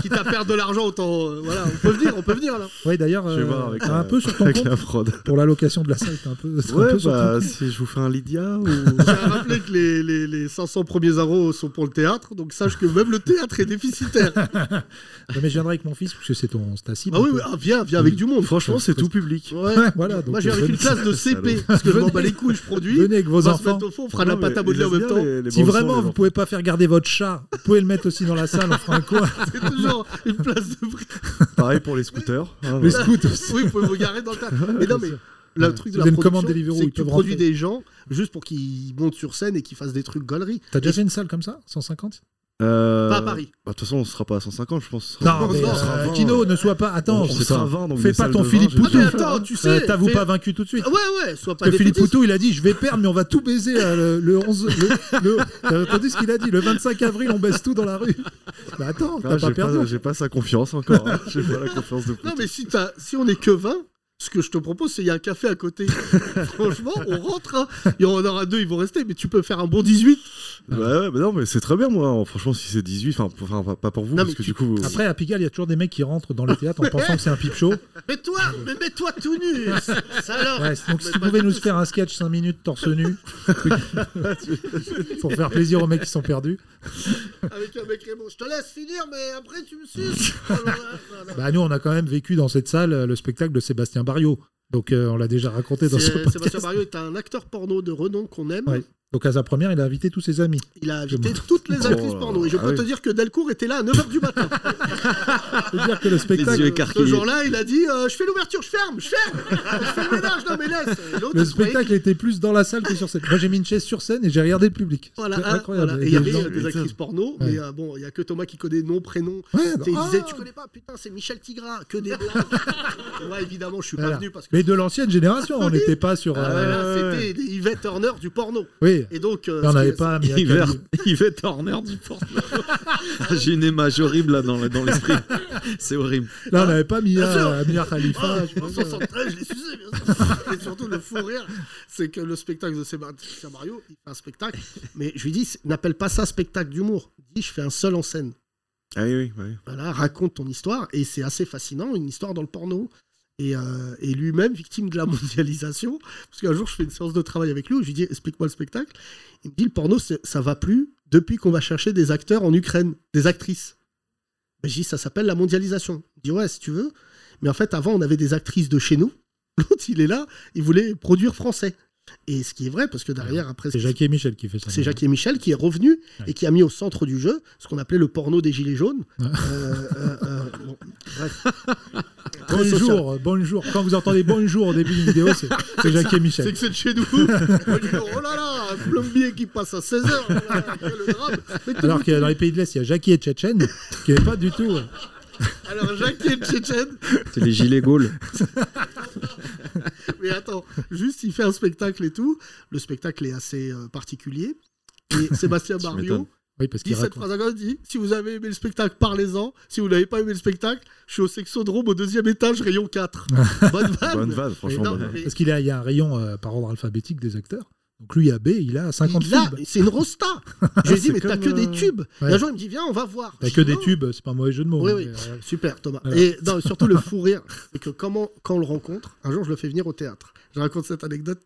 S3: Quitte à perdre de l'argent, autant. euh, voilà, on peut venir, on peut venir là.
S4: Ouais, d'ailleurs,
S10: Je vais
S4: euh,
S10: voir avec
S4: t'as
S10: la-
S4: un peu sur ton
S10: Avec
S4: compte
S10: la prod.
S4: pour la location de la salle, t'es un peu, t'es un peu
S10: Ouais,
S4: sur ton
S10: bah,
S4: compte.
S10: si je vous fais un Lydia ou.
S3: J'ai rappelé que les, les, les 500 premiers euros sont pour le théâtre, donc sache que même le théâtre est déficitaire.
S4: Non, mais je viendrai avec mon fils, parce que c'est ton c'est ta cible.
S3: Bah oui,
S4: un
S3: oui,
S4: peu.
S3: ah, viens, viens avec du monde.
S10: Franchement, c'est tout public.
S3: Ouais.
S4: Voilà, donc,
S3: Moi, j'ai
S4: euh,
S3: avec une classe de CP, parce que je
S4: Venez
S3: m'en bats les couilles, je produis.
S4: Venez avec vos
S3: on va
S4: enfants.
S3: se mettre au fond, on fera de la pâte à modeler en même temps.
S4: si vraiment vous pouvez pas faire garder votre chat, vous pouvez le mettre aussi dans la salle, on fera un coin.
S3: C'est toujours une place de prix.
S10: Pareil pour les scooters. hein,
S3: Les
S10: voilà.
S3: scouts aussi. Oui, vous pouvez vous garer dans le tas. Mais non, mais le
S4: Ouais.
S3: truc
S4: Si
S3: de
S4: vous avez
S3: la
S4: une commande
S3: production,
S4: Deliveroo,
S3: c'est
S4: ils
S3: que tu
S4: peuvent
S3: produis
S4: rentrer.
S3: des gens juste pour qu'ils montent sur scène et qu'ils fassent des trucs gauleries.
S4: T'as déjà fait une salle comme ça 150
S10: Euh,
S3: Pas à Paris.
S10: bah, De toute façon, on sera pas à 150, je pense. Ah,
S4: Non, mais,
S10: on
S4: euh,
S10: sera à 20.
S4: Kino, ne sois pas. Attends,
S10: On sera à 20 dans
S4: fais
S10: des
S4: pas
S10: salles
S4: ton
S10: de
S4: Philippe
S10: 20, je
S4: Poutou.
S10: vais-
S3: Mais attends, tu sais,
S4: Euh, T'avoues
S3: fais- Ah,
S4: pas vaincu tout de suite.
S3: Ouais, ouais, sois pas
S4: Parce que Philippe
S3: défaitiste.
S4: Poutou, il a dit Je vais perdre, mais on va tout baiser euh, le, le 11. Le, le- T'as entendu ce qu'il a dit Le 25 avril, on baisse tout dans la rue. Bah attends,
S10: Ah,
S4: t'as pas
S10: J'ai
S4: perdu.
S10: pas, j'ai pas sa confiance encore. hein. J'ai pas la confiance de
S3: Non, mais si, t'as- si on est que 20, ce que je te propose, c'est il y a un café à côté. Franchement, on rentre. hein. Il y en aura deux, ils vont rester, mais tu peux faire un bon 18.
S10: Ouais, ouais, bah non, mais c'est très bien, moi. Franchement, si c'est 18, enfin, pour- enfin, pas- pas pour vous,
S3: Non, mais
S10: parce que
S3: tu-
S10: du coup. vous-
S4: Après, à Pigalle, il y a toujours des mecs qui rentrent dans le théâtre en pensant que c'est un pipe show.
S3: Mais toi, mais mets-toi tout nu. Ça alors.
S4: Ouais, donc, si tu pouvais nous faire un sketch 5 minutes torse nu pour faire plaisir aux mecs qui sont perdus.
S3: Avec un mec Raymond. Je te laisse finir, mais après tu me suces. Oh là là, là là.
S4: Bah, nous, on a quand même vécu dans cette salle euh, le spectacle de Sébastien Barriot. Donc, euh, on l'a déjà raconté dans
S3: C'est-
S4: ce
S3: Sébastien
S4: podcast.
S3: Barrio est un acteur porno de renom qu'on aime.
S4: Ouais. Donc, à sa première, il a invité tous ses amis.
S3: Il a invité toutes les
S10: Oh,
S3: actrices porno. Et je
S10: ah
S3: peux
S10: oui.
S3: te dire que Delcourt était là à 9h du matin.
S4: C'est-à-dire que le spectacle,
S3: Ce jour-là, il a dit euh, Je fais l'ouverture, je ferme, je ferme. je fais le ménage, non mais laisse. Et l'autre,
S4: le
S3: il croyait
S4: spectacle était plus dans la salle que sur scène. Moi, j'ai mis une chaise sur scène et j'ai regardé le public.
S3: Voilà,
S4: C'était
S3: hein,
S4: incroyable.
S3: voilà.
S4: Et
S3: Et il y
S4: des
S3: avait
S4: gens-
S3: euh, des actrices porno,
S4: Ouais.
S3: mais euh, bon, il y a que Thomas qui connaît nom, prénom. Tu
S4: Ouais,
S3: sais, Il
S4: ah.
S3: disait, tu connais pas, putain, c'est Michel Tigras, que des blancs. Moi, évidemment, je suis
S4: Voilà.
S3: pas venu parce que.
S4: Mais de l'ancienne génération, on
S3: Oui.
S4: n'était pas sur.
S3: Ah,
S4: euh,
S3: voilà, c'était des Yvette Horner du porno.
S4: Oui,
S3: Et donc. euh,
S4: on
S3: ce
S4: n'avait
S3: qui-
S4: pas. Mia
S11: Hiver,
S4: Khalifa.
S11: Yvette Horner du porno. J'ai une image horrible là dans, le- dans l'esprit. C'est horrible.
S4: Là, on n'avait pas
S3: Bien sûr.
S4: Mia, Mia
S3: Ah,
S4: Khalifa.
S3: en 73, je l'ai sucé, bien sûr. euh, Et surtout, le fou rire, c'est que le spectacle de Sébastien Mario, il fait un spectacle. Mais je lui dis, c'est- n'appelle pas ça spectacle d'humour. Dis, je fais un seul en scène.
S10: Ah oui, oui, oui.
S3: voilà, raconte ton histoire. Et c'est assez fascinant, une histoire dans le porno. Et, euh, et lui-même, victime de la mondialisation. Parce qu'un jour, je fais une séance de travail avec lui où je lui dis Explique-moi le spectacle. Il me dit Le porno, c'est- ça va plus depuis qu'on va chercher des acteurs en Ukraine, des actrices. Ben, je dis Ça s'appelle la mondialisation. Il me dit Ouais, si tu veux. Mais en fait, avant, on avait des actrices de chez nous. L'autre, il est là, il voulait produire français. Et ce qui est vrai, parce que derrière, après,
S4: C'est Jacques et Michel qui fait ça.
S3: c'est Jackie et Michel qui est revenu
S4: Ouais.
S3: et qui a mis au centre du jeu ce qu'on appelait le porno des gilets jaunes.
S4: Ouais.
S3: Euh, euh, euh, bon, bref. Très social.
S4: Bonjour, bonjour. Quand vous entendez bonjour au début d'une vidéo, c'est c'est Jacques et
S3: C'est
S4: Michel.
S3: que c'est de chez nous. On dit, oh là là, un plombier qui passe à 16h. quel drame. Mais tout-
S4: Alors que dans les pays de l'Est, il y a Jackie et Tchétchène, qui n'est pas du tout. euh,
S3: Alors, Jackie et Tchétchène.
S11: C'est les gilets gaules.
S3: Mais attends, juste, il fait un spectacle et tout. Le spectacle est assez euh, particulier. Et Sébastien Barrio
S11: m'étonnes.
S4: Oui, parce
S3: dit
S4: qu'il
S3: cette
S4: raconte.
S3: phrase à gauche, il dit Si vous avez aimé le spectacle, parlez-en. Si vous n'avez pas aimé le spectacle, je suis au sexodrome au deuxième étage, rayon 4. Bonne vanne.
S10: Bonne vanne, franchement.
S3: ah, Mais non,
S10: bonne vanne.
S3: mais-
S4: Parce qu'il y a, il y a un rayon euh, par ordre alphabétique des acteurs. Donc lui, à B, il a 50
S3: Il a-
S4: films.
S3: c'est une rosta. je lui ai dit, mais t'as
S10: comme,
S3: que des
S10: euh,
S3: tubes. Et
S4: ouais.
S3: Un jour, il me dit, viens, on va voir.
S4: T'as
S3: Je
S4: que
S3: dis,
S4: des
S3: non.
S4: tubes, c'est pas un mauvais jeu de mots.
S3: Oui,
S4: hein,
S3: oui.
S4: mais, euh,
S3: Super, Thomas.
S4: Voilà.
S3: Et non, surtout le fou rire, c'est que comment, quand on le rencontre, un jour, je le fais venir au théâtre. Je raconte cette anecdote.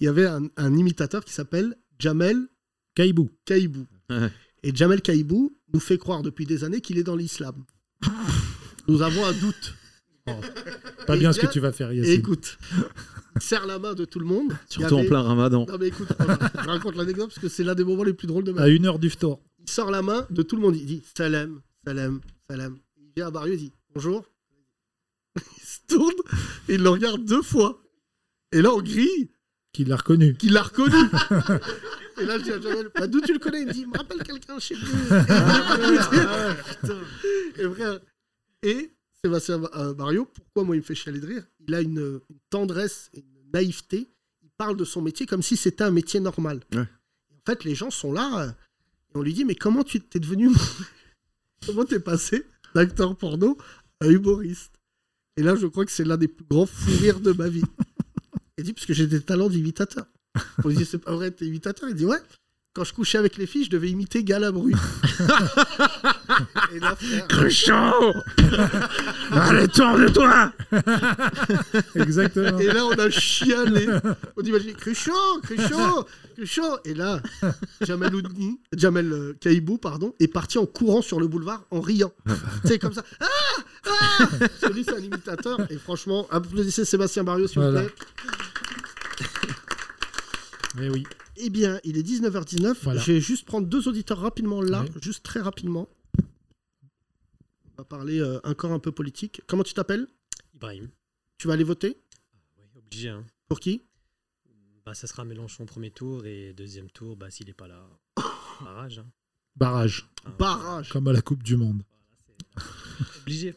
S3: Il y avait un, un imitateur qui s'appelle Jamel
S4: Caïbou.
S3: Kaibou.
S11: Ouais.
S3: Et Jamel Kaibou nous fait croire depuis des années qu'il est dans l'islam. Nous avons un doute.
S4: Pas
S3: Et
S4: bien
S3: il
S4: ce que
S3: y a-
S4: tu vas faire,
S3: Et
S4: Yacine.
S3: écoute, il serre la main de tout le monde. Il y
S11: Surtout en
S3: avait-
S11: plein ramadan.
S3: Non, mais écoute, je raconte l'anecdote parce que c'est l'un des moments les plus drôles de ma
S4: À une heure du ftour.
S3: il sort la main de tout le monde. Il dit Salam, salam, salam. Il vient à Barrio, il dit bonjour. Il se tourne et il le regarde deux fois. Et là, on grille
S4: Qui l'a reconnu.
S3: qu'il l'a reconnu. et là, je dis à Jamel, Bah, d'où tu le connais Il me dit, il me rappelle quelqu'un, je sais plus. ah, Putain. et frère, et Sébastien euh, Barrio, pourquoi moi il me fait chialer de rire Il a une, une tendresse, et une naïveté. Il parle de son métier comme si c'était un métier normal.
S10: Ouais.
S3: En fait, les gens sont là euh, et on lui dit, mais comment tu t'es devenu Comment t'es passé d'acteur porno à humoriste Et là, je crois que c'est l'un des plus grands fous rires de ma vie. Il dit, parce que j'ai des talents d'imitateur. On lui dit, c'est pas vrai, t'es imitateur Il dit, ouais. Quand je couchais avec les filles, je devais imiter Galabru. et là, frère,
S7: Cruchot Allez, tourne-toi
S4: Exactement.
S3: Et là, on a chialé. On imagine Cruchot, Cruchot, Cruchot. Et là, Jamel, Oudni, Jamel euh, Kaibou pardon, est parti en courant sur le boulevard en riant. C'est comme ça. Ah Ah Parce que lui, c'est un imitateur. Et franchement, applaudissez Sébastien Barrio, s'il vous
S4: Voilà.
S3: plaît.
S4: Eh oui.
S3: Eh bien, il est 19h19.
S4: Voilà.
S3: Je vais juste prendre deux auditeurs rapidement là, juste très rapidement. On va parler euh, encore un peu politique. Comment tu t'appelles
S12: Ibrahim,
S3: Tu vas aller voter
S12: obligé. Hein.
S3: Pour qui
S12: Bah, ça sera Mélenchon au premier tour et deuxième tour, bah, s'il n'est pas là, barrage. hein.
S4: Barrage.
S3: Barrage.
S4: Comme à la Coupe du Monde.
S12: Obligé.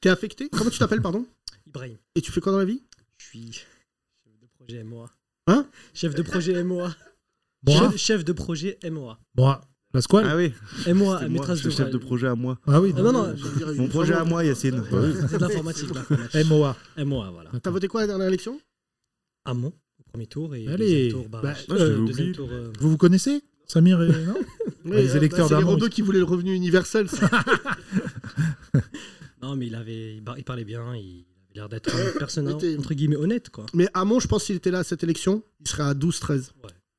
S3: T'es affecté Comment tu t'appelles, pardon
S12: Ibrahim,
S3: Et tu fais quoi dans la vie
S12: je suis chef de projet MOA.
S3: Hein
S12: Chef de projet MOA.
S4: Moi
S12: chef, chef de projet MOA.
S4: Moi. hein. La squale
S10: Ah oui.
S12: Et moi,
S10: C'était
S12: maîtresse
S10: je suis
S12: d'ouvrage.
S10: chef de projet à moi.
S4: Ah oui,
S12: Ah non, non,
S10: Mon projet à moi, Yacine.
S12: C'est de l'informatique. là.
S4: Eh, MOA.
S12: MOA, voilà.
S3: T'as voté quoi à la dernière élection
S12: Hamon, au premier tour et
S4: Allez.
S12: deuxième tour,
S4: Bah,
S12: barrage.
S4: euh,
S12: Deuxième
S4: oublié.
S12: tour, euh,
S4: Vous vous connaissez Samir et... Non
S3: Oui,
S4: Les
S3: euh, bah,
S4: électeurs
S3: C'est les
S4: d'Armand.
S3: rebeux qui voulaient le revenu universel. ça.
S12: Non, mais il, avait, il bar- il parlait bien, il avait l'air d'être une personne
S3: Mais t'es-
S12: entre guillemets honnête, quoi.
S3: Mais Hamon, je pense s'il était là à cette élection, il serait à 12-13.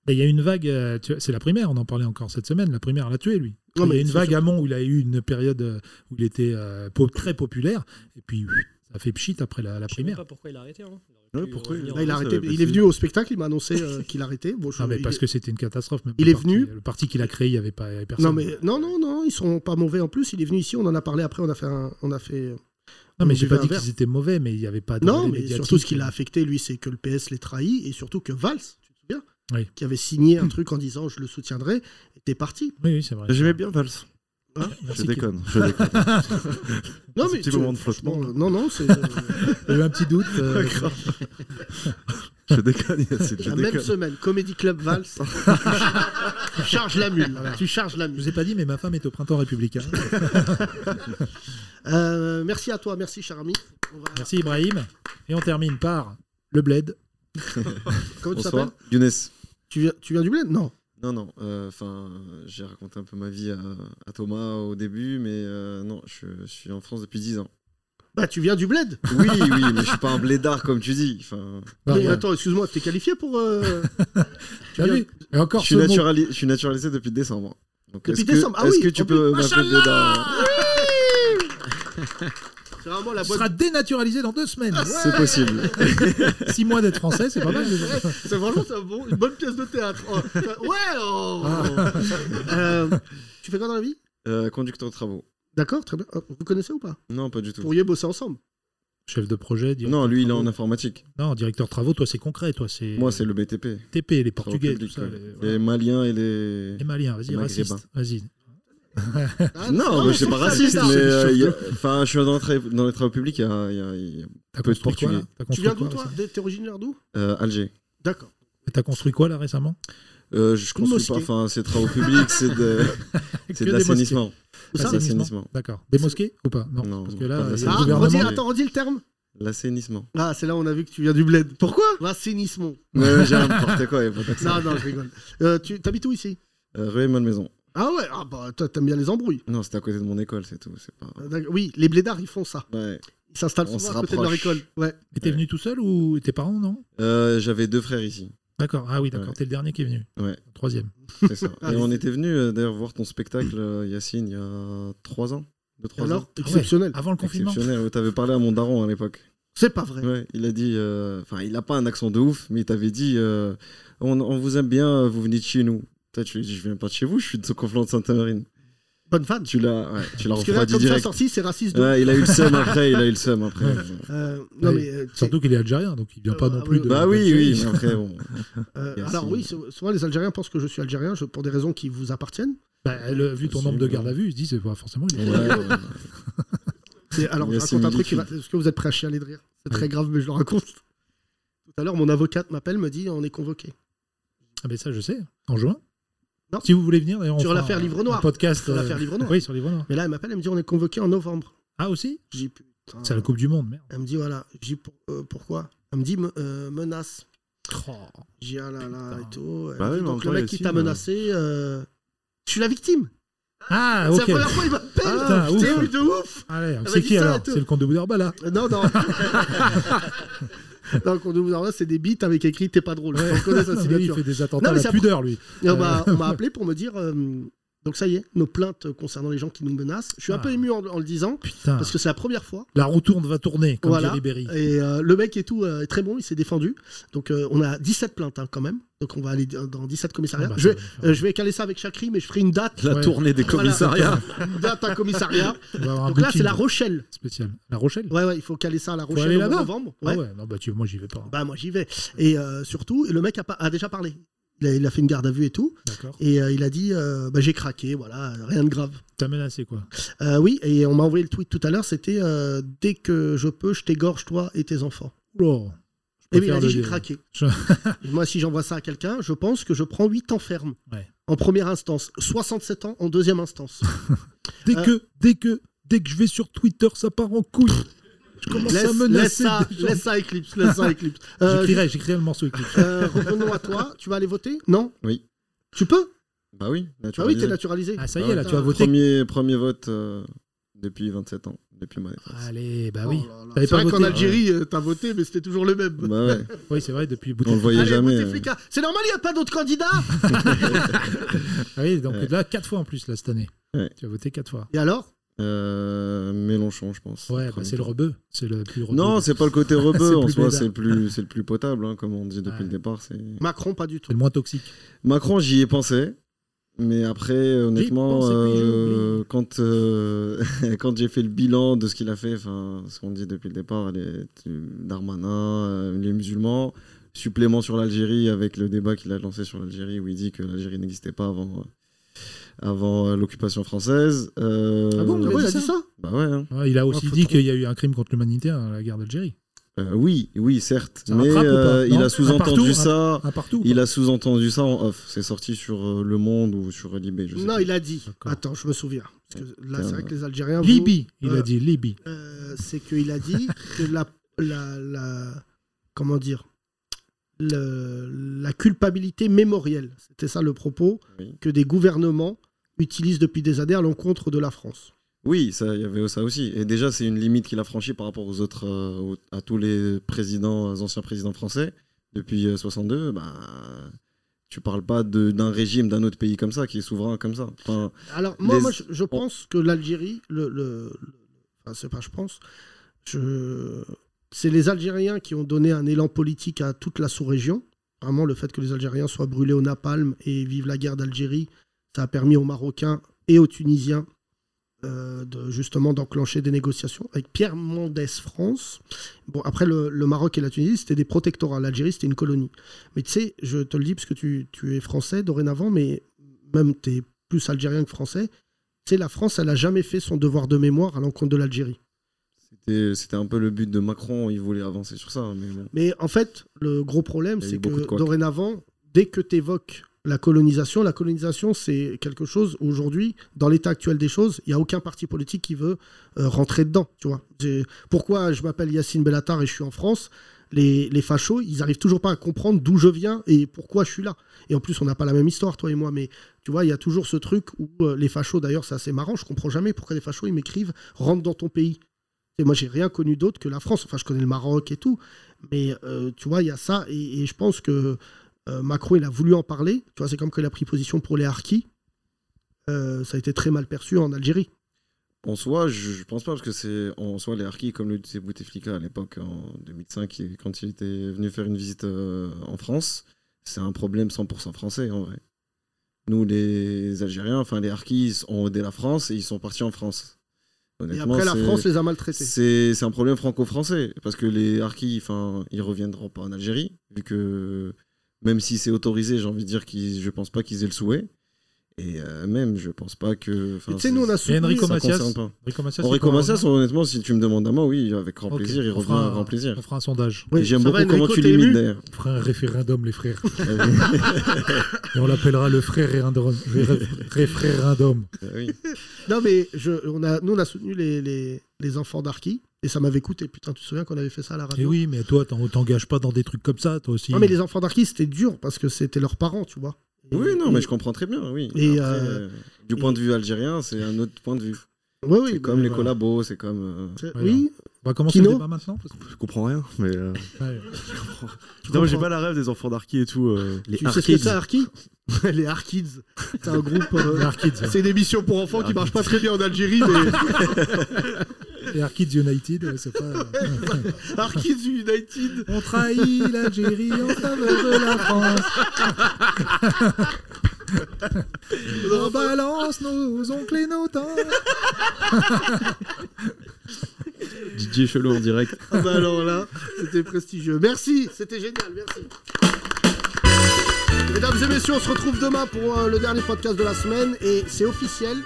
S4: Mais il y a une vague, euh, tu vois, c'est la primaire, on en parlait encore cette semaine, la primaire l'a tué lui.
S3: Non,
S4: il y
S3: mais
S4: a une
S3: c'est
S4: vague
S3: sûr.
S4: à Mont où il a eu une période euh, où il était euh, po- très populaire, et puis pff, ça fait pchit après la, la
S12: Je sais même
S4: primaire.
S12: pas pourquoi il a arrêté. hein. Il aurait
S10: Ouais,
S12: pu
S10: pourquoi il-
S12: revenir
S3: Là, il, a
S12: en-
S3: arrêté. il est venu au spectacle, il m'a annoncé euh, qu'il arrêtait. Bon, je-
S4: Non, Ah, mais
S3: il
S4: parce
S3: est-
S4: que c'était une catastrophe. Même
S3: Il
S4: le
S3: est
S4: parti-
S3: venu-
S4: Le parti qu'il a créé, il n'y avait pas il y avait personne.
S3: Non, mais non, non, non, ils sont pas mauvais en plus. Il est venu ici, on en a parlé après, on a fait. un- on a fait
S4: Non, mais j'ai pas dit
S3: qu'ils
S4: qu'ils étaient mauvais, mais il n'y avait pas de.
S3: Non,
S4: relais
S3: mais
S4: médiatique.
S3: surtout ce qui l'a affecté, lui, c'est que le PS les trahit et surtout que Valls, tu te souviens,
S4: Oui.
S3: qui avait signé un truc en disant je le soutiendrai, était parti.
S4: Oui, oui, c'est vrai.
S10: J'aimais bien Valls.
S3: Hein
S10: je
S4: Merci,
S10: déconne. Je déconne.
S3: Non,
S10: Ce
S3: mais
S10: petit
S3: tu-
S10: moment de flottement.
S3: franchement, euh, Non, non, c'est. euh,
S4: J'ai eu un petit doute. euh,
S10: Je déconne, Yacine. Je
S3: la même
S10: déconne.
S3: semaine, Comedy Club Valls. tu charges la mule.
S4: Voilà.
S3: Tu charges la
S4: je
S3: mule.
S4: vous ai pas dit, mais ma femme est au printemps républicain.
S3: Euh, merci à toi, merci, cher ami. On va-
S4: Merci Ibrahim. Et on termine par le bled.
S3: Comment tu
S11: Bonsoir,
S3: t'appelles
S11: Younes.
S3: tu viens, tu viens du bled Non.
S11: Non, non, euh, enfin, j'ai raconté un peu ma vie à, à Thomas au début, mais euh, non, je, je suis en France depuis 10 ans.
S3: Bah, tu viens du bled.
S11: Oui, oui, mais je suis pas un blédard comme tu dis. Enfin,
S4: Bah,
S3: mais
S4: ouais.
S3: attends, excuse-moi, t'es qualifié pour. euh,
S4: T'as
S3: viens-
S4: vu Et encore
S11: je, suis
S4: ce mot.
S11: naturali- je suis naturalisé depuis décembre. Donc,
S3: Depuis
S11: est-ce que-
S3: décembre, ah
S11: Est-ce
S3: oui,
S11: que tu
S3: en
S11: peux
S3: plus,
S11: m'appeler blédard
S3: C'est vraiment la
S4: Il
S3: boîte.
S4: sera dénaturalisé dans deux semaines.
S11: C'est possible.
S4: Six mois d'être français, c'est pas mal. déjà.
S3: C'est vraiment c'est un bon- une bonne pièce de théâtre. Oh, putain, ouais oh.
S11: Ah.
S3: Euh, Tu fais quoi dans la vie
S11: Euh, conducteur de travaux.
S3: D'accord, très bien. Euh, Vous connaissez ou pas
S11: Non, pas du tout.
S3: Vous pourriez bosser ensemble.
S4: Chef de projet, directeur.
S11: Non, lui, il est
S4: travaux.
S11: en informatique.
S4: Non, directeur travaux, toi c'est concret, toi c'est.
S11: Moi, c'est le BTP.
S4: TP, les
S11: travaux
S4: Portugais, tout
S11: publics,
S4: ça.
S11: ouais.
S4: Les,
S11: Les
S4: voilà.
S11: Maliens et les.
S4: Les Maliens, vas-y,
S11: les Maghrébins.
S4: raciste. Vas-y.
S3: Ah,
S11: Non, mais je
S3: c'est
S11: suis pas
S3: ça,
S11: raciste,
S3: bizarre.
S11: mais euh, il y a- enfin, je suis dans, les tra- dans les travaux publics, il y a, il y a- il y a-
S4: T'as
S11: Peu de
S4: construit quoi là
S11: Portugais.
S4: T'as
S3: Tu
S4: construit,
S3: viens
S4: quoi,
S3: d'où toi
S4: récemment
S3: D'où- T'es originaire d'où
S11: euh, Alger.
S3: D'accord.
S4: T'as construit quoi là récemment
S11: Euh, je
S3: Une
S11: construis pas,
S3: mosquée.
S11: enfin, c'est travaux publics, c'est de,
S4: Que
S11: c'est
S4: des
S11: de l'assainissement.
S3: Où
S4: mosquées.
S3: ça
S11: C'est de l'assainissement.
S4: D'accord. Des mosquées ou pas non,
S11: Non,
S4: Parce que
S11: pas
S4: là,
S11: de
S4: il y a le
S11: l'assainissement.
S3: Ah,
S4: gouvernement.
S3: redis,
S11: gouvernement.
S3: attends, redis le terme.
S11: L'assainissement.
S3: Ah, c'est là où on a vu que tu viens du bled. Pourquoi L'assainissement.
S11: Ouais, j'ai n'importe quoi, il n'y a pas d'accent.
S3: Non, non, je rigole. Euh, tu t'habites où ici
S11: Euh, Ruelle Malmaison.
S3: Ah ouais, ah bah toi, t'aimes bien les embrouilles.
S11: Non, c'était à côté de mon école, c'est tout. C'est pas...
S3: Euh, d'accord. Oui, les blédards ils font ça.
S11: Ouais.
S3: Ils s'installent souvent
S11: On se
S3: à côté de leur
S11: rapproche.
S3: école. Ouais.
S4: Et t'es venu tout seul ou tes parents non
S11: Euh, J'avais deux frères ici,
S4: D'accord. Ah oui, d'accord.
S11: Ouais.
S4: T'es le dernier qui est venu.
S11: Ouais.
S4: Troisième.
S11: c'est ça.
S3: Ah,
S11: Et on
S3: c'est-
S11: était venu d'ailleurs voir ton spectacle, euh, Yacine, il y a trois ans. Deux, trois ans. Ah
S3: Alors, exceptionnel.
S4: Avant le confinement.
S11: Exceptionnel. ouais, T'avais parlé à mon daron à l'époque.
S3: C'est pas vrai.
S11: Ouais, il a dit. euh, Enfin, il a pas un accent de ouf, mais il t'avait dit euh, on, on vous aime bien, euh, vous venez de chez nous. Toi, tu lui as dit Je viens pas de chez vous, je suis de Conflans de Sainte-Marine.
S3: Bonne fan.
S11: Tu l'as ouais, tu l'as
S3: Parce que là,
S11: refroidi
S3: comme ça,
S11: direct.
S3: sorti, c'est raciste. de
S11: Ouais, il a eu le seum après, il a eu le seum après.
S3: Euh, non,
S4: Oui.
S3: mais, euh, tu-
S4: Surtout qu'il est algérien, donc il vient
S3: Euh,
S4: pas
S3: bah,
S4: non plus
S3: oui,
S4: de.
S11: Bah oui, oui, mais après, bon.
S3: euh,
S11: Yacine.
S3: alors oui, sou- souvent les Algériens pensent que je suis algérien je- pour des raisons qui vous appartiennent.
S4: Bah, le- vu ton
S11: Aussi,
S4: nombre de
S11: ouais.
S4: gardes à vue, il se dit c'est pas forcément. il est-
S11: Ouais, ouais.
S3: C'est- Alors je
S11: Yacine
S3: raconte un truc. qui va-
S11: Liquide.
S3: Est-ce que vous êtes prêts à chialer de rire C'est très
S4: Oui.
S3: grave, mais je le raconte. Tout à l'heure, mon avocate m'appelle, me dit on est convoqué.
S4: Ah ben ça, je sais. En juin.
S3: Non.
S4: Si vous voulez venir, d'ailleurs, on
S3: Sur
S4: fera
S3: l'affaire
S4: un-
S3: Livre
S4: un
S3: Noir.
S4: Podcast. euh,
S3: Sur l'affaire Livre Noir.
S4: Oui, sur Livre Noir.
S3: Mais là, elle m'appelle, elle me dit on est convoqué en novembre.
S4: Ah aussi
S3: J'ai putain.
S4: C'est la Coupe du Monde, merde.
S3: Elle me dit voilà, j'ai pour- euh, pourquoi Elle me dit me- euh, menace. J'ai ah là là
S4: Putain.
S3: et tout. Elle
S10: Bah
S3: me dit,
S10: oui, mais en
S3: donc le
S10: vrai,
S3: mec qui
S10: Yacine,
S3: t'a
S10: euh,
S3: menacé, euh, je suis la victime.
S4: Ah
S3: C'est
S4: ok.
S3: la première fois il m'appelle.
S4: Ah, putain,
S3: Putain,
S4: ouf.
S3: oui, de ouf.
S4: Allez,
S3: m'a
S4: c'est
S3: dit
S4: qui
S3: ça et
S4: alors
S3: tout.
S4: C'est le comte de Boudarbala.
S3: Non, non. Donc, on nous c'est des hein, beats avec écrit T'es pas drôle. On connaît sa
S4: Lui, il
S3: signature.
S4: fait des attentats
S3: Non, mais
S4: à
S3: ça-
S4: la pudeur, lui.
S3: Et on m'a on m'a appelé pour me dire euh, Donc ça y est, nos plaintes concernant les gens qui nous menacent. Je suis un
S4: Ah.
S3: peu ému en, en le disant, parce que c'est la première fois.
S4: La roue tourne, va tourner, comme
S3: Voilà.
S4: dit Berry.
S3: Et euh, le mec et tout euh, est très bon, il s'est défendu. Donc euh, on a 17 plaintes hein, quand même. Donc on va aller dans dans 17 commissariats.
S4: Ah bah,
S3: je,
S4: ça
S3: vais, euh, je vais caler ça avec Chakri, mais je ferai une date.
S4: La Ouais. tournée des
S3: Voilà.
S4: commissariats.
S3: une date à un commissariat.
S4: On va avoir un
S3: Donc là,
S4: booking.
S3: c'est La Rochelle.
S4: Spécial. La Rochelle
S3: Ouais, ouais, il faut caler ça à La
S4: Faut
S3: Rochelle
S4: aller
S3: au mois de
S4: là-bas
S3: novembre.
S4: Ah ouais, non, bah, tu- moi, j'y vais pas.
S3: Bah moi j'y vais. Et euh, surtout, le mec a, pas- a déjà parlé. Il a, il a fait une garde à vue et tout.
S4: D'accord.
S3: Et euh, il a dit euh, bah, j'ai craqué, voilà, rien de grave.
S4: T'as menacé quoi
S3: Euh, Oui, et on m'a envoyé le tweet tout à l'heure, c'était euh, dès que je peux, je t'égorge toi et tes enfants.
S4: Oula.
S3: Et oui, il
S4: Oh. préfère
S3: a dit
S4: le-
S3: j'ai craqué.
S4: Je-
S3: Moi si j'envoie ça à quelqu'un, je pense que je prends 8 ans ferme.
S4: Ouais.
S3: En première instance, 67 ans en deuxième instance.
S4: Dès
S3: Euh.
S4: que, dès que, dès que je vais sur Twitter, ça part en couille. Je commence
S3: Laisse-
S4: à menacer.
S3: laisse ça-
S4: des gens.
S3: laisse ça, Eclipse, laisse ça, Eclipse. Euh,
S4: j'écrirai,
S3: juste-
S4: j'écrirai le morceau Eclipse.
S3: Euh, revenons à toi, tu vas aller voter Non
S11: Oui.
S3: Tu peux
S11: Bah oui,
S3: Ah oui, t'es naturalisé. Ah, ça y est, là, tu
S11: as
S3: vas voter.
S11: Premier, premier vote euh, depuis 27 ans, depuis ma naissance.
S4: Allez, bah oui.
S3: Oh C'est vrai qu'en Algérie, euh, t'as voté, mais c'était toujours le même.
S11: Bah ouais.
S4: Oh. Oui, c'est vrai, depuis
S11: On le voyait
S3: Allez,
S11: jamais.
S4: euh.
S3: votez Flicka. C'est normal, il n'y a pas d'autres candidats
S4: Ah oui, donc
S11: Ouais.
S4: là, quatre fois en plus, là, cette année.
S11: Ouais.
S4: Tu as voté quatre fois.
S3: Et alors
S11: Euh, Mélenchon, je pense.
S4: Ouais, bah, c'est le rebeu. C'est le plus rebeu.
S11: Non, c'est pas le côté rebeu
S4: C'est
S11: en
S4: plus
S11: soi,
S4: bédard.
S11: c'est le plus, c'est le plus potable, hein, comme on dit depuis le départ. C'est
S3: Macron, pas du tout.
S4: C'est le moins toxique.
S11: Macron, j'y ai pensé, mais après, honnêtement,
S4: pensé, oui, j'ai
S11: euh, quand euh, quand j'ai fait le bilan de ce qu'il a fait, enfin, ce qu'on dit depuis le départ, les Darmanin, euh, les musulmans, supplément sur l'Algérie avec le débat qu'il a lancé sur l'Algérie où il dit que l'Algérie n'existait pas avant. euh, avant euh, l'occupation française. euh,
S4: Ah bon, il a dit ça
S11: Bah ouais. hein.
S4: Ouais, il a aussi
S11: Ah, faut
S4: dit
S11: trop-
S4: qu'il y a eu un crime contre l'humanité à la guerre d'Algérie.
S11: Euh, oui, oui, certes,
S4: Ça
S11: mais
S4: rattrape ou pas
S11: euh, il
S4: Non
S11: a
S4: Un
S11: sous-entendu
S4: partout,
S11: ça.
S4: un- un partout ou
S11: il a sous-entendu ça en off. C'est sorti sur euh, Le Monde ou sur Libé. Je sais
S3: Non,
S11: plus.
S3: il a dit. Attends, je me souviens. Parce que là, c'est vrai que les Algériens.
S4: Libye,
S3: vous-
S4: il a dit, Libye.
S3: euh, c'est qu'il a dit que la, la, la- comment dire le- la culpabilité mémorielle, c'était ça le propos que des gouvernements utilisent depuis des années à l'encontre de la France.
S11: Oui, ça, il y avait ça aussi. Et déjà, c'est une limite qu'il a franchie par rapport aux autres, euh, aux- à tous les présidents, aux anciens présidents français depuis euh, 62. Bah, tu parles pas de- d'un régime d'un autre pays comme ça qui est souverain comme ça. Enfin,
S3: Alors moi,
S11: les-
S3: moi, je, je pense que l'Algérie, le, le- le- enfin, c'est pas je pense, je- c'est les Algériens qui ont donné un élan politique à toute la sous-région. Vraiment, le fait que les Algériens soient brûlés au napalm et vivent la guerre d'Algérie, ça a permis aux Marocains et aux Tunisiens euh, de, justement d'enclencher des négociations avec Pierre Mendès France. Bon, après, le, le Maroc et la Tunisie, c'était des protectorats. L'Algérie, c'était une colonie. Mais tu sais, je te le dis parce que tu, tu es français dorénavant, mais même tu es plus algérien que français. Tu sais, la France, elle n'a jamais fait son devoir de mémoire à l'encontre de l'Algérie.
S11: c'était c'était un peu le but de Macron. Il voulait avancer sur ça. Mais bon.
S3: Mais en fait, le gros problème,
S11: Mmh. Il y a eu
S3: c'est
S11: beaucoup de
S3: que
S11: couacs.
S3: dorénavant, dès que tu évoques la colonisation, la colonisation, c'est quelque chose, aujourd'hui, dans l'état actuel des choses, il n'y a aucun parti politique qui veut euh, rentrer dedans. Tu vois J'ai- Pourquoi je m'appelle Yacine Bellatar et je suis en France les, les fachos, ils arrivent toujours pas à comprendre d'où je viens et pourquoi je suis là. Et en plus, on n'a pas la même histoire, toi et moi, mais tu vois, il y a toujours ce truc où euh, les fachos, d'ailleurs, c'est assez marrant, je comprends jamais pourquoi les fachos, ils m'écrivent « rentre dans ton pays ». Et moi, j'ai rien connu d'autre que la France. Enfin, je connais le Maroc et tout. Mais euh, tu vois, il y a ça. Et, et je pense que euh, Macron, il a voulu en parler. Tu vois, c'est comme qu'il a pris position pour les harkis. Euh, ça a été très mal perçu en Algérie.
S11: En soi, je, je pense pas, parce que c'est en soi les harkis, comme le disait Bouteflika à l'époque, en 2005, il- quand il était venu faire une visite euh, en France, c'est un problème 100% français en vrai. Nous, les Algériens, enfin les harkis, ont aidé la France et ils sont partis en France. Honnêtement,
S3: après, la
S11: c'est-
S3: France les a maltraités.
S11: C'est c'est un problème franco-français, parce que les harkis, enfin, ils reviendront pas en Algérie, vu que même si c'est autorisé, j'ai envie de dire qu'ils, je pense pas qu'ils aient le souhait. Et euh, même, je pense pas que. enfin,
S3: Mais tu sais, nous, on a
S11: ça
S3: soutenu- Et Enrico
S11: concerne
S4: Macias
S11: pas.
S4: Enrico Macias, il
S11: Enrico
S4: pourra
S11: Macias, honnêtement, si tu me demandes à moi, oui, avec grand
S4: Ok,
S11: plaisir, il
S4: on
S11: revient
S4: fera
S11: avec
S4: un-
S11: grand plaisir.
S4: On fera un sondage.
S11: Et J'aime beaucoup comment tu limites d'ailleurs. Ah
S4: On fera un référendum, les frères. et on l'appellera le frère référendum. référendum.
S11: Ah
S3: Non, mais je, on a, nous, on a soutenu les, les, les enfants d'harkis. Et ça m'avait coûté. Putain, tu te souviens qu'on avait fait ça à la radio
S4: Et oui, mais toi, t'en- t'engages pas dans des trucs comme ça, toi aussi.
S3: Non, mais les enfants d'harkis, c'était dur parce que c'était leurs parents, tu vois.
S11: Oui,
S3: Et-
S11: non, mais je comprends très bien, oui.
S3: Et,
S11: Après,
S3: euh,
S11: du point de vue algérien, c'est un autre point de vue.
S3: Oui, oui.
S11: C'est comme les
S4: voilà.
S11: collabos, c'est comme. euh,
S3: Oui.
S4: On va commencer
S10: Kino
S4: le débat maintenant. parce que-
S10: Je comprends rien, mais. euh,
S4: Ouais.
S10: je comprends- Putain, moi, j'ai pas la rêve des enfants d'Arki et tout. euh.
S3: Tu sais ce que c'est, harkis les Harkids. C'est un groupe. euh,
S4: Les Harkids, ouais.
S3: C'est une émission pour enfants
S4: Les
S3: qui marche pas
S4: Harkids.
S3: très bien en Algérie, mais.
S4: Et Arkids United, ouais, c'est pas.
S3: Arkids United
S4: On trahit l'Algérie en faveur de la France. On balance nos oncles et nos tantes.
S6: DJ Chelot en direct.
S3: Ah bah alors là, c'était prestigieux. Merci, c'était génial, merci. Mesdames et messieurs, on se retrouve demain pour euh, le dernier podcast de la semaine et c'est officiel.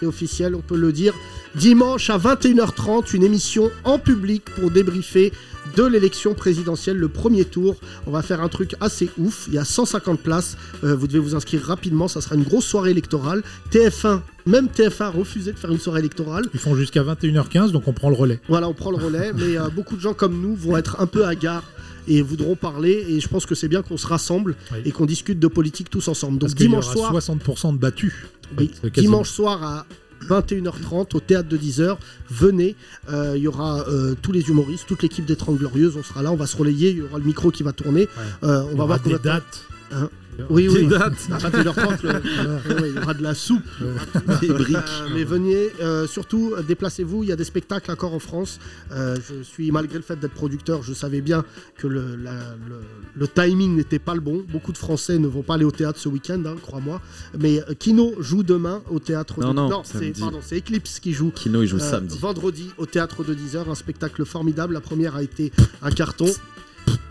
S3: C'est officiel, on peut le dire. Dimanche à 21h30, une émission en public pour débriefer de l'élection présidentielle, le premier tour. On va faire un truc assez ouf. Il y a 150 places. Euh, vous devez vous inscrire rapidement. Ça sera une grosse soirée électorale. TF1, même TF1 a refusé de faire une soirée électorale.
S4: Ils font jusqu'à 21h15, donc on prend le relais.
S3: Voilà, on prend le relais, mais euh, beaucoup de gens comme nous vont être un peu hagards et voudront parler. Et je pense que c'est bien qu'on se rassemble
S4: Oui.
S3: et qu'on discute de politique tous ensemble. Donc
S4: Parce qu'il y
S3: dimanche
S4: aura
S3: soir,
S4: 60% de battus.
S3: oui,
S4: C'est quasiment-
S3: dimanche soir à 21h30 au théâtre de 10h, venez, euh, il y aura euh, tous les humoristes, toute l'équipe des 30 Glorieuses, on sera là, on va se relayer, il y aura le micro qui va tourner, Euh, on va
S4: Il y aura
S3: voir
S4: des
S3: combien de temps-
S4: dates.
S3: Hein oui, oui,
S4: Des dates.
S3: à 21h30, le- ouais, ouais, il y aura de la soupe,
S4: Des briques.
S3: Euh, mais venez, euh, surtout euh, déplacez-vous. Il y a des spectacles encore en France. Euh, je suis, malgré le fait d'être producteur, je savais bien que le, la- le- le timing n'était pas le bon. Beaucoup de Français ne vont pas aller au théâtre ce week-end, hein, crois-moi. Mais euh, Kino joue demain au théâtre.
S6: Non,
S3: de...
S6: non,
S3: c'est,
S6: samedi.
S3: pardon, c'est Eclipse qui joue. euh,
S6: Kino, il joue samedi.
S3: Vendredi au théâtre de 10h, un spectacle formidable. La première a été un carton.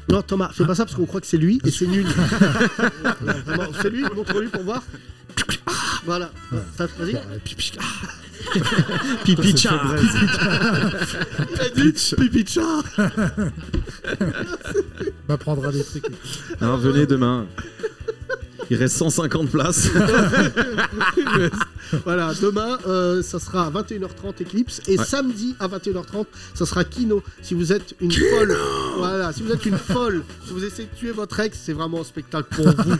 S3: Non, Thomas,
S6: Hein
S3: fais pas ça parce qu'on croit que c'est lui et c'est nul. Vraiment, c'est lui, montre-lui pour voir. Voilà, ça vas-y.
S7: Pipicha.
S3: Pipicha. Pipicha.
S4: M'apprendra des trucs.
S6: Alors, venez demain. Il reste 150 places.
S3: voilà, demain, euh, ça sera à 21h30 Eclipse et
S6: Ouais.
S3: samedi à 21h30, ça sera Kino. Si vous êtes une folle, voilà, si vous êtes une folle, si vous essayez de tuer votre ex, c'est vraiment un spectacle pour vous.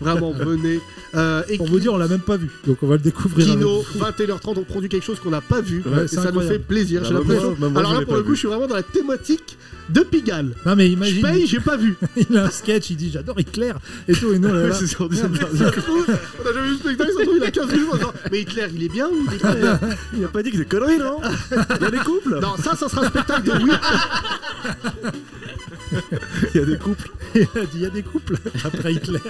S3: vraiment, venez. Euh,
S4: Pour vous dire, on l'a même pas vu, donc on va le découvrir.
S3: Kino,
S4: avec vous.
S3: 21h30 on produit quelque chose qu'on n'a pas vu
S4: Ouais,
S3: et
S4: c'est
S3: ça nous
S4: incroyable.
S3: fait plaisir.
S4: Bah,
S3: J'ai
S4: bah,
S3: l'impression-
S4: moi- bah, moi,
S3: Alors
S4: je
S3: là
S4: l'ai
S3: pour
S4: pas
S3: le coup,
S4: vu.
S3: je suis vraiment dans la thématique de Pigalle.
S4: Non mais imagine.
S3: Je paye, j'ai pas vu.
S4: il a un sketch, il dit j'adore Hitler et tout et nous. là, là.
S3: C'est sûr, Ça se trouve, on a jamais vu le spectacle, ça se trouve, il a 15 minutes en disant, Mais Hitler, il est bien ou Hitler
S10: Il a pas dit que c'est conneries, non Il y a des couples
S3: Non, ça, ça sera un spectacle de oui.
S10: Il y a des couples
S4: Il a dit, il y a des couples après Hitler.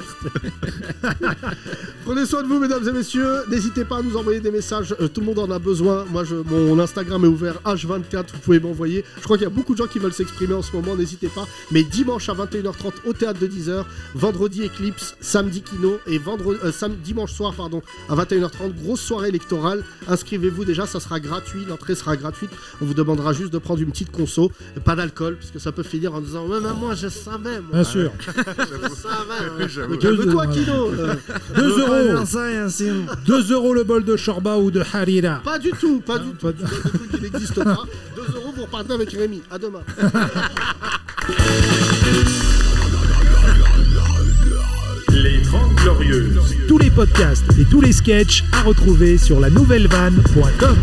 S3: Prenez soin de vous, mesdames et messieurs. N'hésitez pas à nous envoyer des messages. Euh, tout le monde en a besoin. Moi, je, mon Instagram est ouvert H24. Vous pouvez m'envoyer. Je crois qu'il y a beaucoup de gens qui veulent s'exprimer en ce moment. N'hésitez pas. Mais dimanche à 21h30 au théâtre de 10h, vendredi Eclipse, samedi Kino et vendredi, euh, sam- dimanche soir pardon à 21h30 grosse soirée électorale. Inscrivez-vous déjà. Ça sera gratuit. L'entrée sera gratuite. On vous demandera juste de prendre une petite conso, pas d'alcool, parce que ça peut finir en disant ouais, mais moi je savais. Moi.
S10: Ah
S4: Bien sûr.
S3: Ça va.
S4: J'avoue.
S3: Calme-toi,
S4: Deux-
S3: Kino. euh.
S4: 2 euros.
S3: Versailles,
S4: 2 euros le bol de Shorba ou de Harira.
S3: Pas du tout, pas du tout. C'est un truc qui n'existe pas. 2 euros, vous repartez avec Rémi. À demain.
S13: Les 30 Glorieuses.
S4: Tous les podcasts et tous les sketchs à retrouver sur la nouvellevanne.com.